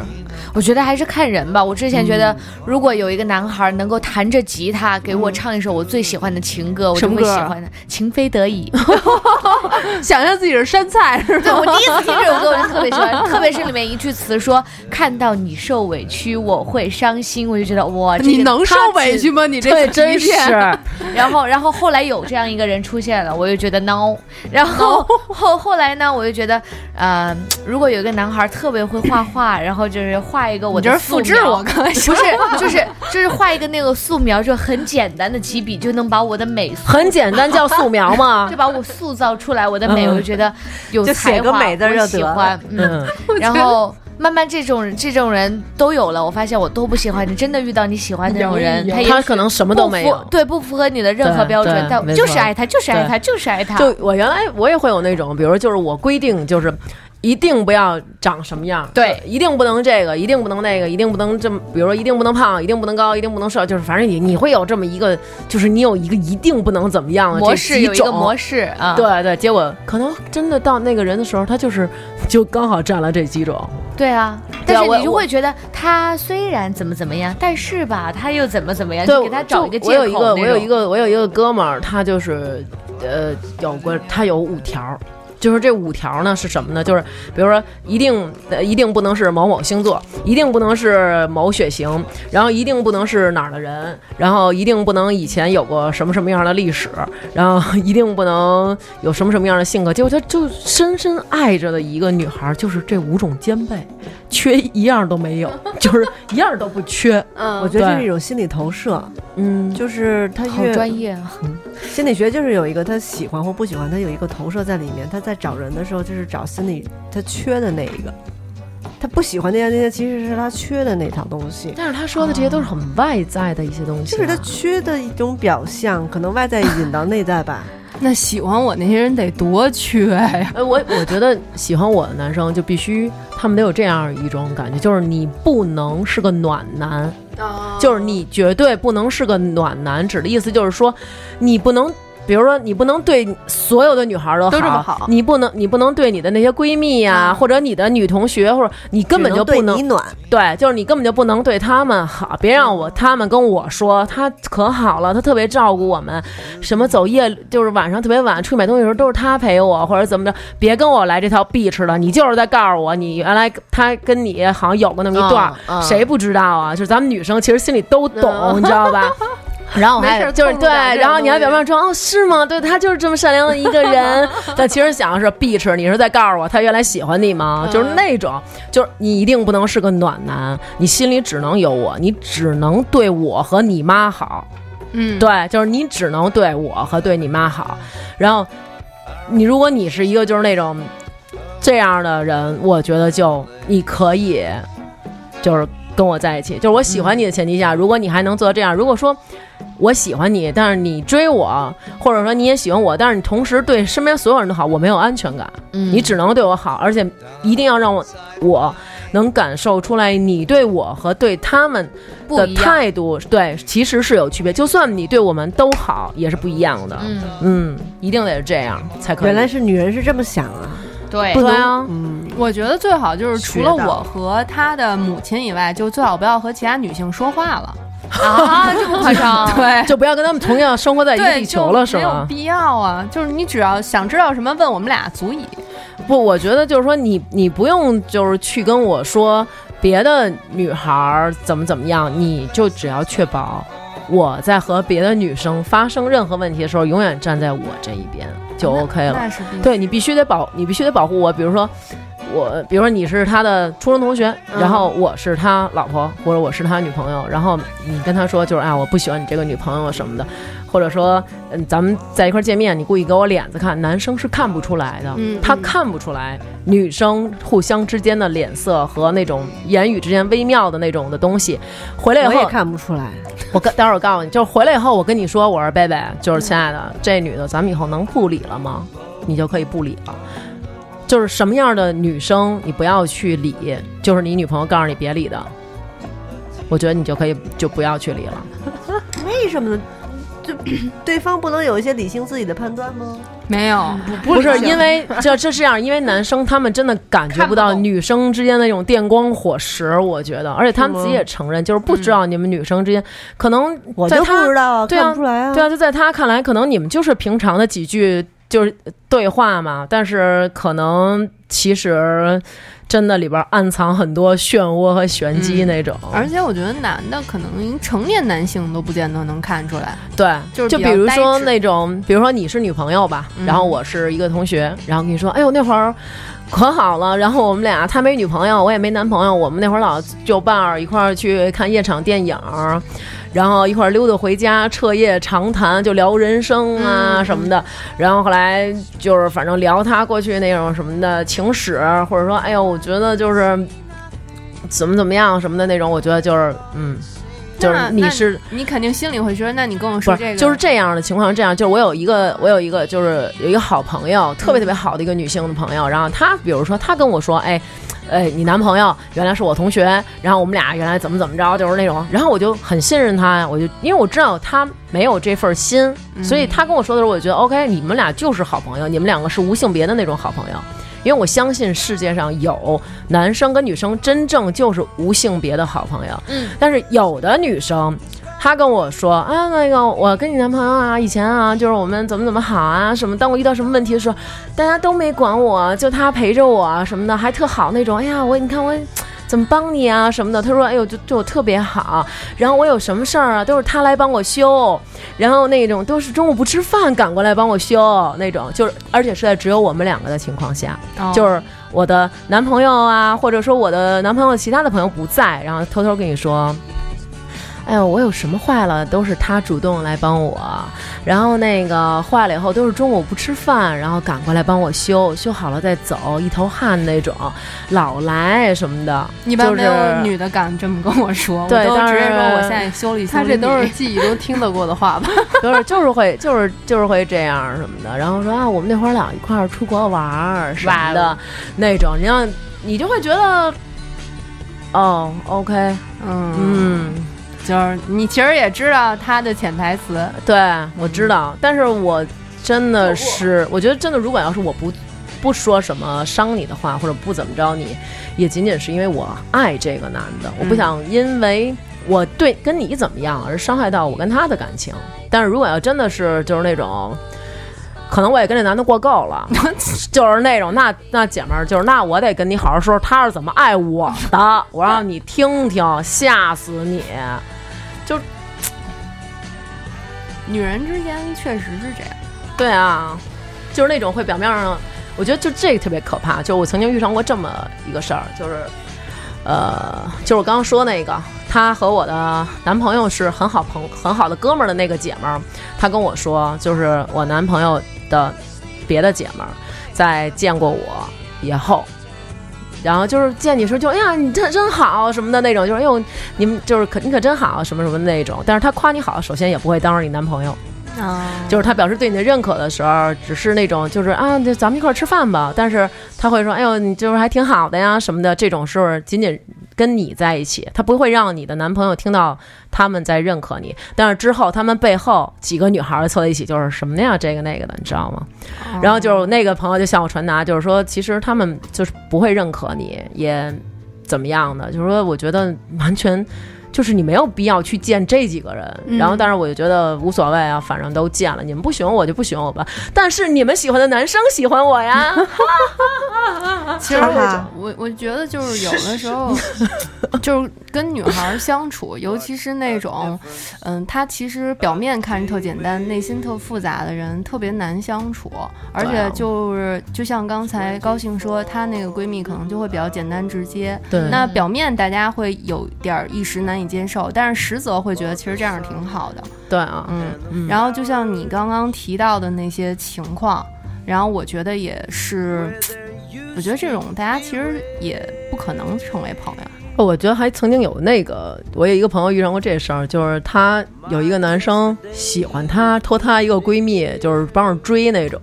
S6: 我觉得还是看人吧。我之前觉得，如果有一个男孩能够弹着吉他给我唱一首我最喜欢的情歌，我就
S8: 什么
S6: 会
S8: 歌
S6: 喜
S8: 啊
S6: 欢的《情非得已》。
S8: 想象自己是山菜是
S6: 对，
S8: 吧？
S6: 我第一次听这首歌，我就特别喜欢，特别是里面一句词说“看到你受委屈，我会伤心”，我就觉得哇，这个
S8: 你能受
S6: 他只
S8: 委屈吗？你这
S5: 对，真是。
S6: 然后，然后后来有这样一个人出现了，我就觉得 no。然后 后后来呢，我就觉得，呃，如果有一个男孩特别会画画，然后就是画一个我
S9: 你这
S6: 的
S9: 是
S6: 素
S9: 复制
S6: 描
S9: 我刚才
S6: 不
S9: 说
S6: 是，就是就是画一个那个素描，就很简单的几笔就能把我的美，
S5: 很简单，叫素描嘛
S6: 就。把我塑造出来我的美，
S5: 嗯
S6: 我就觉得有
S7: 就
S6: 才
S7: 写个
S6: 华，
S7: 美字儿
S6: 我
S7: 就
S6: 喜
S7: 得了
S6: 欢，嗯。
S5: 嗯，
S6: 然后慢慢这种人这种人都有了，我发现我都不喜欢你。真的遇到你喜欢的那种人，他也
S5: 他可能什么都没
S6: 不符
S5: 有。
S6: 对，不符合你的任何
S5: 对
S6: 标准
S5: 对，
S6: 但我
S5: 没
S6: 就是
S5: 错
S6: 爱他，就是爱
S5: 对
S6: 他，就是爱他。
S5: 就我原来我也会有那种，比如就是我规定就是一定不要长什么样，
S6: 对
S5: 一定不能这个，一定不能那个，一定不能这么，比如说一定不能胖，一定不能高，一定不能瘦，就是反正你你会有这么一个，就是你有一个一定不能怎么样的
S6: 模
S5: 这
S6: 式
S5: 几
S6: 有一个
S5: 种
S6: 模式啊，
S5: 对对，结果可能真的到那个人的时候，他就是就刚好占了这几种，
S6: 对啊。
S5: 对
S6: 但
S5: 啊
S6: 是
S5: 我
S6: 你就
S5: 我
S6: 会觉得他虽然怎么怎么样，但是吧，他又怎么怎么样，
S5: 对，
S6: 哎就给他找一个
S5: 就
S6: 借口。
S5: 我有一个，我有一
S6: 个，
S5: 个，我有一个哥们儿，他就是，呃，有过，他有五条儿，就是这五条儿呢是什么呢？就是比如说，一定、呃一定不能是某某星座，一定不能是某血型，然后一定不能是哪儿的人，然后一定不能以前有过什么什么样的历史，然后一定不能有什么什么样的性格。结果他就深深爱着的一个女孩儿，就是这五种兼备，缺一样都没有，就是一样都不缺。
S7: 我
S8: 嗯，
S7: 觉得这
S5: 对
S7: 是一种心理投射，
S5: 嗯，
S7: 就是他
S6: 好
S7: 越
S6: 专业啊！
S7: 心理学就是有一个他喜欢或不喜欢，他有一个投射在里面。他在找人的时候，就是找心理他缺的那一个，他不喜欢那样那些，其实是他缺的那套东西。
S5: 但是他说的这些都是很外在的一些东西、
S7: 哦就
S5: 啊，
S7: 是他缺的一种表象，可能外在引到内在吧。
S9: 那喜欢
S8: 嗯
S9: 我那些人得多缺呀！
S5: 哎，我我觉得喜欢我的男生就必须他们得有这样一种感觉，就是你不能是个暖男，就是你绝对不能是个暖男。指的意思就是说，你不能。比如说，你不能对所有的女孩儿都
S9: 都这么
S5: 好
S9: 好
S5: 你不能，你不能对你的那些闺蜜呀、或者你的女同学，或者你 根本就
S7: 嗯只
S5: 不
S7: 对
S5: 能
S7: 你暖，
S5: 对，就是你根本就不能对他们好，别让我他们跟我说他可好了，他特别照顾我们，什么走夜就是晚上特别晚出去买东西的时候都是他陪我，或者怎么着，别跟我来这套 B 吃的，你就是在告诉我你原来他跟你好像有过那么一段儿，
S6: 嗯嗯嗯
S5: 谁不知道啊？就是咱们女生其实心里都懂，你知道 吧？然后我还
S8: 没事
S5: 就是
S8: 透露
S5: 对，
S8: 点这种
S5: 然后你还
S8: 东西
S5: 表面装哦是吗？对他就是这么善良的一个人，但其实想的是 b 吃，你是在告诉我他原来喜欢你吗？就是那种，就是你一定不能是个暖男，你心里只能有我，你只能对我和你妈好。
S9: 嗯，
S5: 对，就是你只能对我和对你妈好。然后你如果你是一个就是那种这样的人，我觉得就你可以就是跟我在一起，就是我喜欢你的前提下，如果你还能做到这样，如果说。我喜欢你，但是你追我，或者说你也喜欢我，但是你同时对身边所有人都好，我没有安全感。
S6: 嗯
S5: 你只能对我好，而且一定要让我我能感受出来你对我和对他们
S6: 不
S5: 的
S6: 一样
S5: 态度，对，其实是有区别。就算你对我们都好，也是不一样的。
S6: 嗯，
S5: 嗯，一定得是这样才可以。
S7: 原来是女人是这么想啊，
S6: 对
S5: 不，能啊，
S7: 嗯，
S9: 我觉得最好就是除了
S7: 学到
S9: 我和他的母亲以外，就最好不要和其他女性说话了。？
S6: 啊，这么夸张
S9: 对，
S5: 就不要跟他们同样生活在一个
S9: 对，
S5: 地
S9: 就
S5: 球了，是
S9: 没有
S5: 吗？
S9: 必要啊，就是你只要想知道什么问我们俩足以。
S5: 不， 我觉得就是说你你不用就是去跟我说别的女孩儿怎么怎么样，你就只要确保我在和别的女生发生任何问题的时候，永远站在我这一边就 OK 了。
S8: 嗯
S9: 那是必须
S5: 对你必须得保，你必须得保护我。比如说，我比如说你是他的初中同学，然后我是啊他老婆，或者我是他女朋友，然后你跟他说就是哎，我不喜欢你这个女朋友什么的，或者说，嗯，咱们在一块儿见面，你故意给我脸子看，男生是看不出来的，
S9: 嗯
S5: 他
S9: 嗯
S5: 看不出来女生互相之间的脸色和那种言语之间微妙的那种的东西。回来以
S7: 我
S5: 后，
S7: 也看不出来。
S5: 我跟待会儿我告诉你，就是回来以后，我跟你说，我说贝贝，就是亲爱的，这女的咱们以后能不理了吗？你就可以不理了。就是什么样的女生，你不要去理，就是你女朋友告诉你别理的，我觉得你就可以就不要去理了。哎
S7: 为什么呢？ 就对方不能有一些理性自己的判断吗？
S9: 没有，
S8: 嗯
S5: 不是因为这这是这样，因为男生他们真的感觉不到女生之间的那种电光火石，我觉得，而且他们自己也承认，就是不知道你们女生之间可能
S7: 嗯我
S5: 在
S7: 就不
S5: 他
S7: 知道，
S5: 对啊
S7: 看不出来啊。
S5: 对啊，就在他看来，可能你们就是平常的几句就是对话嘛，但是可能其实真的里边暗藏很多漩涡和玄机那种。
S9: 而且我觉得男的可能成年男性都不见得能看出来。
S5: 对，
S9: 就是
S5: 就
S9: 比
S5: 比
S9: 较
S5: 如
S9: 呆
S5: 说
S9: 滞嗯
S5: 那种，比如说你是女朋友吧，然后我是一个同学，然后跟你说，哎呦那会儿可好了，然后我们俩他没女朋友，我也没男朋友，我们那会儿老就伴儿一块儿去看夜场电影儿。然后一块儿溜达回家，彻夜长谈，就聊人生啊
S9: 嗯
S5: 什么的。然后后来就是反正聊他过去那种什么的情史，或者说，哎呦，我觉得就是怎么怎么样什么的那种，我觉得就是嗯，就是
S9: 那
S5: 你
S9: 那
S5: 是
S9: 你肯定心里会觉得，那你跟我
S5: 不
S9: 说
S5: 是，
S9: 这个
S5: 就是这样的情况是这样，就是我有一个，我有一个，就是有一个好朋友，特别
S9: 嗯
S5: 特别好的一个女性的朋友，然后她，比如说她跟我说，哎，哎，你男朋友原来是我同学，然后我们俩原来怎么怎么着，就是那种，然后我就很信任她呀，我就因为我知道她没有这份心，
S9: 嗯
S8: 嗯
S5: 所以她跟我说的时候，我觉得 OK，你们俩就是好朋友，你们两个是无性别的那种好朋友。因为我相信世界上有男生跟女生真正就是无性别的好朋友，嗯，但是有的女生她跟我说啊，那个我跟你男朋友啊，以前啊，就是我们怎么怎么好啊，什么。当我遇到什么问题的时候，大家都没管我，就他陪着我啊什么的，还特好那种。哎呀，我你看我怎么帮你啊什么的。他说，哎呦，就对我特别好。然后我有什么事儿啊，都是他来帮我修。然后那种都是中午不吃饭赶过来帮我修那种，就是而且是在只有我们两个的情况下，
S9: 哦
S5: 就是我的男朋友啊，或者说我的男朋友其他的朋友不在，然后偷偷跟你说。哎呦，我有什么坏了都是他主动来帮我，然后那个坏了以后都是中午不吃饭，然后赶过来帮我修，修好了再走，一头汗那种，老来什么的。
S9: 一般没
S5: 就是
S9: 有女的敢这么跟我说，
S5: 对
S9: 我都
S5: 当
S9: 直接说
S5: 然
S9: 我现在修理修理
S8: 他这都是
S9: 你
S8: 记忆中听得过的话吧？
S5: 就是就是会就是就是会这样什么的，然后说啊，我们那会儿老一块儿出国玩儿什么
S9: 哦
S5: 的那种，你让你就会觉得，哦，OK，
S9: 嗯，
S5: 嗯，
S9: 就是你其实也知道他的潜台词，嗯
S5: 对我知道，但是我真的是，我觉得真的，如果要是我不不说什么伤你的话，或者不怎么着你，也仅仅是因为我爱这个男的，我
S9: 嗯
S5: 不想因为我对跟你怎么样而伤害到我跟他的感情。但是如果要真的是就是那种。可能我也跟这男的过够了， 就是那种那那姐们儿，就是那我得跟你好好说，他是怎么爱我的，我让你听听，吓死你！
S9: 女人之间确实是这样。
S5: 对啊，就是那种会表面上，我觉得就这个特别可怕。就我曾经遇上过这么一个事儿，就是，呃，就是我刚刚说那个，她和我的男朋友是很好朋很好的哥们儿的那个姐们儿，她跟我说，就是我男朋友的别的姐们儿在见过我以后。然后就是见你时候就哎呀你真真好什么的那种，就是哎呦你们就是可你可真好什么什么那种，但是她夸你好，首先也不会当着你男朋友，
S9: 啊，
S5: 就是他表示对你的认可的时候，只是那种就是啊，就咱们一块儿吃饭吧。但是他会说，哎呦，你就是还挺好的呀什么的。这种时候仅仅跟你在一起，他不会让你的男朋友听到他们在认可你。但是之后他们背后几个女孩儿凑在一起，就是什么呀，这个那个的，你知道吗？然后就是那个朋友就向我传达，就是说其实他们就是不会认可你，也怎么样的，就是说我觉得完全。就是你没有必要去见这几个人，
S9: 嗯
S5: 然后但是我就觉得无所谓啊，反正都见了，你们不喜欢我就不喜欢我吧， 但是你们喜欢的男生喜欢我呀，
S9: 其实
S7: 哈哈
S9: 我我我觉得就是有的时候，就是跟女孩儿相处，尤其是那种，嗯，她其实表面看着特简单，内心特复杂的人，特别难相处。而
S5: 对啊
S9: 且就是就像刚才高兴说，她那个闺蜜可能就会比较简单直接。
S5: 对
S9: 那表面大家会有点儿一时难以接受，但是实则会觉得其实这样挺好的。
S5: 对
S9: 对啊，
S6: 嗯嗯，
S9: 然后就像你刚刚提到的那些情况，然后我觉得也是，我觉得这种大家其实也不可能成为朋友。
S5: 哦我觉得还曾经有那个，我有一个朋友遇上过这事儿，就是她有一个男生喜欢她，托她一个闺蜜，就是帮着追那种。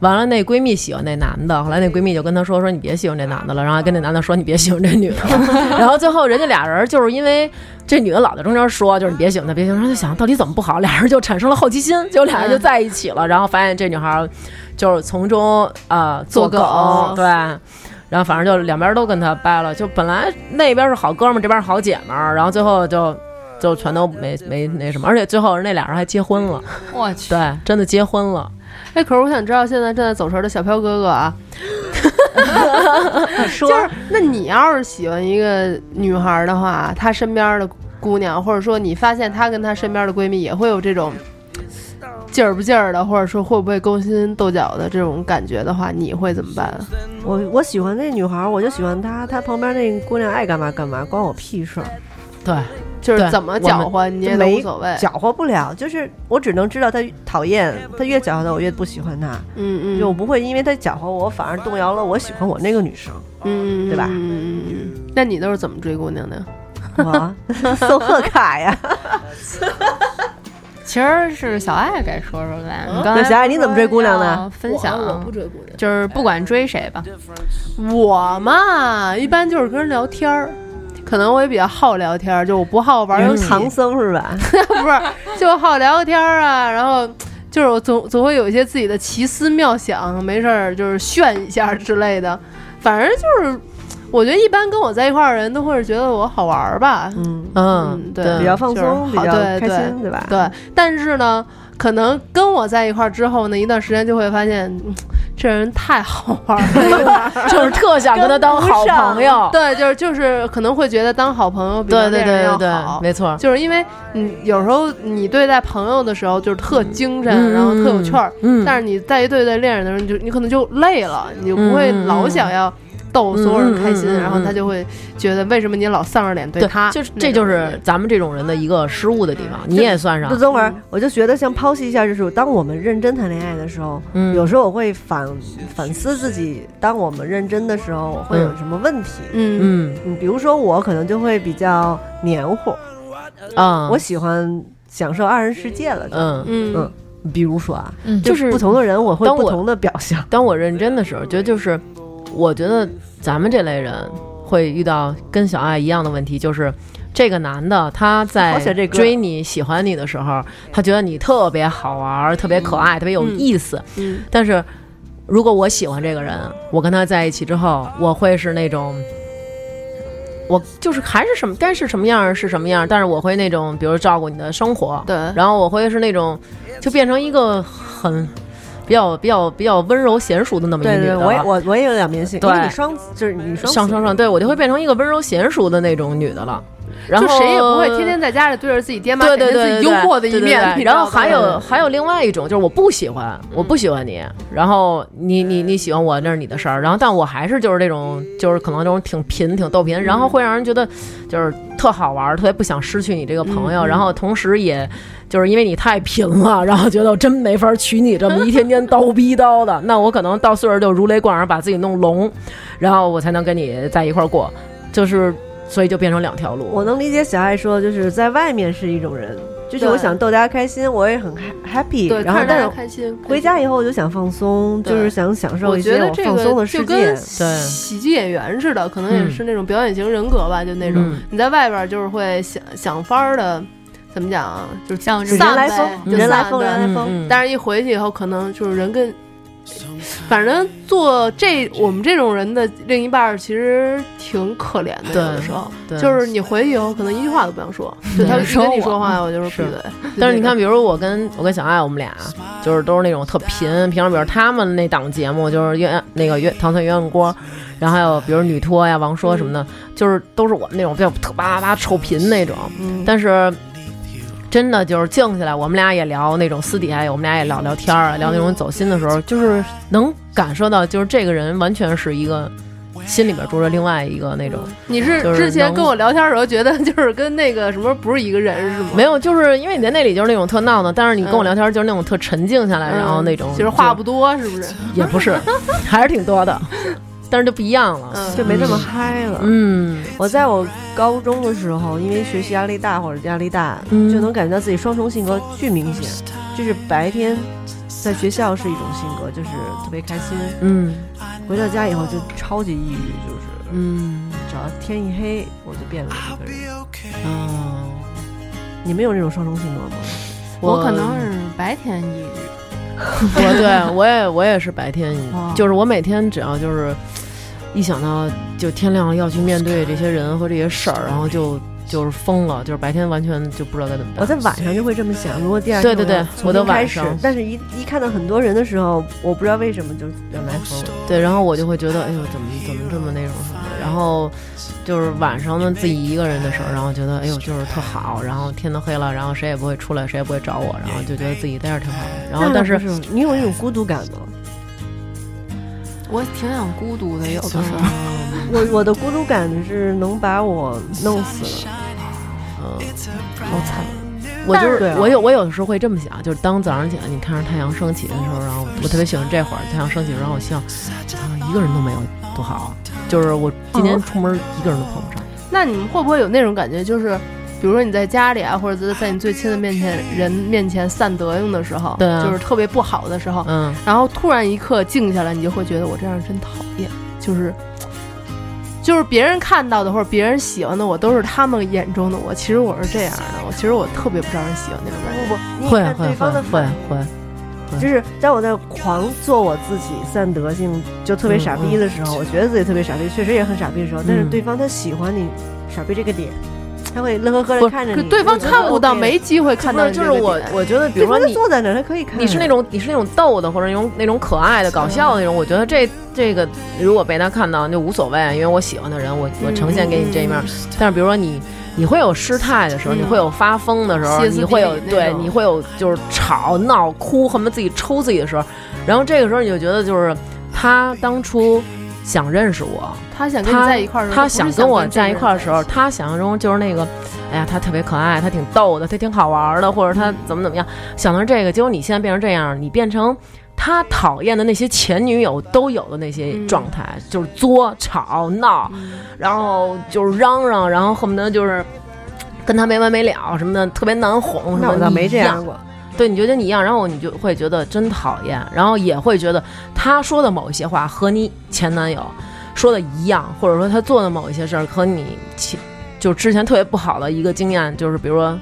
S5: 完了，那闺蜜喜欢那男的，后来那闺蜜就跟她说：“说你别喜欢这男的了。”然后还跟那男的说：“你别喜欢这女的了。”然后最后人家俩人就是因为这女的老在中间说：“就是你别喜欢她，别喜欢她。”然后就想到底怎么不好，俩人就产生了好奇心，就俩人就在一起了。然后发现这女孩儿就是从中啊、呃做
S9: 做
S5: 梗，
S9: 梗
S5: 对。然后反正就两边都跟他掰了，就本来那边是好哥们儿，这边是好姐们儿，然后最后就就全都没没那什么，而且最后那俩人还结婚了，
S9: 我去，
S5: 对，真的结婚了。
S8: 哎，可是我想知道现在正在走神儿的小飘哥哥 啊，
S7: 说
S8: 就是那你要是喜欢一个女孩儿的话，她身边儿的姑娘，或者说你发现她跟她身边儿的闺蜜也会有这种劲儿不劲儿的，或者说会不会勾心斗角的这种感觉的话，你会怎么办啊？
S7: 我我喜欢那女孩儿，我就喜欢她，她旁边那姑娘爱干嘛干嘛，关我屁事儿，
S5: 对，
S8: 就是
S5: 对
S8: 怎么搅和你也都无
S7: 没
S8: 所谓。
S7: 搅和不了，就是我只能知道她讨厌，她越搅和她，我越不喜欢她，
S8: 嗯嗯，
S7: 就我不会因为她搅和我，反而动摇了我喜欢我那个女 生。
S8: 嗯，
S7: 对吧
S8: 嗯嗯嗯。那你都是怎么追姑娘的？
S7: 我啊送贺卡 呀，
S9: 其实是小爱该说说呗。你刚才
S7: 那小爱你怎么追姑娘呢？
S9: 分享
S8: 我不追姑娘。
S9: 就是不管追谁 吧，
S8: 我嘛，一般就是跟人聊天儿，可能我也比较好聊天儿，就我不好玩儿游戏，
S7: 唐僧是吧？
S8: 不是，就好聊个天儿啊， 然后。就是我总总会有一些自己的奇思妙想，没事儿就是炫一下之类的。反正就是，我觉得一般跟我在一块儿的人都会觉得我好玩儿吧，
S7: 嗯，
S5: 嗯，
S8: 对
S7: 比较放松，
S8: 就是
S7: 比
S8: 好
S7: 较
S8: 对
S7: 开
S8: 对
S7: 心，对吧？
S8: 对，但是呢，可能跟我在一块儿之后呢，一段时间就会发现，嗯这人太好玩儿了。
S5: 就是特想跟他当好朋友。
S8: 对，就是就是可能会觉得当好朋友比
S5: 对
S8: 当
S5: 对
S8: 恋
S5: 对
S8: 人要
S5: 对
S8: 好。
S5: 对，没错。
S8: 就是因为你有时候你对待朋友的时候就是特精神，
S5: 嗯
S8: 然后特有趣儿，
S5: 嗯嗯
S8: 但是你在对待恋人的时候，你就你可能就累了，你就不会
S5: 嗯嗯
S8: 老想要逗所有人开
S5: 嗯
S8: 心，
S5: 嗯嗯嗯
S8: 然后他就会觉得为什么你老丧着脸对他？
S5: 就是这就是咱们这种人的一个失误的地方，你也算上
S7: 那。等会儿我嗯就觉得像剖析一下，就是当我们认真谈恋爱的时候，
S5: 嗯
S7: 有时候我会反反思自己，当我们认真的时候，我会有什么问题？
S8: 嗯
S5: 嗯
S7: 嗯，比如说我可能就会比较黏糊，
S5: 啊，
S7: 我喜欢享受二人世界了。
S5: 嗯，
S8: 嗯
S7: 嗯比如说啊，
S6: 嗯
S7: 就是不同的人我会
S5: 当我
S7: 不同的表象。
S5: 当我认真的时候，觉得就是，我觉得咱们这类人会遇到跟小爱一样的问题，就是这个男的他在
S7: 好喜欢这歌
S5: 追你、喜欢你的时候，他觉得你特别好玩儿、特别可爱、特别有意思。
S8: 嗯
S5: 但是如果我喜欢这个人，我跟他在一起之后，我会是那种。我就是还是什么该是什么样儿是什么样儿，但是我会那种，比如照顾你的生活，
S8: 对
S5: 然后我会是那种，就变成一个很比较比较比较温柔娴熟的那么一个
S7: 对
S5: 女
S7: 对，
S5: 的
S7: 我也
S5: 了
S7: 我我也有两面性，因
S5: 对
S7: 为你双子就是你双
S5: 上
S7: 子
S5: 上上，对我就会变成一个温柔娴熟的那种女的了。然后
S8: 就谁也不会天天在家里对着自己爹妈
S5: 对对
S8: 展现
S5: 对对
S8: 自己幽默的一
S5: 对对对
S8: 面，你知
S5: 然
S8: 道
S5: 后
S8: 吗嗯
S5: 还有还有另外一种就是我不喜欢，我不喜欢你，然后你你你喜欢我那是你的事儿，然后但我还是就是这种就是可能这种挺贫挺逗贫，
S8: 嗯
S5: 然后会让人觉得就是特好玩，特别不想失去你这个朋
S8: 嗯
S5: 友，然后同时也。就是因为你太贫了，然后觉得我真没法娶你这么一天天叨逼叨的，那我可能到岁数就如雷贯耳，把自己弄聋，然后我才能跟你在一块儿过，就是所以就变成两条路。
S7: 我能理解小爱说，就是在外面是一种人，就是
S8: 对
S7: 我想逗大家开心，我也很 ha- happy，
S8: 对，
S7: 然后但
S8: 看着大
S7: 是
S8: 家开心，
S7: 回家以后我就想放松，
S8: 对
S7: 就是想享受
S8: 我
S7: 一
S8: 觉
S7: 些
S8: 得
S7: 我
S8: 这
S7: 放松
S8: 个
S7: 的
S8: 就
S7: 世
S8: 跟
S7: 界。
S5: 对
S8: 喜剧演员似的，可能也
S5: 嗯
S8: 是那种表演型人格吧，就那种
S5: 嗯
S8: 你在外边儿就是会想想法儿的，怎么讲啊，就是
S9: 像
S7: 人
S8: 散
S7: 来
S8: 呗
S7: 疯，
S8: 就
S7: 人来
S8: 散
S7: 疯，
S8: 对
S7: 人来疯。
S5: 嗯嗯
S8: 但是一回去以后，可能就是人跟，反正做这我们这种人的另一半儿其实挺可怜的，有
S5: 对
S8: 的时候
S5: 对嗯
S8: 就是你回去以后可能一句话都不想说，就
S5: 对
S8: 他一跟你
S9: 说
S8: 说
S9: 我
S8: 话，我就是
S5: 嗯是
S8: 闭嘴。
S5: 但是 你看，比如我跟我跟小爱，我们俩就是都是那种
S8: 嗯
S5: 特贫，平常比如他们那档节目就是鸳那个鸳糖蒜鸳鸯锅，然后还有比如女托呀、王说什么
S8: 嗯
S5: 的，就是都是我们那种比较特巴巴巴臭贫那种。
S8: 嗯
S5: 但是真的就是静下来，我们俩也聊那种私底下，我们俩也聊聊天儿啊，聊那种走心的时候，就是能感受到，就是这个人完全是一个心里边住着另外一个那种，
S8: 你是
S5: 就是
S8: 之前
S5: 能
S8: 跟我聊天的时候觉得就是跟那个什么不是一个人是吗？
S5: 没有，就是因为你在那里就是那种特闹腾，但是你跟我聊天就是那种特沉静下来，
S8: 嗯，
S5: 然后那种
S8: 就是话不多，是不是？
S5: 也不 是，还是挺多的，但是就不一样了。
S8: 嗯，
S7: 就没那么嗨了。
S5: 嗯，
S7: 我在我高中的时候，因为学习压力大或者压力大，
S5: 嗯
S7: 就能感觉到自己双重性格巨明显。就是白天在学校是一种性格，就是特别开心；
S5: 嗯
S7: 回到家以后就超级抑郁，就是
S5: 嗯
S7: 只要天一黑我就变了一个人。嗯
S5: 哦，
S7: 你们有这种双重性格吗？
S8: 我 可能是白天抑郁，
S5: 我对我也我也是白天
S8: 哦，
S5: 就是我每天只要就是一想到就天亮了要去面对这些人和这些事儿，然后就就是疯了，就是白天完全就不知道该怎么
S7: 我
S5: 办。
S7: 在晚上就会这么想，如果第二天
S5: 对对
S7: 要
S5: 对
S7: 从
S5: 我的
S7: 零开
S5: 晚
S7: 始
S5: 上，
S7: 但是一一看到很多人的时候，我不知道为什么就让来疯了。
S5: 对，然后我就会觉得，哎呦，怎么怎么这么那种什么的。然后就是晚上呢，自己一个人的时候，然后觉得，哎呦，就是特好。然后天都黑了，然后谁也不会出来，谁也不会找我，然后就觉得自己在这儿挺好的。然后但是
S7: 那不你有一种孤独感吗？
S8: 我挺想孤独的，有的时候。
S7: 我我的孤独感是能把我弄死了，好惨。
S5: 我就
S7: 对
S5: 嗯
S7: 啊
S5: 是我有我有的时候会这么想，就是当早上起来你看着太阳升起的时候，然后我特别喜欢这会儿太阳升起，然后我希望啊一个人都没有多好，就是我今天出门一个人都碰不上。
S8: 那你们会不会有那种感觉，就是比如说你在家里啊，或者在你最亲的面前人面前散德行的时候，
S5: 对啊
S8: 就是特别不好的时候，
S5: 嗯，
S8: 然后突然一刻静下来，你就会觉得我这样真讨厌，就是。就是别人看到的或者别人喜欢的我，都是他们眼中的我。其实我是这样的，我其实我特别不招人喜欢那种感觉。
S7: 哎不不，你
S5: 会
S8: 啊
S5: 啊
S7: 看
S5: 会
S7: 对方
S5: 会
S7: 的
S5: 会
S7: 反
S5: 会，啊会
S7: 就是在我在狂做我自己散德性，就特别傻逼
S8: 嗯
S7: 的时候，我觉得自己特别傻逼，确实也很傻逼的时候，但是
S5: 嗯
S7: 对方他喜欢你傻逼这个点，他会乐呵呵
S8: 不
S7: 的
S8: 是
S7: 看着
S8: 可
S7: 你，
S8: 对方
S7: 我觉得
S8: 看不到，
S7: OK 的
S8: 没机会看
S5: 不
S8: 到
S5: 是
S8: 你
S5: 就
S8: 这
S5: 是
S8: 个点。
S5: 我我觉得，比
S7: 对
S5: 如说
S7: 方他
S5: 你
S7: 坐在那儿，他可以看。
S5: 你是那种你是那种逗的，或者那种那种可爱的、搞笑的那种。我觉得这这个如果被他看到就无所谓，因为我喜欢的人，我我呈现给你这一面儿。但是比如说你你会有失态的时候，
S8: 嗯
S5: 你会有发疯的时候，
S8: 歇斯底里
S5: 你会有
S8: 那种
S5: 对，你会有就是吵闹、哭，恨不得自己抽自己的时候，然后这个时候你就觉得就是他当初想认识我，
S8: 他想跟你
S5: 他
S8: 在一块儿的时候，
S5: 他
S8: 不是想
S5: 想跟我
S8: 这个
S5: 在一
S8: 人
S5: 块儿的时候，他想象中就是那个，哎呀，他特别可爱，他挺逗的，他挺好玩儿的，或者
S8: 嗯
S5: 他怎么怎么样，想到这个，结果你现在变成这样，你变成他讨厌的那些前女友都有的那些
S8: 嗯
S5: 状态，就是作、吵、闹，然后就是嚷嚷，然后恨不得就是。跟他没完没了什么的，特别难哄什
S7: 那
S5: 么
S7: 我
S5: 的，
S7: 倒没这
S5: 你一
S7: 样过，
S5: 对，你觉得你一样，然后你就会觉得真讨厌，然后也会觉得他说的某一些话和你前男友说的一样，或者说他做的某一些事儿和你其就之前特别不好的一个经验，就是比如说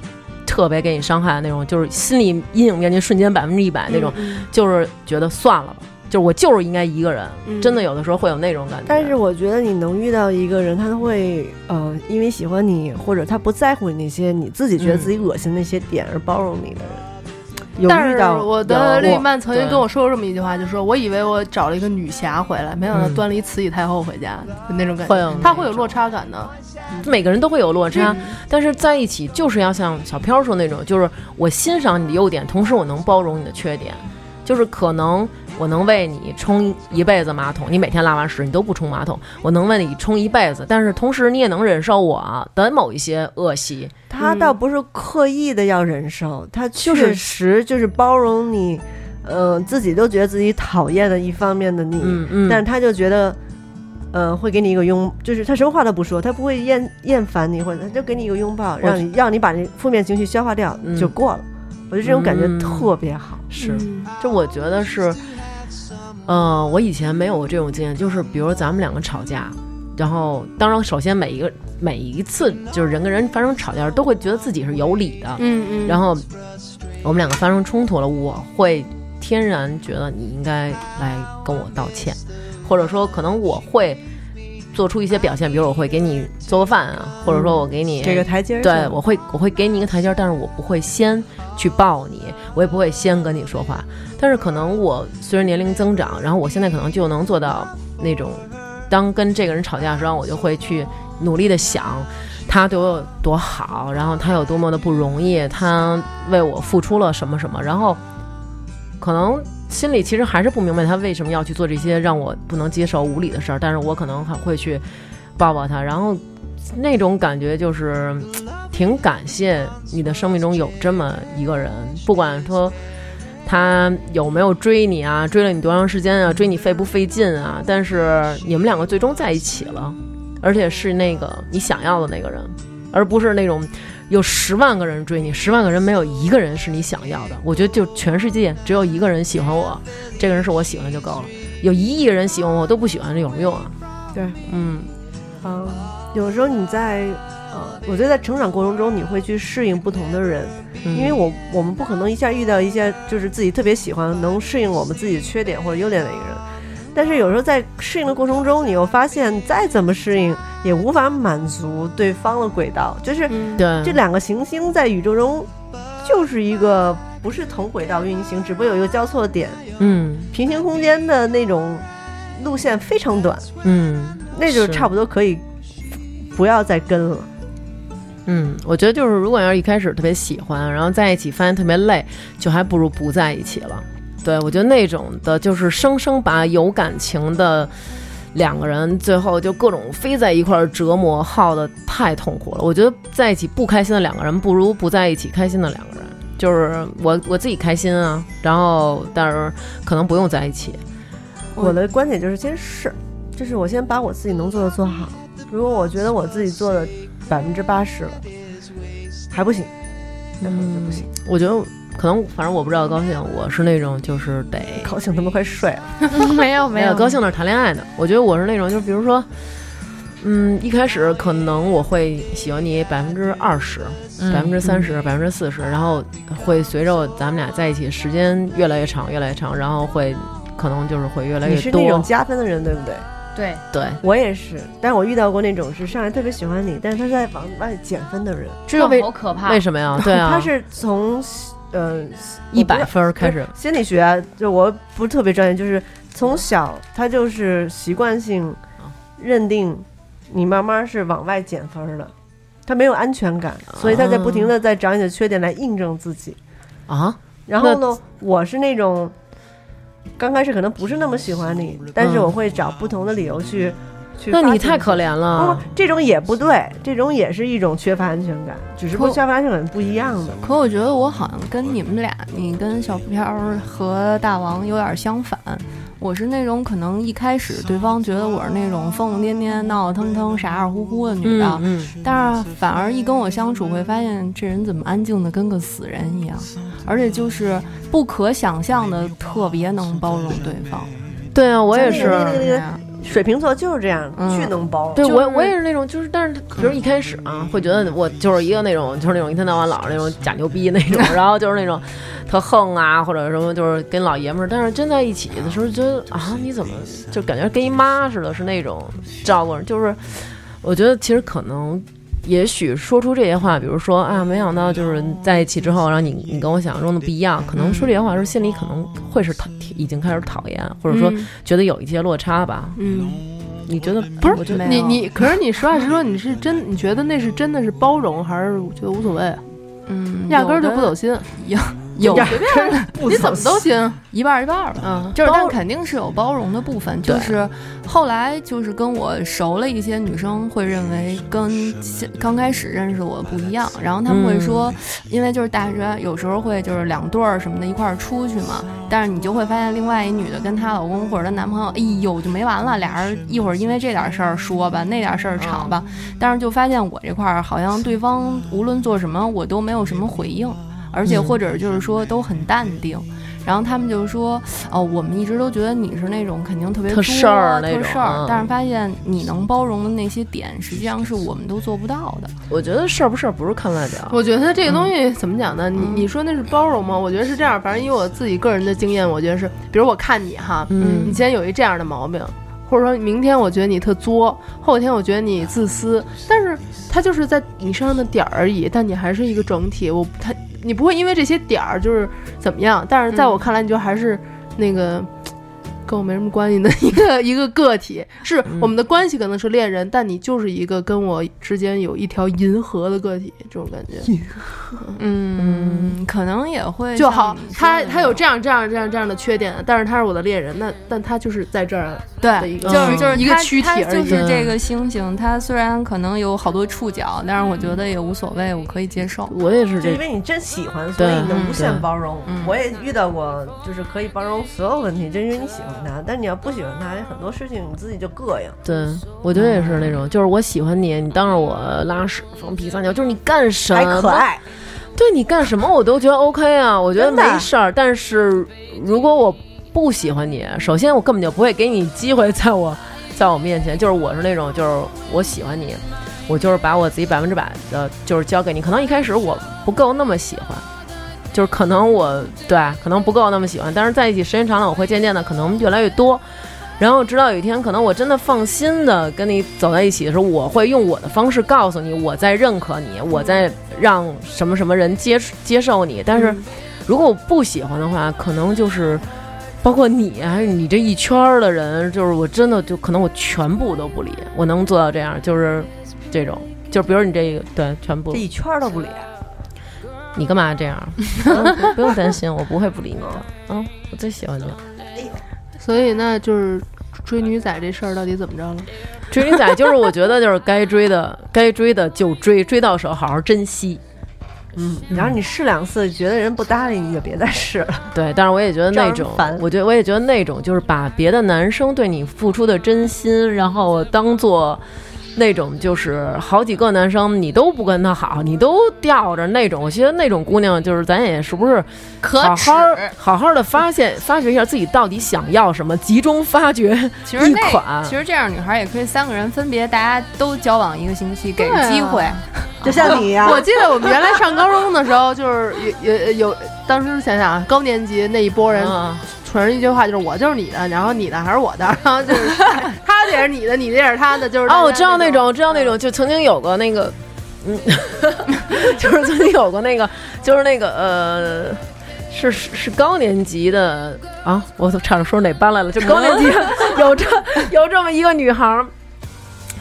S5: 特别给你伤害的那种，就是心理阴影面积瞬间百分之一百那种，
S7: 嗯
S5: 就是觉得算了吧，就是我就是应该一个人，
S7: 嗯
S5: 真的有的时候会有那种感觉。
S7: 但是我觉得你能遇到一个人，他会呃，因为喜欢你，或者他不在乎你那些你自己觉得自己恶心那些点而包容你的人，有
S8: 嗯但
S7: 遇
S8: 是
S7: 到
S8: 我的
S7: 有
S8: 另一半曾经
S5: 对
S8: 跟我说过这么一句话，就说我以为我找了一个女侠回来，没想到
S5: 嗯
S8: 端了一慈禧太后回家，就那种感
S5: 会有
S8: 觉。他会有落差感的，
S5: 每个人都会有落差，但是在一起就是要像小飘说那种，就是我欣赏你的优点，同时我能包容你的缺点，就是可能我能为你冲一辈子马桶，你每天拉完屎你都不冲马桶，我能为你冲一辈子，但是同时你也能忍受我的某一些恶习，
S7: 他倒不是刻意的要忍受，他
S5: 嗯是
S7: 确实就是包容你，呃，自己都觉得自己讨厌的一方面的你，
S5: 嗯嗯，
S7: 但是他就觉得。呃，会给你一个拥，就是他什么话都不说，他不会厌厌烦你，或者他就给你一个拥抱，让你让你把那负面情绪消化掉、
S5: 嗯
S7: 就过了。我觉得这种感觉
S5: 嗯
S7: 特别好。
S5: 是，
S9: 嗯
S5: 这我觉得是，呃，我以前没有过这种经验，就是比如咱们两个吵架，然后当然首先每一个每一次就是人跟人发生吵架，都会觉得自己是有理的，
S8: 嗯嗯
S5: 然后我们两个发生冲突了，我会天然觉得你应该来跟我道歉，或者说可能我会做出一些表现，比如我会给你做个饭啊，或者说我给你
S7: 这个台阶儿
S5: 对
S7: 上，
S5: 我会我会给你一个台阶儿，但是我不会先去抱你，我也不会先跟你说话。但是可能我随着年龄增长，然后我现在可能就能做到那种，当跟这个人吵架的时候，我就会去努力的想他对我有多好，然后他有多么的不容易，他为我付出了什么什么，然后可能心里其实还是不明白他为什么要去做这些让我不能接受无理的事儿，但是我可能还会去抱抱他，然后那种感觉就是挺感谢你的生命中有这么一个人，不管说他有没有追你啊，追了你多长时间啊，追你费不费劲啊，但是你们两个最终在一起了，而且是那个你想要的那个人，而不是那种。有十万个人追你，十万个人没有一个人是你想要的。我觉得就全世界只有一个人喜欢我，这个人是我喜欢就够了。有一亿人喜欢我都不喜欢，这有什么用啊？
S7: 对，
S5: 嗯，
S7: 嗯，有时候你在呃，我觉得在成长过程中，你会去适应不同的人，
S5: 嗯
S7: 因为我我们不可能一下遇到一下就是自己特别喜欢能适应我们自己的缺点或者优点的一个人。但是有时候在适应的过程中，你又发现再怎么适应也无法满足对方的轨道，就是
S5: 对
S7: 这两个行星在宇宙中就是一个不是同轨道运行，只不过有一个交错点，
S5: 嗯
S7: 平行空间的那种路线非常短，
S5: 嗯
S7: 那就是差不多可以不要再跟了。
S5: 嗯，我觉得就是如果要是一开始特别喜欢，然后在一起发现特别累，就还不如不在一起了。对，我觉得那种的就是生生把有感情的两个人最后就各种飞在一块儿折磨，耗的太痛苦了。我觉得在一起不开心的两个人，不如不在一起开心的两个人。就是我我自己开心啊，然后但是可能不用在一起。
S7: 我的观点就是先试，就是我先把我自己能做的做好。如果我觉得我自己做的百分之八十了，还不行，那可能就不行，
S5: 我觉得可能反正我不知道高兴，我是那种就是得
S7: 高兴他妈快睡啊了。
S6: 没有
S5: 没有高兴那儿谈恋爱呢。我觉得我是那种，就比如说，嗯，一开始可能我会喜欢你百分之二十、
S7: 嗯
S5: 百分之三十、百分之四十，然后会随着咱们俩在一起时间越来越长、越来越长，然后会可能就是会越来
S7: 你
S5: 越
S7: 是那种
S5: 多。
S7: 加分的人，对不对？
S6: 对，
S5: 对，
S7: 我也是，但是我遇到过那种是上来特别喜欢你，但是他在往外减分的人，
S6: 这
S5: 为
S6: 种好可怕。
S5: 为什么呀？对啊，
S7: 他是从呃
S5: 一百分儿开始。
S7: 心理学啊，就我不是特别专业，就是从小他就是习惯性
S5: 嗯
S7: 认定你慢慢是往外减分儿的，他没有安全感，所以他在不停的在找你的缺点来印证自己。
S5: 啊，
S7: 然后呢，我是那种刚开始可能不是那么喜欢你，但是我会找不同的理由去去发
S5: 嗯那
S7: 现。
S5: 你太可怜
S7: 啊
S5: 了。，
S7: 这种也不对，这种也是一种缺乏安全感，只是不
S9: 可
S7: 缺乏安全感不一样的。
S9: 可我觉得我好像跟你们俩，你跟小浮条和大王有点相反。我是那种可能一开始对方觉得我是那种疯疯癫癫、闹闹腾腾、傻傻乎乎的女
S7: 啊
S9: 的，
S5: 嗯嗯，
S9: 但是反而一跟我相处，会发现这人怎么安静的跟个死人一样，而且就是不可想象的特别能包容对方。
S5: 对啊，我也
S7: 那个那个
S5: 是。
S7: 那个水瓶座就是这样，
S9: 嗯
S7: 巨能包容。
S5: 嗯对
S9: 就
S5: 我
S9: 是
S5: 我也是那种，就是但是比如一开始啊，会觉得我就是一个那种，就是那种一天到晚老是那种假牛逼那 种，然后就是那种特横啊或者什么，就是跟老爷们儿。但是真在一起的时候，觉得啊你怎么就感觉跟一妈似的，是那种照顾人。就是我觉得其实可能。也许说出这些话，比如说啊，没想到就是在一起之后，然后你你跟我想象中的不一样，可能说这些话的时候，心里可能会是讨已经开始讨厌，或者说
S7: 嗯
S5: 觉得有一些落差吧。
S8: 嗯，
S5: 你觉得
S8: 不
S5: 我觉
S8: 是
S5: 得
S8: 你你，可是你实话实说，你是真你觉得那是真的是包容，还是觉得无所谓，
S9: 嗯，
S8: 压根儿就不
S9: 有
S8: 走心？
S9: 有
S8: 压
S9: 的
S8: 根儿不
S9: 你怎么都
S8: 行，
S9: 一半儿一半儿吧。
S8: 嗯，
S9: 就是，
S8: 包
S9: 但肯定是有包容的部分。就是后来就是跟我熟了一些女生会认为跟先刚开始认识我不一样，然后她们会说，因为就是大学有时候会就是两对儿什么的一块儿出去嘛，但是你就会发现另外一女的跟她老公或者她男朋友，哎呦就没完了，俩人一会儿因为这点事儿说吧，那点事儿吵吧，但是就发现我这块儿好像对方无论做什么我都没有什
S8: 嗯
S9: 么回应，而且
S5: 嗯
S9: 或者就是说都很淡定。
S8: 嗯
S9: 然后他们就说，哦，我们一直都觉得你是那种肯定特别
S5: 特
S9: 作
S5: 事儿那
S9: 特
S5: 种
S9: 事儿，
S5: 嗯
S9: 但是发现你能包容的那些点，实际上是我们都做不到的。
S5: 我觉得事儿不事儿不是看外表，
S8: 我觉得这个东
S9: 嗯
S8: 西怎么讲呢？你你说那是包容吗？我觉得是这样，反正以我自己个人的经验，我觉得是，比如我看你哈，
S5: 嗯
S8: 你今天有一这样的毛病，或者说明天我觉得你特作，后天我觉得你自私，但是它就是在你身上的点儿而已，但你还是一个整体，我他你不会因为这些点儿就是怎么样，但是在我看来，你就还是那个。跟我没什么关系的一个 一个个体，是我们的关系可能是恋人，但你就是一个跟我之间有一条银河的个体，这种感觉
S9: 嗯，可能也会
S8: 就
S9: 像
S8: 好
S9: 你。说
S8: 他
S9: 的
S8: 他有这样嗯这样这样这样的缺点，但是他是我的恋人，那但他就是在这儿的一
S9: 对，
S8: 个嗯
S9: 就是就是
S8: 一个
S9: 它
S8: 躯体
S9: 它
S8: 而
S9: 就
S8: 已。
S9: 是这
S5: 嗯
S9: 个星星，它虽然可能有好多触角，但是我觉得也无所谓，我可以接受。
S5: 我也是
S7: 就
S5: 这
S7: 因为你真喜欢，所以你能无限包容。我也遇到过，就是可以包容所有问题，就是因为你喜欢他。但你要不喜欢他，很多事情你自己就膈应。
S5: 对，我觉得也是那种，就是我喜欢你，你当着我拉屎放屁撒尿，就是你干什
S7: 还
S5: 么
S7: 可爱，
S5: 对你干什么我都觉得 OK 啊，我觉得
S7: 真的
S5: 没事儿。但是如果我不喜欢你，首先我根本就不会给你机会在我 在我面前，就是我是那种就是我喜欢你，我就是把我自己百分之百的就是交给你。可能一开始我不够那么喜欢，就是可能我对可能不够那么喜欢，但是在一起时间长了，我会渐渐的可能越来越多。然后直到有一天，可能我真的放心的跟你走在一起的时候，我会用我的方式告诉你，我在认可你，我在让什么什么人接接受你。但是，如果我不喜欢的话，可能就是包括你还是你这一圈儿的人，就是我真的就可能我全部都不理，我能做到这样，就是这种，就比如你这个对全部
S7: 这，一圈儿都不理。
S5: 你干嘛这样？嗯不用担心，我不会不理你的。嗯，我最喜欢你了。
S8: 所以那就是追女仔这事儿到底怎么着了？
S5: 追女仔就是我觉得就是该追的 该追的就追，追到手好好珍惜。
S7: 嗯，然后你试两次，觉得人不搭理你，就别再试了。
S5: 对，但是我也觉得那种
S7: 招人烦，
S5: 我觉得我也觉得那种就是把别的男生对你付出的真心，然后当做那种就是好几个男生你都不跟他好，你都吊着那种，我觉得那种姑娘就是咱也是不是
S9: 可
S5: 好
S9: 耻
S5: 好好好的发现发掘一下自己到底想要什么，集中发掘
S9: 其实
S5: 一
S9: 那
S5: 款。
S9: 其实这样女孩也可以三个人分别，大家都交往一个星期，给
S5: 啊
S9: 机会。
S7: 就像你呀、
S8: 我记得我们原来上高中的时候，就是有有有，当时想想啊，高年级那一波人，
S5: 嗯
S8: 纯是一句话就是我就是你的，然后你的还是我的，然后就是 他的也是你的，你的也是他的，就是
S5: 哦，我知道
S8: 那
S5: 那
S8: 嗯
S5: 种，知道那种，就曾经有过那个，嗯， 就是曾经有过那个，就是那个呃，是是是高年级的啊，我都差点说哪班来了，就高年级 有这有这么一个女孩儿。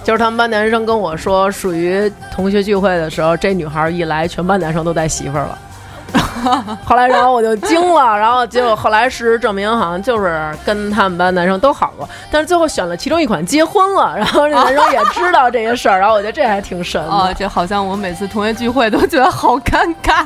S5: 就是他们班男生跟我说，属于同学聚会的时候，这女孩儿一来，全班男生都带媳妇儿了。 后来，然后我就惊了，然后结果后来事实证明，好像就是跟他们班男生都好过，但是最后选了其中一款结婚了，然后这男生也知道这些事儿，然后我觉得这还挺神的，
S9: 哦，这好像我每次同学聚会都觉得好尴尬，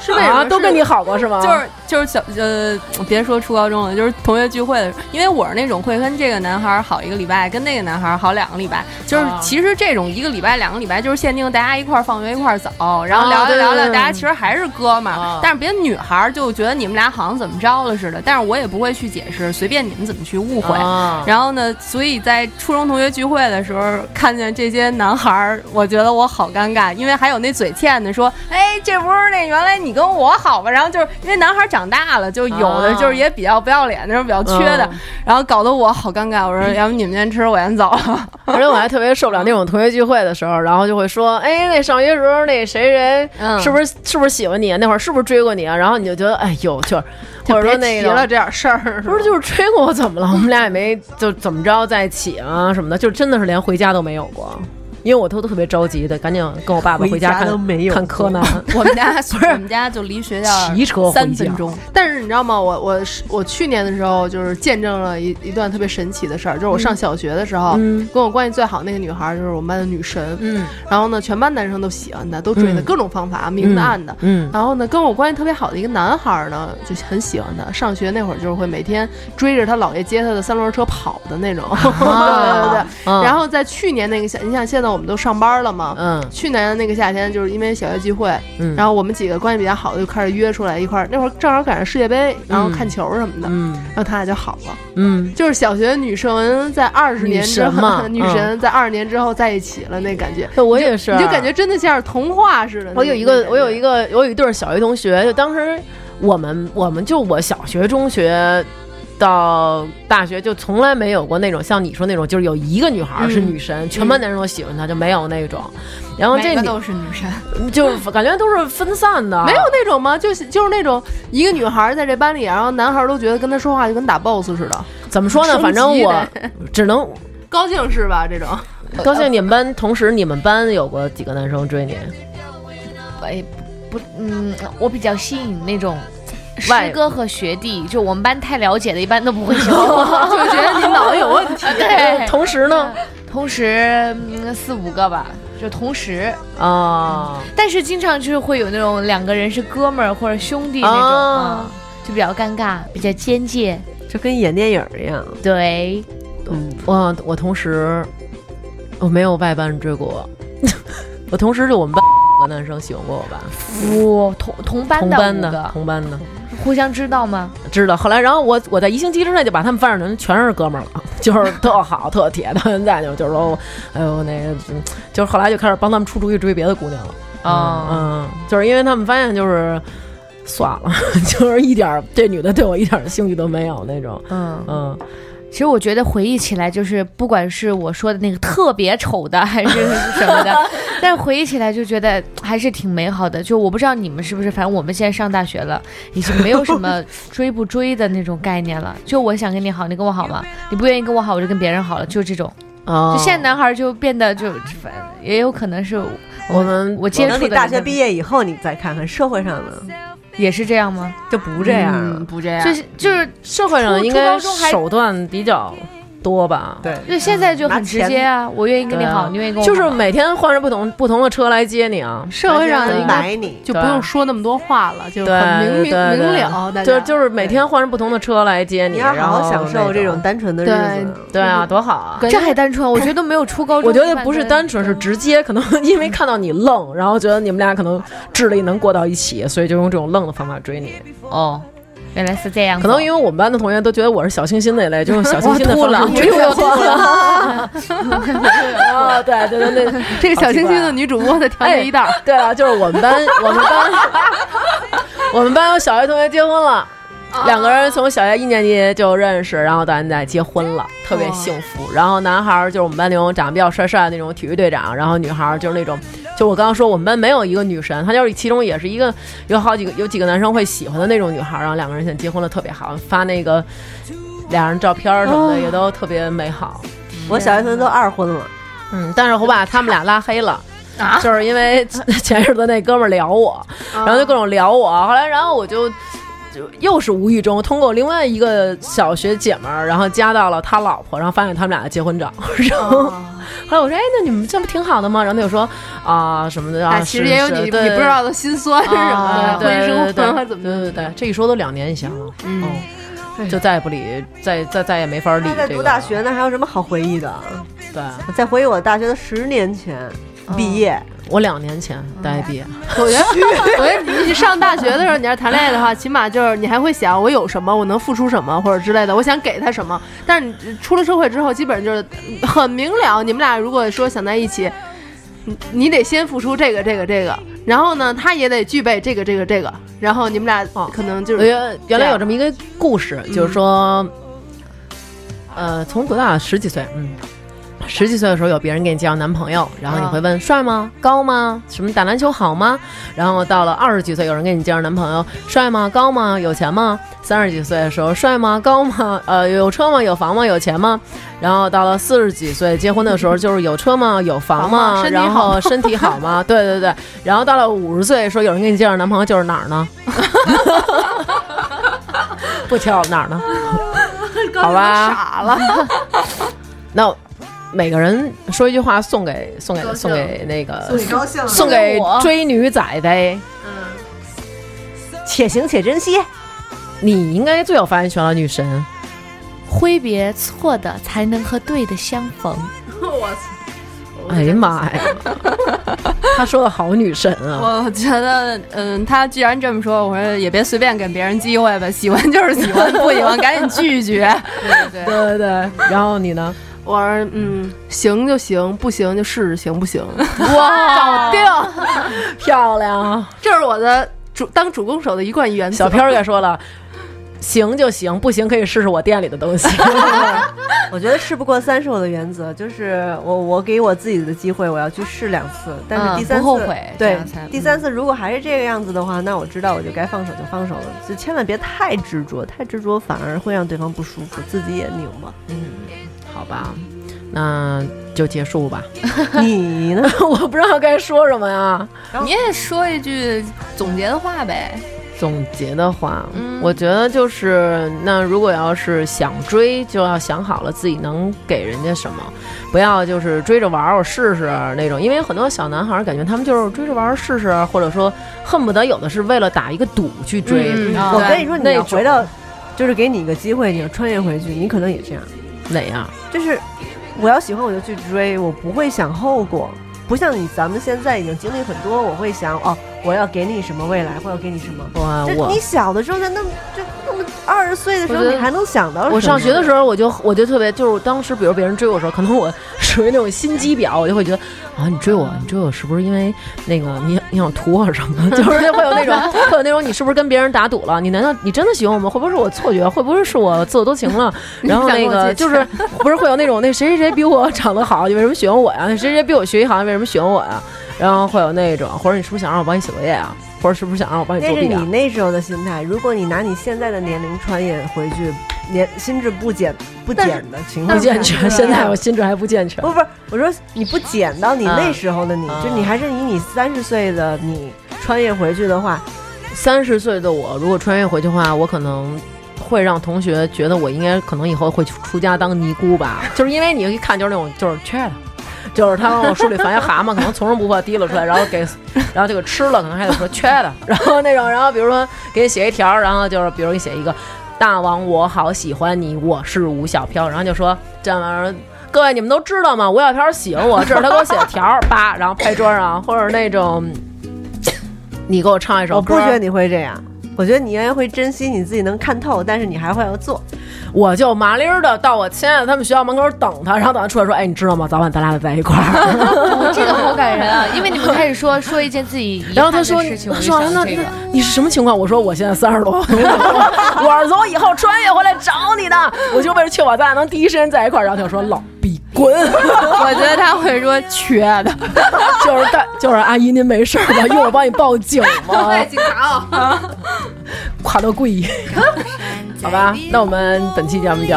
S5: 是啊，都跟你好过是吗？
S9: 就是就是小呃，别说初高中了，就是同学聚会的时候，因为我是那种会跟这个男孩儿好一个礼拜，跟那个男孩儿好两个礼拜，就是
S5: 啊
S9: 其实这种一个礼拜、两个礼拜就是限定大家一块儿放学一块儿走，然后
S5: 啊
S9: 聊
S5: 对
S9: 着聊着，
S5: 对
S9: 大家其实还是哥们
S5: 啊
S9: 儿，但是别的女孩儿就觉得你们俩好像怎么着了似的，但是我也不会去解释，随便你们怎么去误会。
S5: 啊
S9: 然后呢，所以在初中同学聚会的时候，看见这些男孩儿，我觉得我好尴尬，因为还有那嘴欠的说，哎，这不是那原来你跟我好吧？然后就是因为男孩儿长大了，就有的
S5: 啊嗯
S9: 就是也比较不要脸，那种比较缺的，然后搞得我好尴尬。我说，哎要不你们先吃，我先 走了。
S5: 而且我还特别受不了那种同学聚会的时候，然后就会说，哎，那上学时候那谁谁
S9: 嗯
S5: 是不是是不是喜欢你啊？那会儿是不是追过你啊？然后你就觉得，哎呦，就是或者说那
S8: 别提了
S5: 个。
S8: 这点事儿，
S5: 不是，就是追过我怎么了？我们俩也没就怎么着在一起啊什么的，就真的是连回家都没有过，因为我都特别着急的，赶紧跟我爸爸回
S7: 回家
S5: 看
S7: 都没有
S5: 看柯南，
S9: 我们家不是，我们家就离学校
S5: 骑车回
S9: 三
S5: 家
S9: 分钟。
S8: 但是你知道吗？我我是我去年的时候，就是见证了一一段特别神奇的事儿，就是我上小学的时候，
S5: 嗯
S8: 跟我关系最好那个女孩儿就是我们班的女神，
S5: 嗯，
S8: 然后呢，全班男生都喜欢她，都追她，
S5: 嗯
S8: 各种方法，明的暗的。
S5: 嗯
S8: 然后呢，跟我关系特别好的一个男孩儿呢，就很喜欢她。上学那会儿就是会每天追着她姥爷接她的三轮车跑的那种。 对对对。
S5: 嗯
S8: 然后在去年那个夏，你想现在我们都上班了嘛，
S5: 嗯
S8: 去年的那个夏天，就是因为小学聚会，
S5: 嗯
S8: 然后我们几个关系比较好的就开始约出来一块儿。那会儿正好赶上世界杯，然后看球什么的，
S5: 嗯
S8: 然后他俩就好了。
S5: 嗯，
S8: 就是小学女生在二十年之
S5: 女神嘛
S8: 后， 女神在二十年之后在一起了，那感觉，
S5: 对我也是，啊
S8: 你就感觉真的像是童话
S9: 嗯
S8: 似的。
S5: 我有一个，我有一
S8: 个，
S5: 个，我有一对儿小学同学，就当时我们，我们就我小学、中学到大学，就从来没有过那种像你说那种，就是有一个女孩儿是女神，全班男生都喜欢她，就没有那种。然后这
S9: 每个
S5: 女
S9: 都是女生，
S5: 啊就是感觉都是分散的，
S8: 没有那种吗？就是就是那种一个女孩在这班里，然后男孩都觉得跟她说话就跟打 boss 似的，
S5: 怎么说呢？
S8: 升级
S5: 反正 我 只能
S8: 高兴是吧？这种
S5: 高兴你们班，同时你们班有过几个男生追你？
S6: 哎，不，嗯，我比较吸引那种师
S5: 外
S6: 哥和学弟，就我们班太了解的，一般都不会 喜欢我。
S8: 就觉得你脑子有
S6: 啊
S8: 问题。
S6: 对，
S5: 同时呢？
S6: 同时、嗯、四五个吧，就同时，
S5: 啊，
S6: 但是经常就是会有那种两个人是哥们儿或者兄弟那种，
S5: 啊
S6: 啊、就比较尴尬，比较奸介。
S7: 就跟演电影儿一样。
S6: 对，
S7: 嗯，
S5: 我我同时我没有外班追过， 我同时就我们班 有个男生喜欢过我吧，
S6: 哇、同同班
S5: 同
S6: 的
S5: 班
S6: 五
S5: 的
S6: 个，
S5: 同班的
S6: 互相知道吗？
S5: 知道。后来，然后我我在一星期之内就把他们班上人全是哥们儿了， 就是特好特铁。到现在就就是说，哎呦那个，嗯就是后来就开始帮他们出主意追别的姑娘了。
S6: 啊、
S5: 嗯，就是因为他们发现就是算了， 就是一点儿这女的对我一点儿兴趣都没有那种。
S6: 嗯
S5: 嗯，
S6: 其实我觉得回忆起来，就是不管是我说的那个特别丑的，还是 什么的，但是回忆起来就觉得还是挺美好的。就我不知道你们是不是，反正我们现在上大学了，已经没有什么追不追的那种概念了。就我想跟你好，你跟 我好吗？你不愿意跟我好，我就跟别人好了，就这种。
S5: 哦
S6: 就现在男孩就变得就反也有可能是
S5: 我们
S6: 我接
S7: 等
S6: 触
S7: 你
S6: 的
S7: 大学
S6: 人
S7: 毕业以后，你再看看社会上的
S6: 也是这样吗？
S7: 就不这样了。
S8: 嗯，不这样。
S6: 就是就是
S5: 啊社会上应该
S6: 初初高中还
S5: 手段比较多吧？
S7: 对，
S6: 就现在就
S7: 拿
S6: 很直
S7: 钱
S6: 接啊！我愿意跟
S5: 对
S6: 你
S5: 啊
S6: 好，你愿意跟我
S5: 就是
S6: 好吗
S5: 每天换着不同不同的车来接你啊。
S8: 社会上应该
S7: 买你，
S8: 就不用说那么多话了，就
S5: 对
S8: 很明明
S5: 对
S8: 明
S5: 对
S8: 了。大
S5: 就
S8: 家
S5: 就是每天换着不同的车来接
S7: 你
S5: 你，
S7: 要
S5: 然
S7: 好
S5: 后
S7: 好享
S5: 那
S7: 受这种单纯的日子。
S5: 对啊，多好啊！
S8: 跟
S6: 这还单纯，我觉得都没有初高中。
S5: 我觉得不是单纯是直接，可能因为看到你愣，然后觉得你们俩可能智力能过到一起，所以就用这种愣的方法追你。
S6: 哦，原来是这样。
S5: 可能因为我们班的同学都觉得我是小清新那一类，就用小清新的方式追我。 哦，对对对对，
S8: 这个小清
S5: 好奇
S8: 新
S5: 怪啊
S8: 的女主播的调节一道，
S5: 对了，就是我们班，我们班， 我们班有小学同学结婚了。两个人从小学一年级就认识，然后到现在结婚了，特别幸福。然后男孩儿就是我们班那种长得比较帅帅的那种体育队长，然后女孩儿就是那种，就我刚刚说我们班没有一个女神，她就是其中也是一个有好几个有几个男生会喜欢的那种女孩儿。然后两个人现在结婚了，特别好，发那个 俩人照片儿什么的也都特别美好。
S7: 我小学同学都二婚了，
S5: 嗯，但是我把他们俩拉黑了。啊，就是因为前日子那哥们儿聊我，
S8: 嗯
S5: 然后就各种聊我，后来然后我就就又是无意中通过另外一个小学姐们儿，然后加到了他老婆，然后发现他们俩的结婚照， 然后
S8: 哦
S5: 后来我说，哎，那你们这不挺好的吗？然后他就说啊什么的，啊
S8: 哎，其实也有你你不知。道的心酸是
S5: 是是对
S8: 什么
S5: 啊
S8: 的，
S5: 对
S8: 婚姻生
S5: 对对
S8: 活怎么
S5: 对对对，这一说都两年以前了，
S8: 嗯
S5: 嗯，就再也不理，再再再也没法理
S7: 他在
S5: 这个。
S7: 读大学，那还有什么好回忆的？啊
S5: 对
S7: 我再回忆我大学的十年前
S6: 嗯
S7: 毕业，
S5: 我两年前
S8: 嗯
S5: 大学毕业，
S8: 我觉得，我觉得你上大学的时候，你要是谈恋爱的话，起码就是你还会想我有什么，我能付出什么或者之类的，我想给他什么。但是你出了社会之后，基本就是很明了，你们俩如果说想在一起，你你得先付出这个这个这个，然后呢，他也得具备这个这个这个，然后你们俩
S5: 哦
S8: 可能就
S5: 我
S8: 是嗯
S5: 原哎原来有这么一个故事，就是说，呃，从多大十几岁，嗯，十几岁的时候有别人给你介绍男朋友，然后你
S8: 啊
S5: 会问帅吗？高吗？什么打篮球好吗？然后到了二十几岁，有人给你介绍男朋友，帅吗？高吗？有钱吗？三十几岁的时候，帅吗？高吗？呃，有车吗？有房吗？有钱吗？然后到了四十几岁结婚的时候，就是有车吗？有房
S8: 房吗
S5: 吗？
S8: 身体
S5: 然
S8: 好
S5: 后身体好 吗？对对对。然后到了五十岁，说有人给你介绍男朋友，就是哪儿呢？ 不挑哪 儿呢？好吧，
S8: 傻了，
S5: 那每个人说一句话送给送给送给那个
S7: 高兴了
S5: 送给追女仔呗。
S7: 且行且珍惜。
S5: 你应该最有发言权了，女神。
S6: 挥别错的，才能和对的相逢。
S5: 哎呀妈呀， 她说的好女神啊！
S8: 我觉得，嗯，他既然这么说，我说也别随便给别人机会吧， 喜欢就是喜欢，不喜欢赶紧拒绝。对对
S5: 对对对，然后你呢？
S8: 我说，嗯，行就行，不行就试试行不行。
S5: 哇，搞定，漂亮！
S8: 这是我的主当主攻手的一贯原则。
S5: 小飘儿也说了，行就行，不行可以试试我店里的东 西。
S7: 我觉得试不过三是我的原则，就是我我给我自己的机会，我要去试两次，但是
S6: 嗯
S7: 第三次、
S6: 不后悔这
S7: 对
S6: 样才，嗯
S7: 第三次如果还是这个样子的话，那我知道我就该放手就放手了，就千万别太执着，太执着反而会让对方不舒服，自己也拧巴。
S5: 好吧，那就结束吧。
S7: 你 呢？
S5: 我不知道该说什么呀。
S9: 你也说一句总结的话呗。
S5: 总结的话，我觉得就是，那如果要是想追，就要想好了自己能给人家什么，不要就是追着玩儿，我试试那种。因为很多小男孩儿感觉他们就是追着玩儿试试，或者说恨不得有的是为了打一个赌去追。
S6: 嗯哦
S9: 啊
S7: 我跟你说，你
S5: 那
S7: 要
S5: 种
S7: 回到，就是给你一个机会，你要穿越回去，你可能也这样，
S5: 哪样？
S7: 就是我要喜欢我就去追，我不会想后果。不像你，咱们现在已经经历很多，我会想哦，我要给你什么未来，我要给你什么。
S5: 我
S7: 就
S5: 我
S7: 你小的时候，在那么就那么二十岁的时
S5: 我
S7: 候，
S5: 觉得
S7: 你还能想啊到什么？
S5: 我上学的时候，我就我就特别就是当时，比如别人追我的时候，可能我 属于那种心机婊，我就会觉得啊，你追我，你追我是不是因为那个你你想图我什么？ 就是就会有 那种会有那种你是不是跟别人打赌了？你难道你真的喜欢我吗？会不会是我错觉？会不会是我自作多情 了？然后那个就是不是会有那种那谁谁谁比我长得好，你为什么喜欢我呀？那谁谁比我学习好，你为什么喜欢我呀？然后会有那种，或者你是不是想让我帮你写作业啊？或者是不是想让我帮你
S7: 那
S5: 作
S7: 是
S5: 弊
S7: 你
S5: 啊？
S7: 那时候的心态。如果你拿你现在的年龄穿越回去，年心智不减不减的情
S5: 不
S7: 况下，
S5: 健全，现在我心智还不健全
S7: 不。不，我说你不减到你
S5: 嗯
S7: 那时候的你，
S5: 嗯
S7: 就你还是以你三十岁的你穿越回去的话，
S5: 三十岁的我，如果穿越回去的话，我可能会让同学觉得我应该可能以后会出家当尼姑吧，就是因为你一看就是那种就是缺的。就是他往我书里放一蛤蟆，可能从容不迫地提溜出来，然后给，然后这个吃了，可能还得说缺的，然后那种，然后比如说给你写一条，然后就是比如你写一个大王我好喜欢你，我是吴小飘，然后就说这玩意儿。各位，你们都知道吗？吴小飘喜欢我，这是他给我写的条儿，叭，然后拍桌上，或者那种，你给我唱一首
S7: 我
S5: 歌，
S7: 不觉得你会这样。我觉得你应该会珍惜你自己能看透，但是你还会要做。
S5: 我就麻溜儿的到我亲爱的他们学校门口等他，然后等他出来说：“哎，你知道吗？早晚咱俩得在一块儿。
S6: 这个好感人啊！因为你们开 始说说一件自己遗”
S5: 然后
S6: 憾
S5: 他
S6: 的
S5: 说：“
S6: 事情，
S5: 他
S6: 我就
S5: 说
S6: 想
S5: 那
S6: 到这
S5: 那
S6: 个。
S5: 你是什么情况？”我说：“我现在三十多，我是从以后穿越回来找你的，我就为了确保咱俩能第一时间在一块儿。”然后他就说：“老逼，滚！”
S9: 我觉得他会说缺的，
S5: 就是大就是阿姨，您没事儿吧？一会儿帮你报警吗？
S9: 警察哦。
S5: 夸到贵。好吧，那我们本期节目就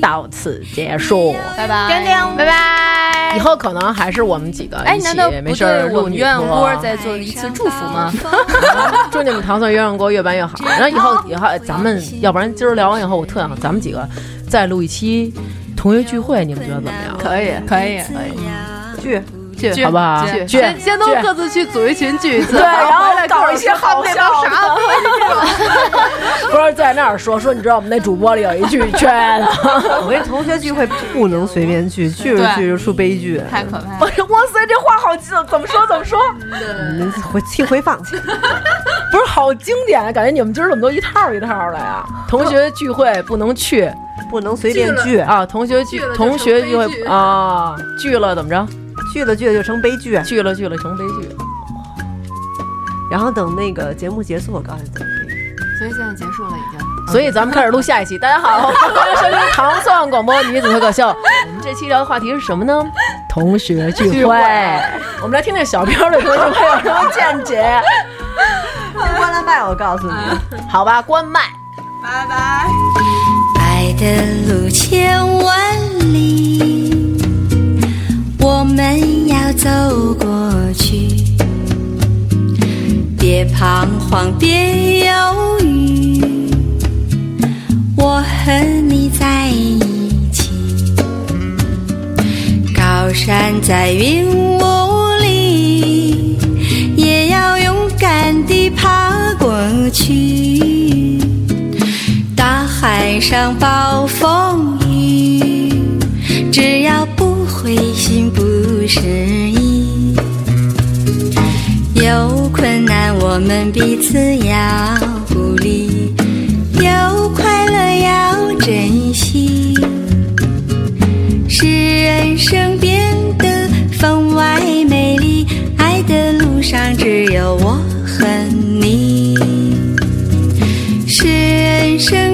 S5: 到此结束。
S6: 拜拜，
S9: 这样
S6: 拜
S5: 以
S6: 拜。
S5: 后可能还是我们几个
S9: 哎，
S5: 一起
S9: 难道
S5: 没
S9: 不
S5: 事儿
S9: 对我
S5: 录
S9: 们
S5: 女
S9: 鸳鸯
S5: 播
S9: 锅再做一次祝福吗？
S5: 哎 祝你们糖蒜鸳鸯锅越办越好。然后以后以后咱们，要不然今儿聊完以后，我特想咱们几个再录一期同学聚会，你们觉得怎么样？
S9: 可以，可以，啊可以。
S7: 去，
S9: 聚
S5: 好不好？
S9: 聚
S5: 聚
S9: 先先都
S5: 聚
S9: 各自去组一群聚一次，
S5: 对，然后
S9: 回来
S5: 搞一些好笑
S9: 搞啥
S5: 的。 不是在那儿说说，你知道我们那主播里有一句缺 的，
S7: 我跟同学聚会不能随便去，去了去就出悲剧。
S9: 太可怕
S5: 我
S9: 了。
S5: 说哇塞，这话好怎怎么说怎么说？
S7: 你回去回放去。
S5: 不是好经典，感觉你们今儿怎么都一套一套的呀？同学聚会不能去
S7: 不能随便聚，
S5: 啊，同学聚
S8: 去了就
S5: 同学聚
S8: 成悲
S5: 会
S8: 剧
S5: 啊，聚了怎么着？
S7: 聚了聚了就成悲剧。啊
S5: 聚了聚了成悲剧。
S7: 然后等那个节目结束，我告诉你怎么悲剧。
S8: 所以现在结束了，已经。
S5: 所以咱们开始录下一期。大家好， 欢迎收听糖蒜广播女子脱口秀。我们这期聊的话题是什么呢？同学聚 会。我们来听听小彪对同学聚会有什么见解？
S7: 先关了麦，我告诉你。
S5: 好吧，关麦。
S3: 爱的路千万里，我们要走过去。别彷徨，别犹豫，我和你在一起。高山在云雾里，也要勇敢地爬过去。大海上暴风雨，只要不灰心不失意。有困难我们彼此要鼓励，有快乐要珍惜，使人生变得分外美丽。爱的路上只有我和你。使人生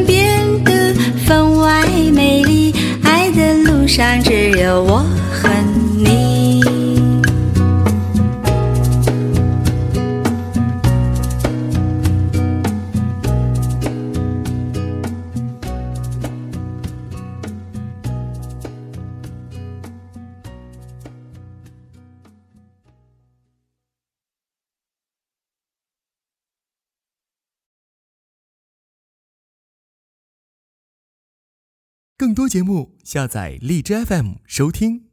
S4: 更多节目，下载荔枝 FM 收听。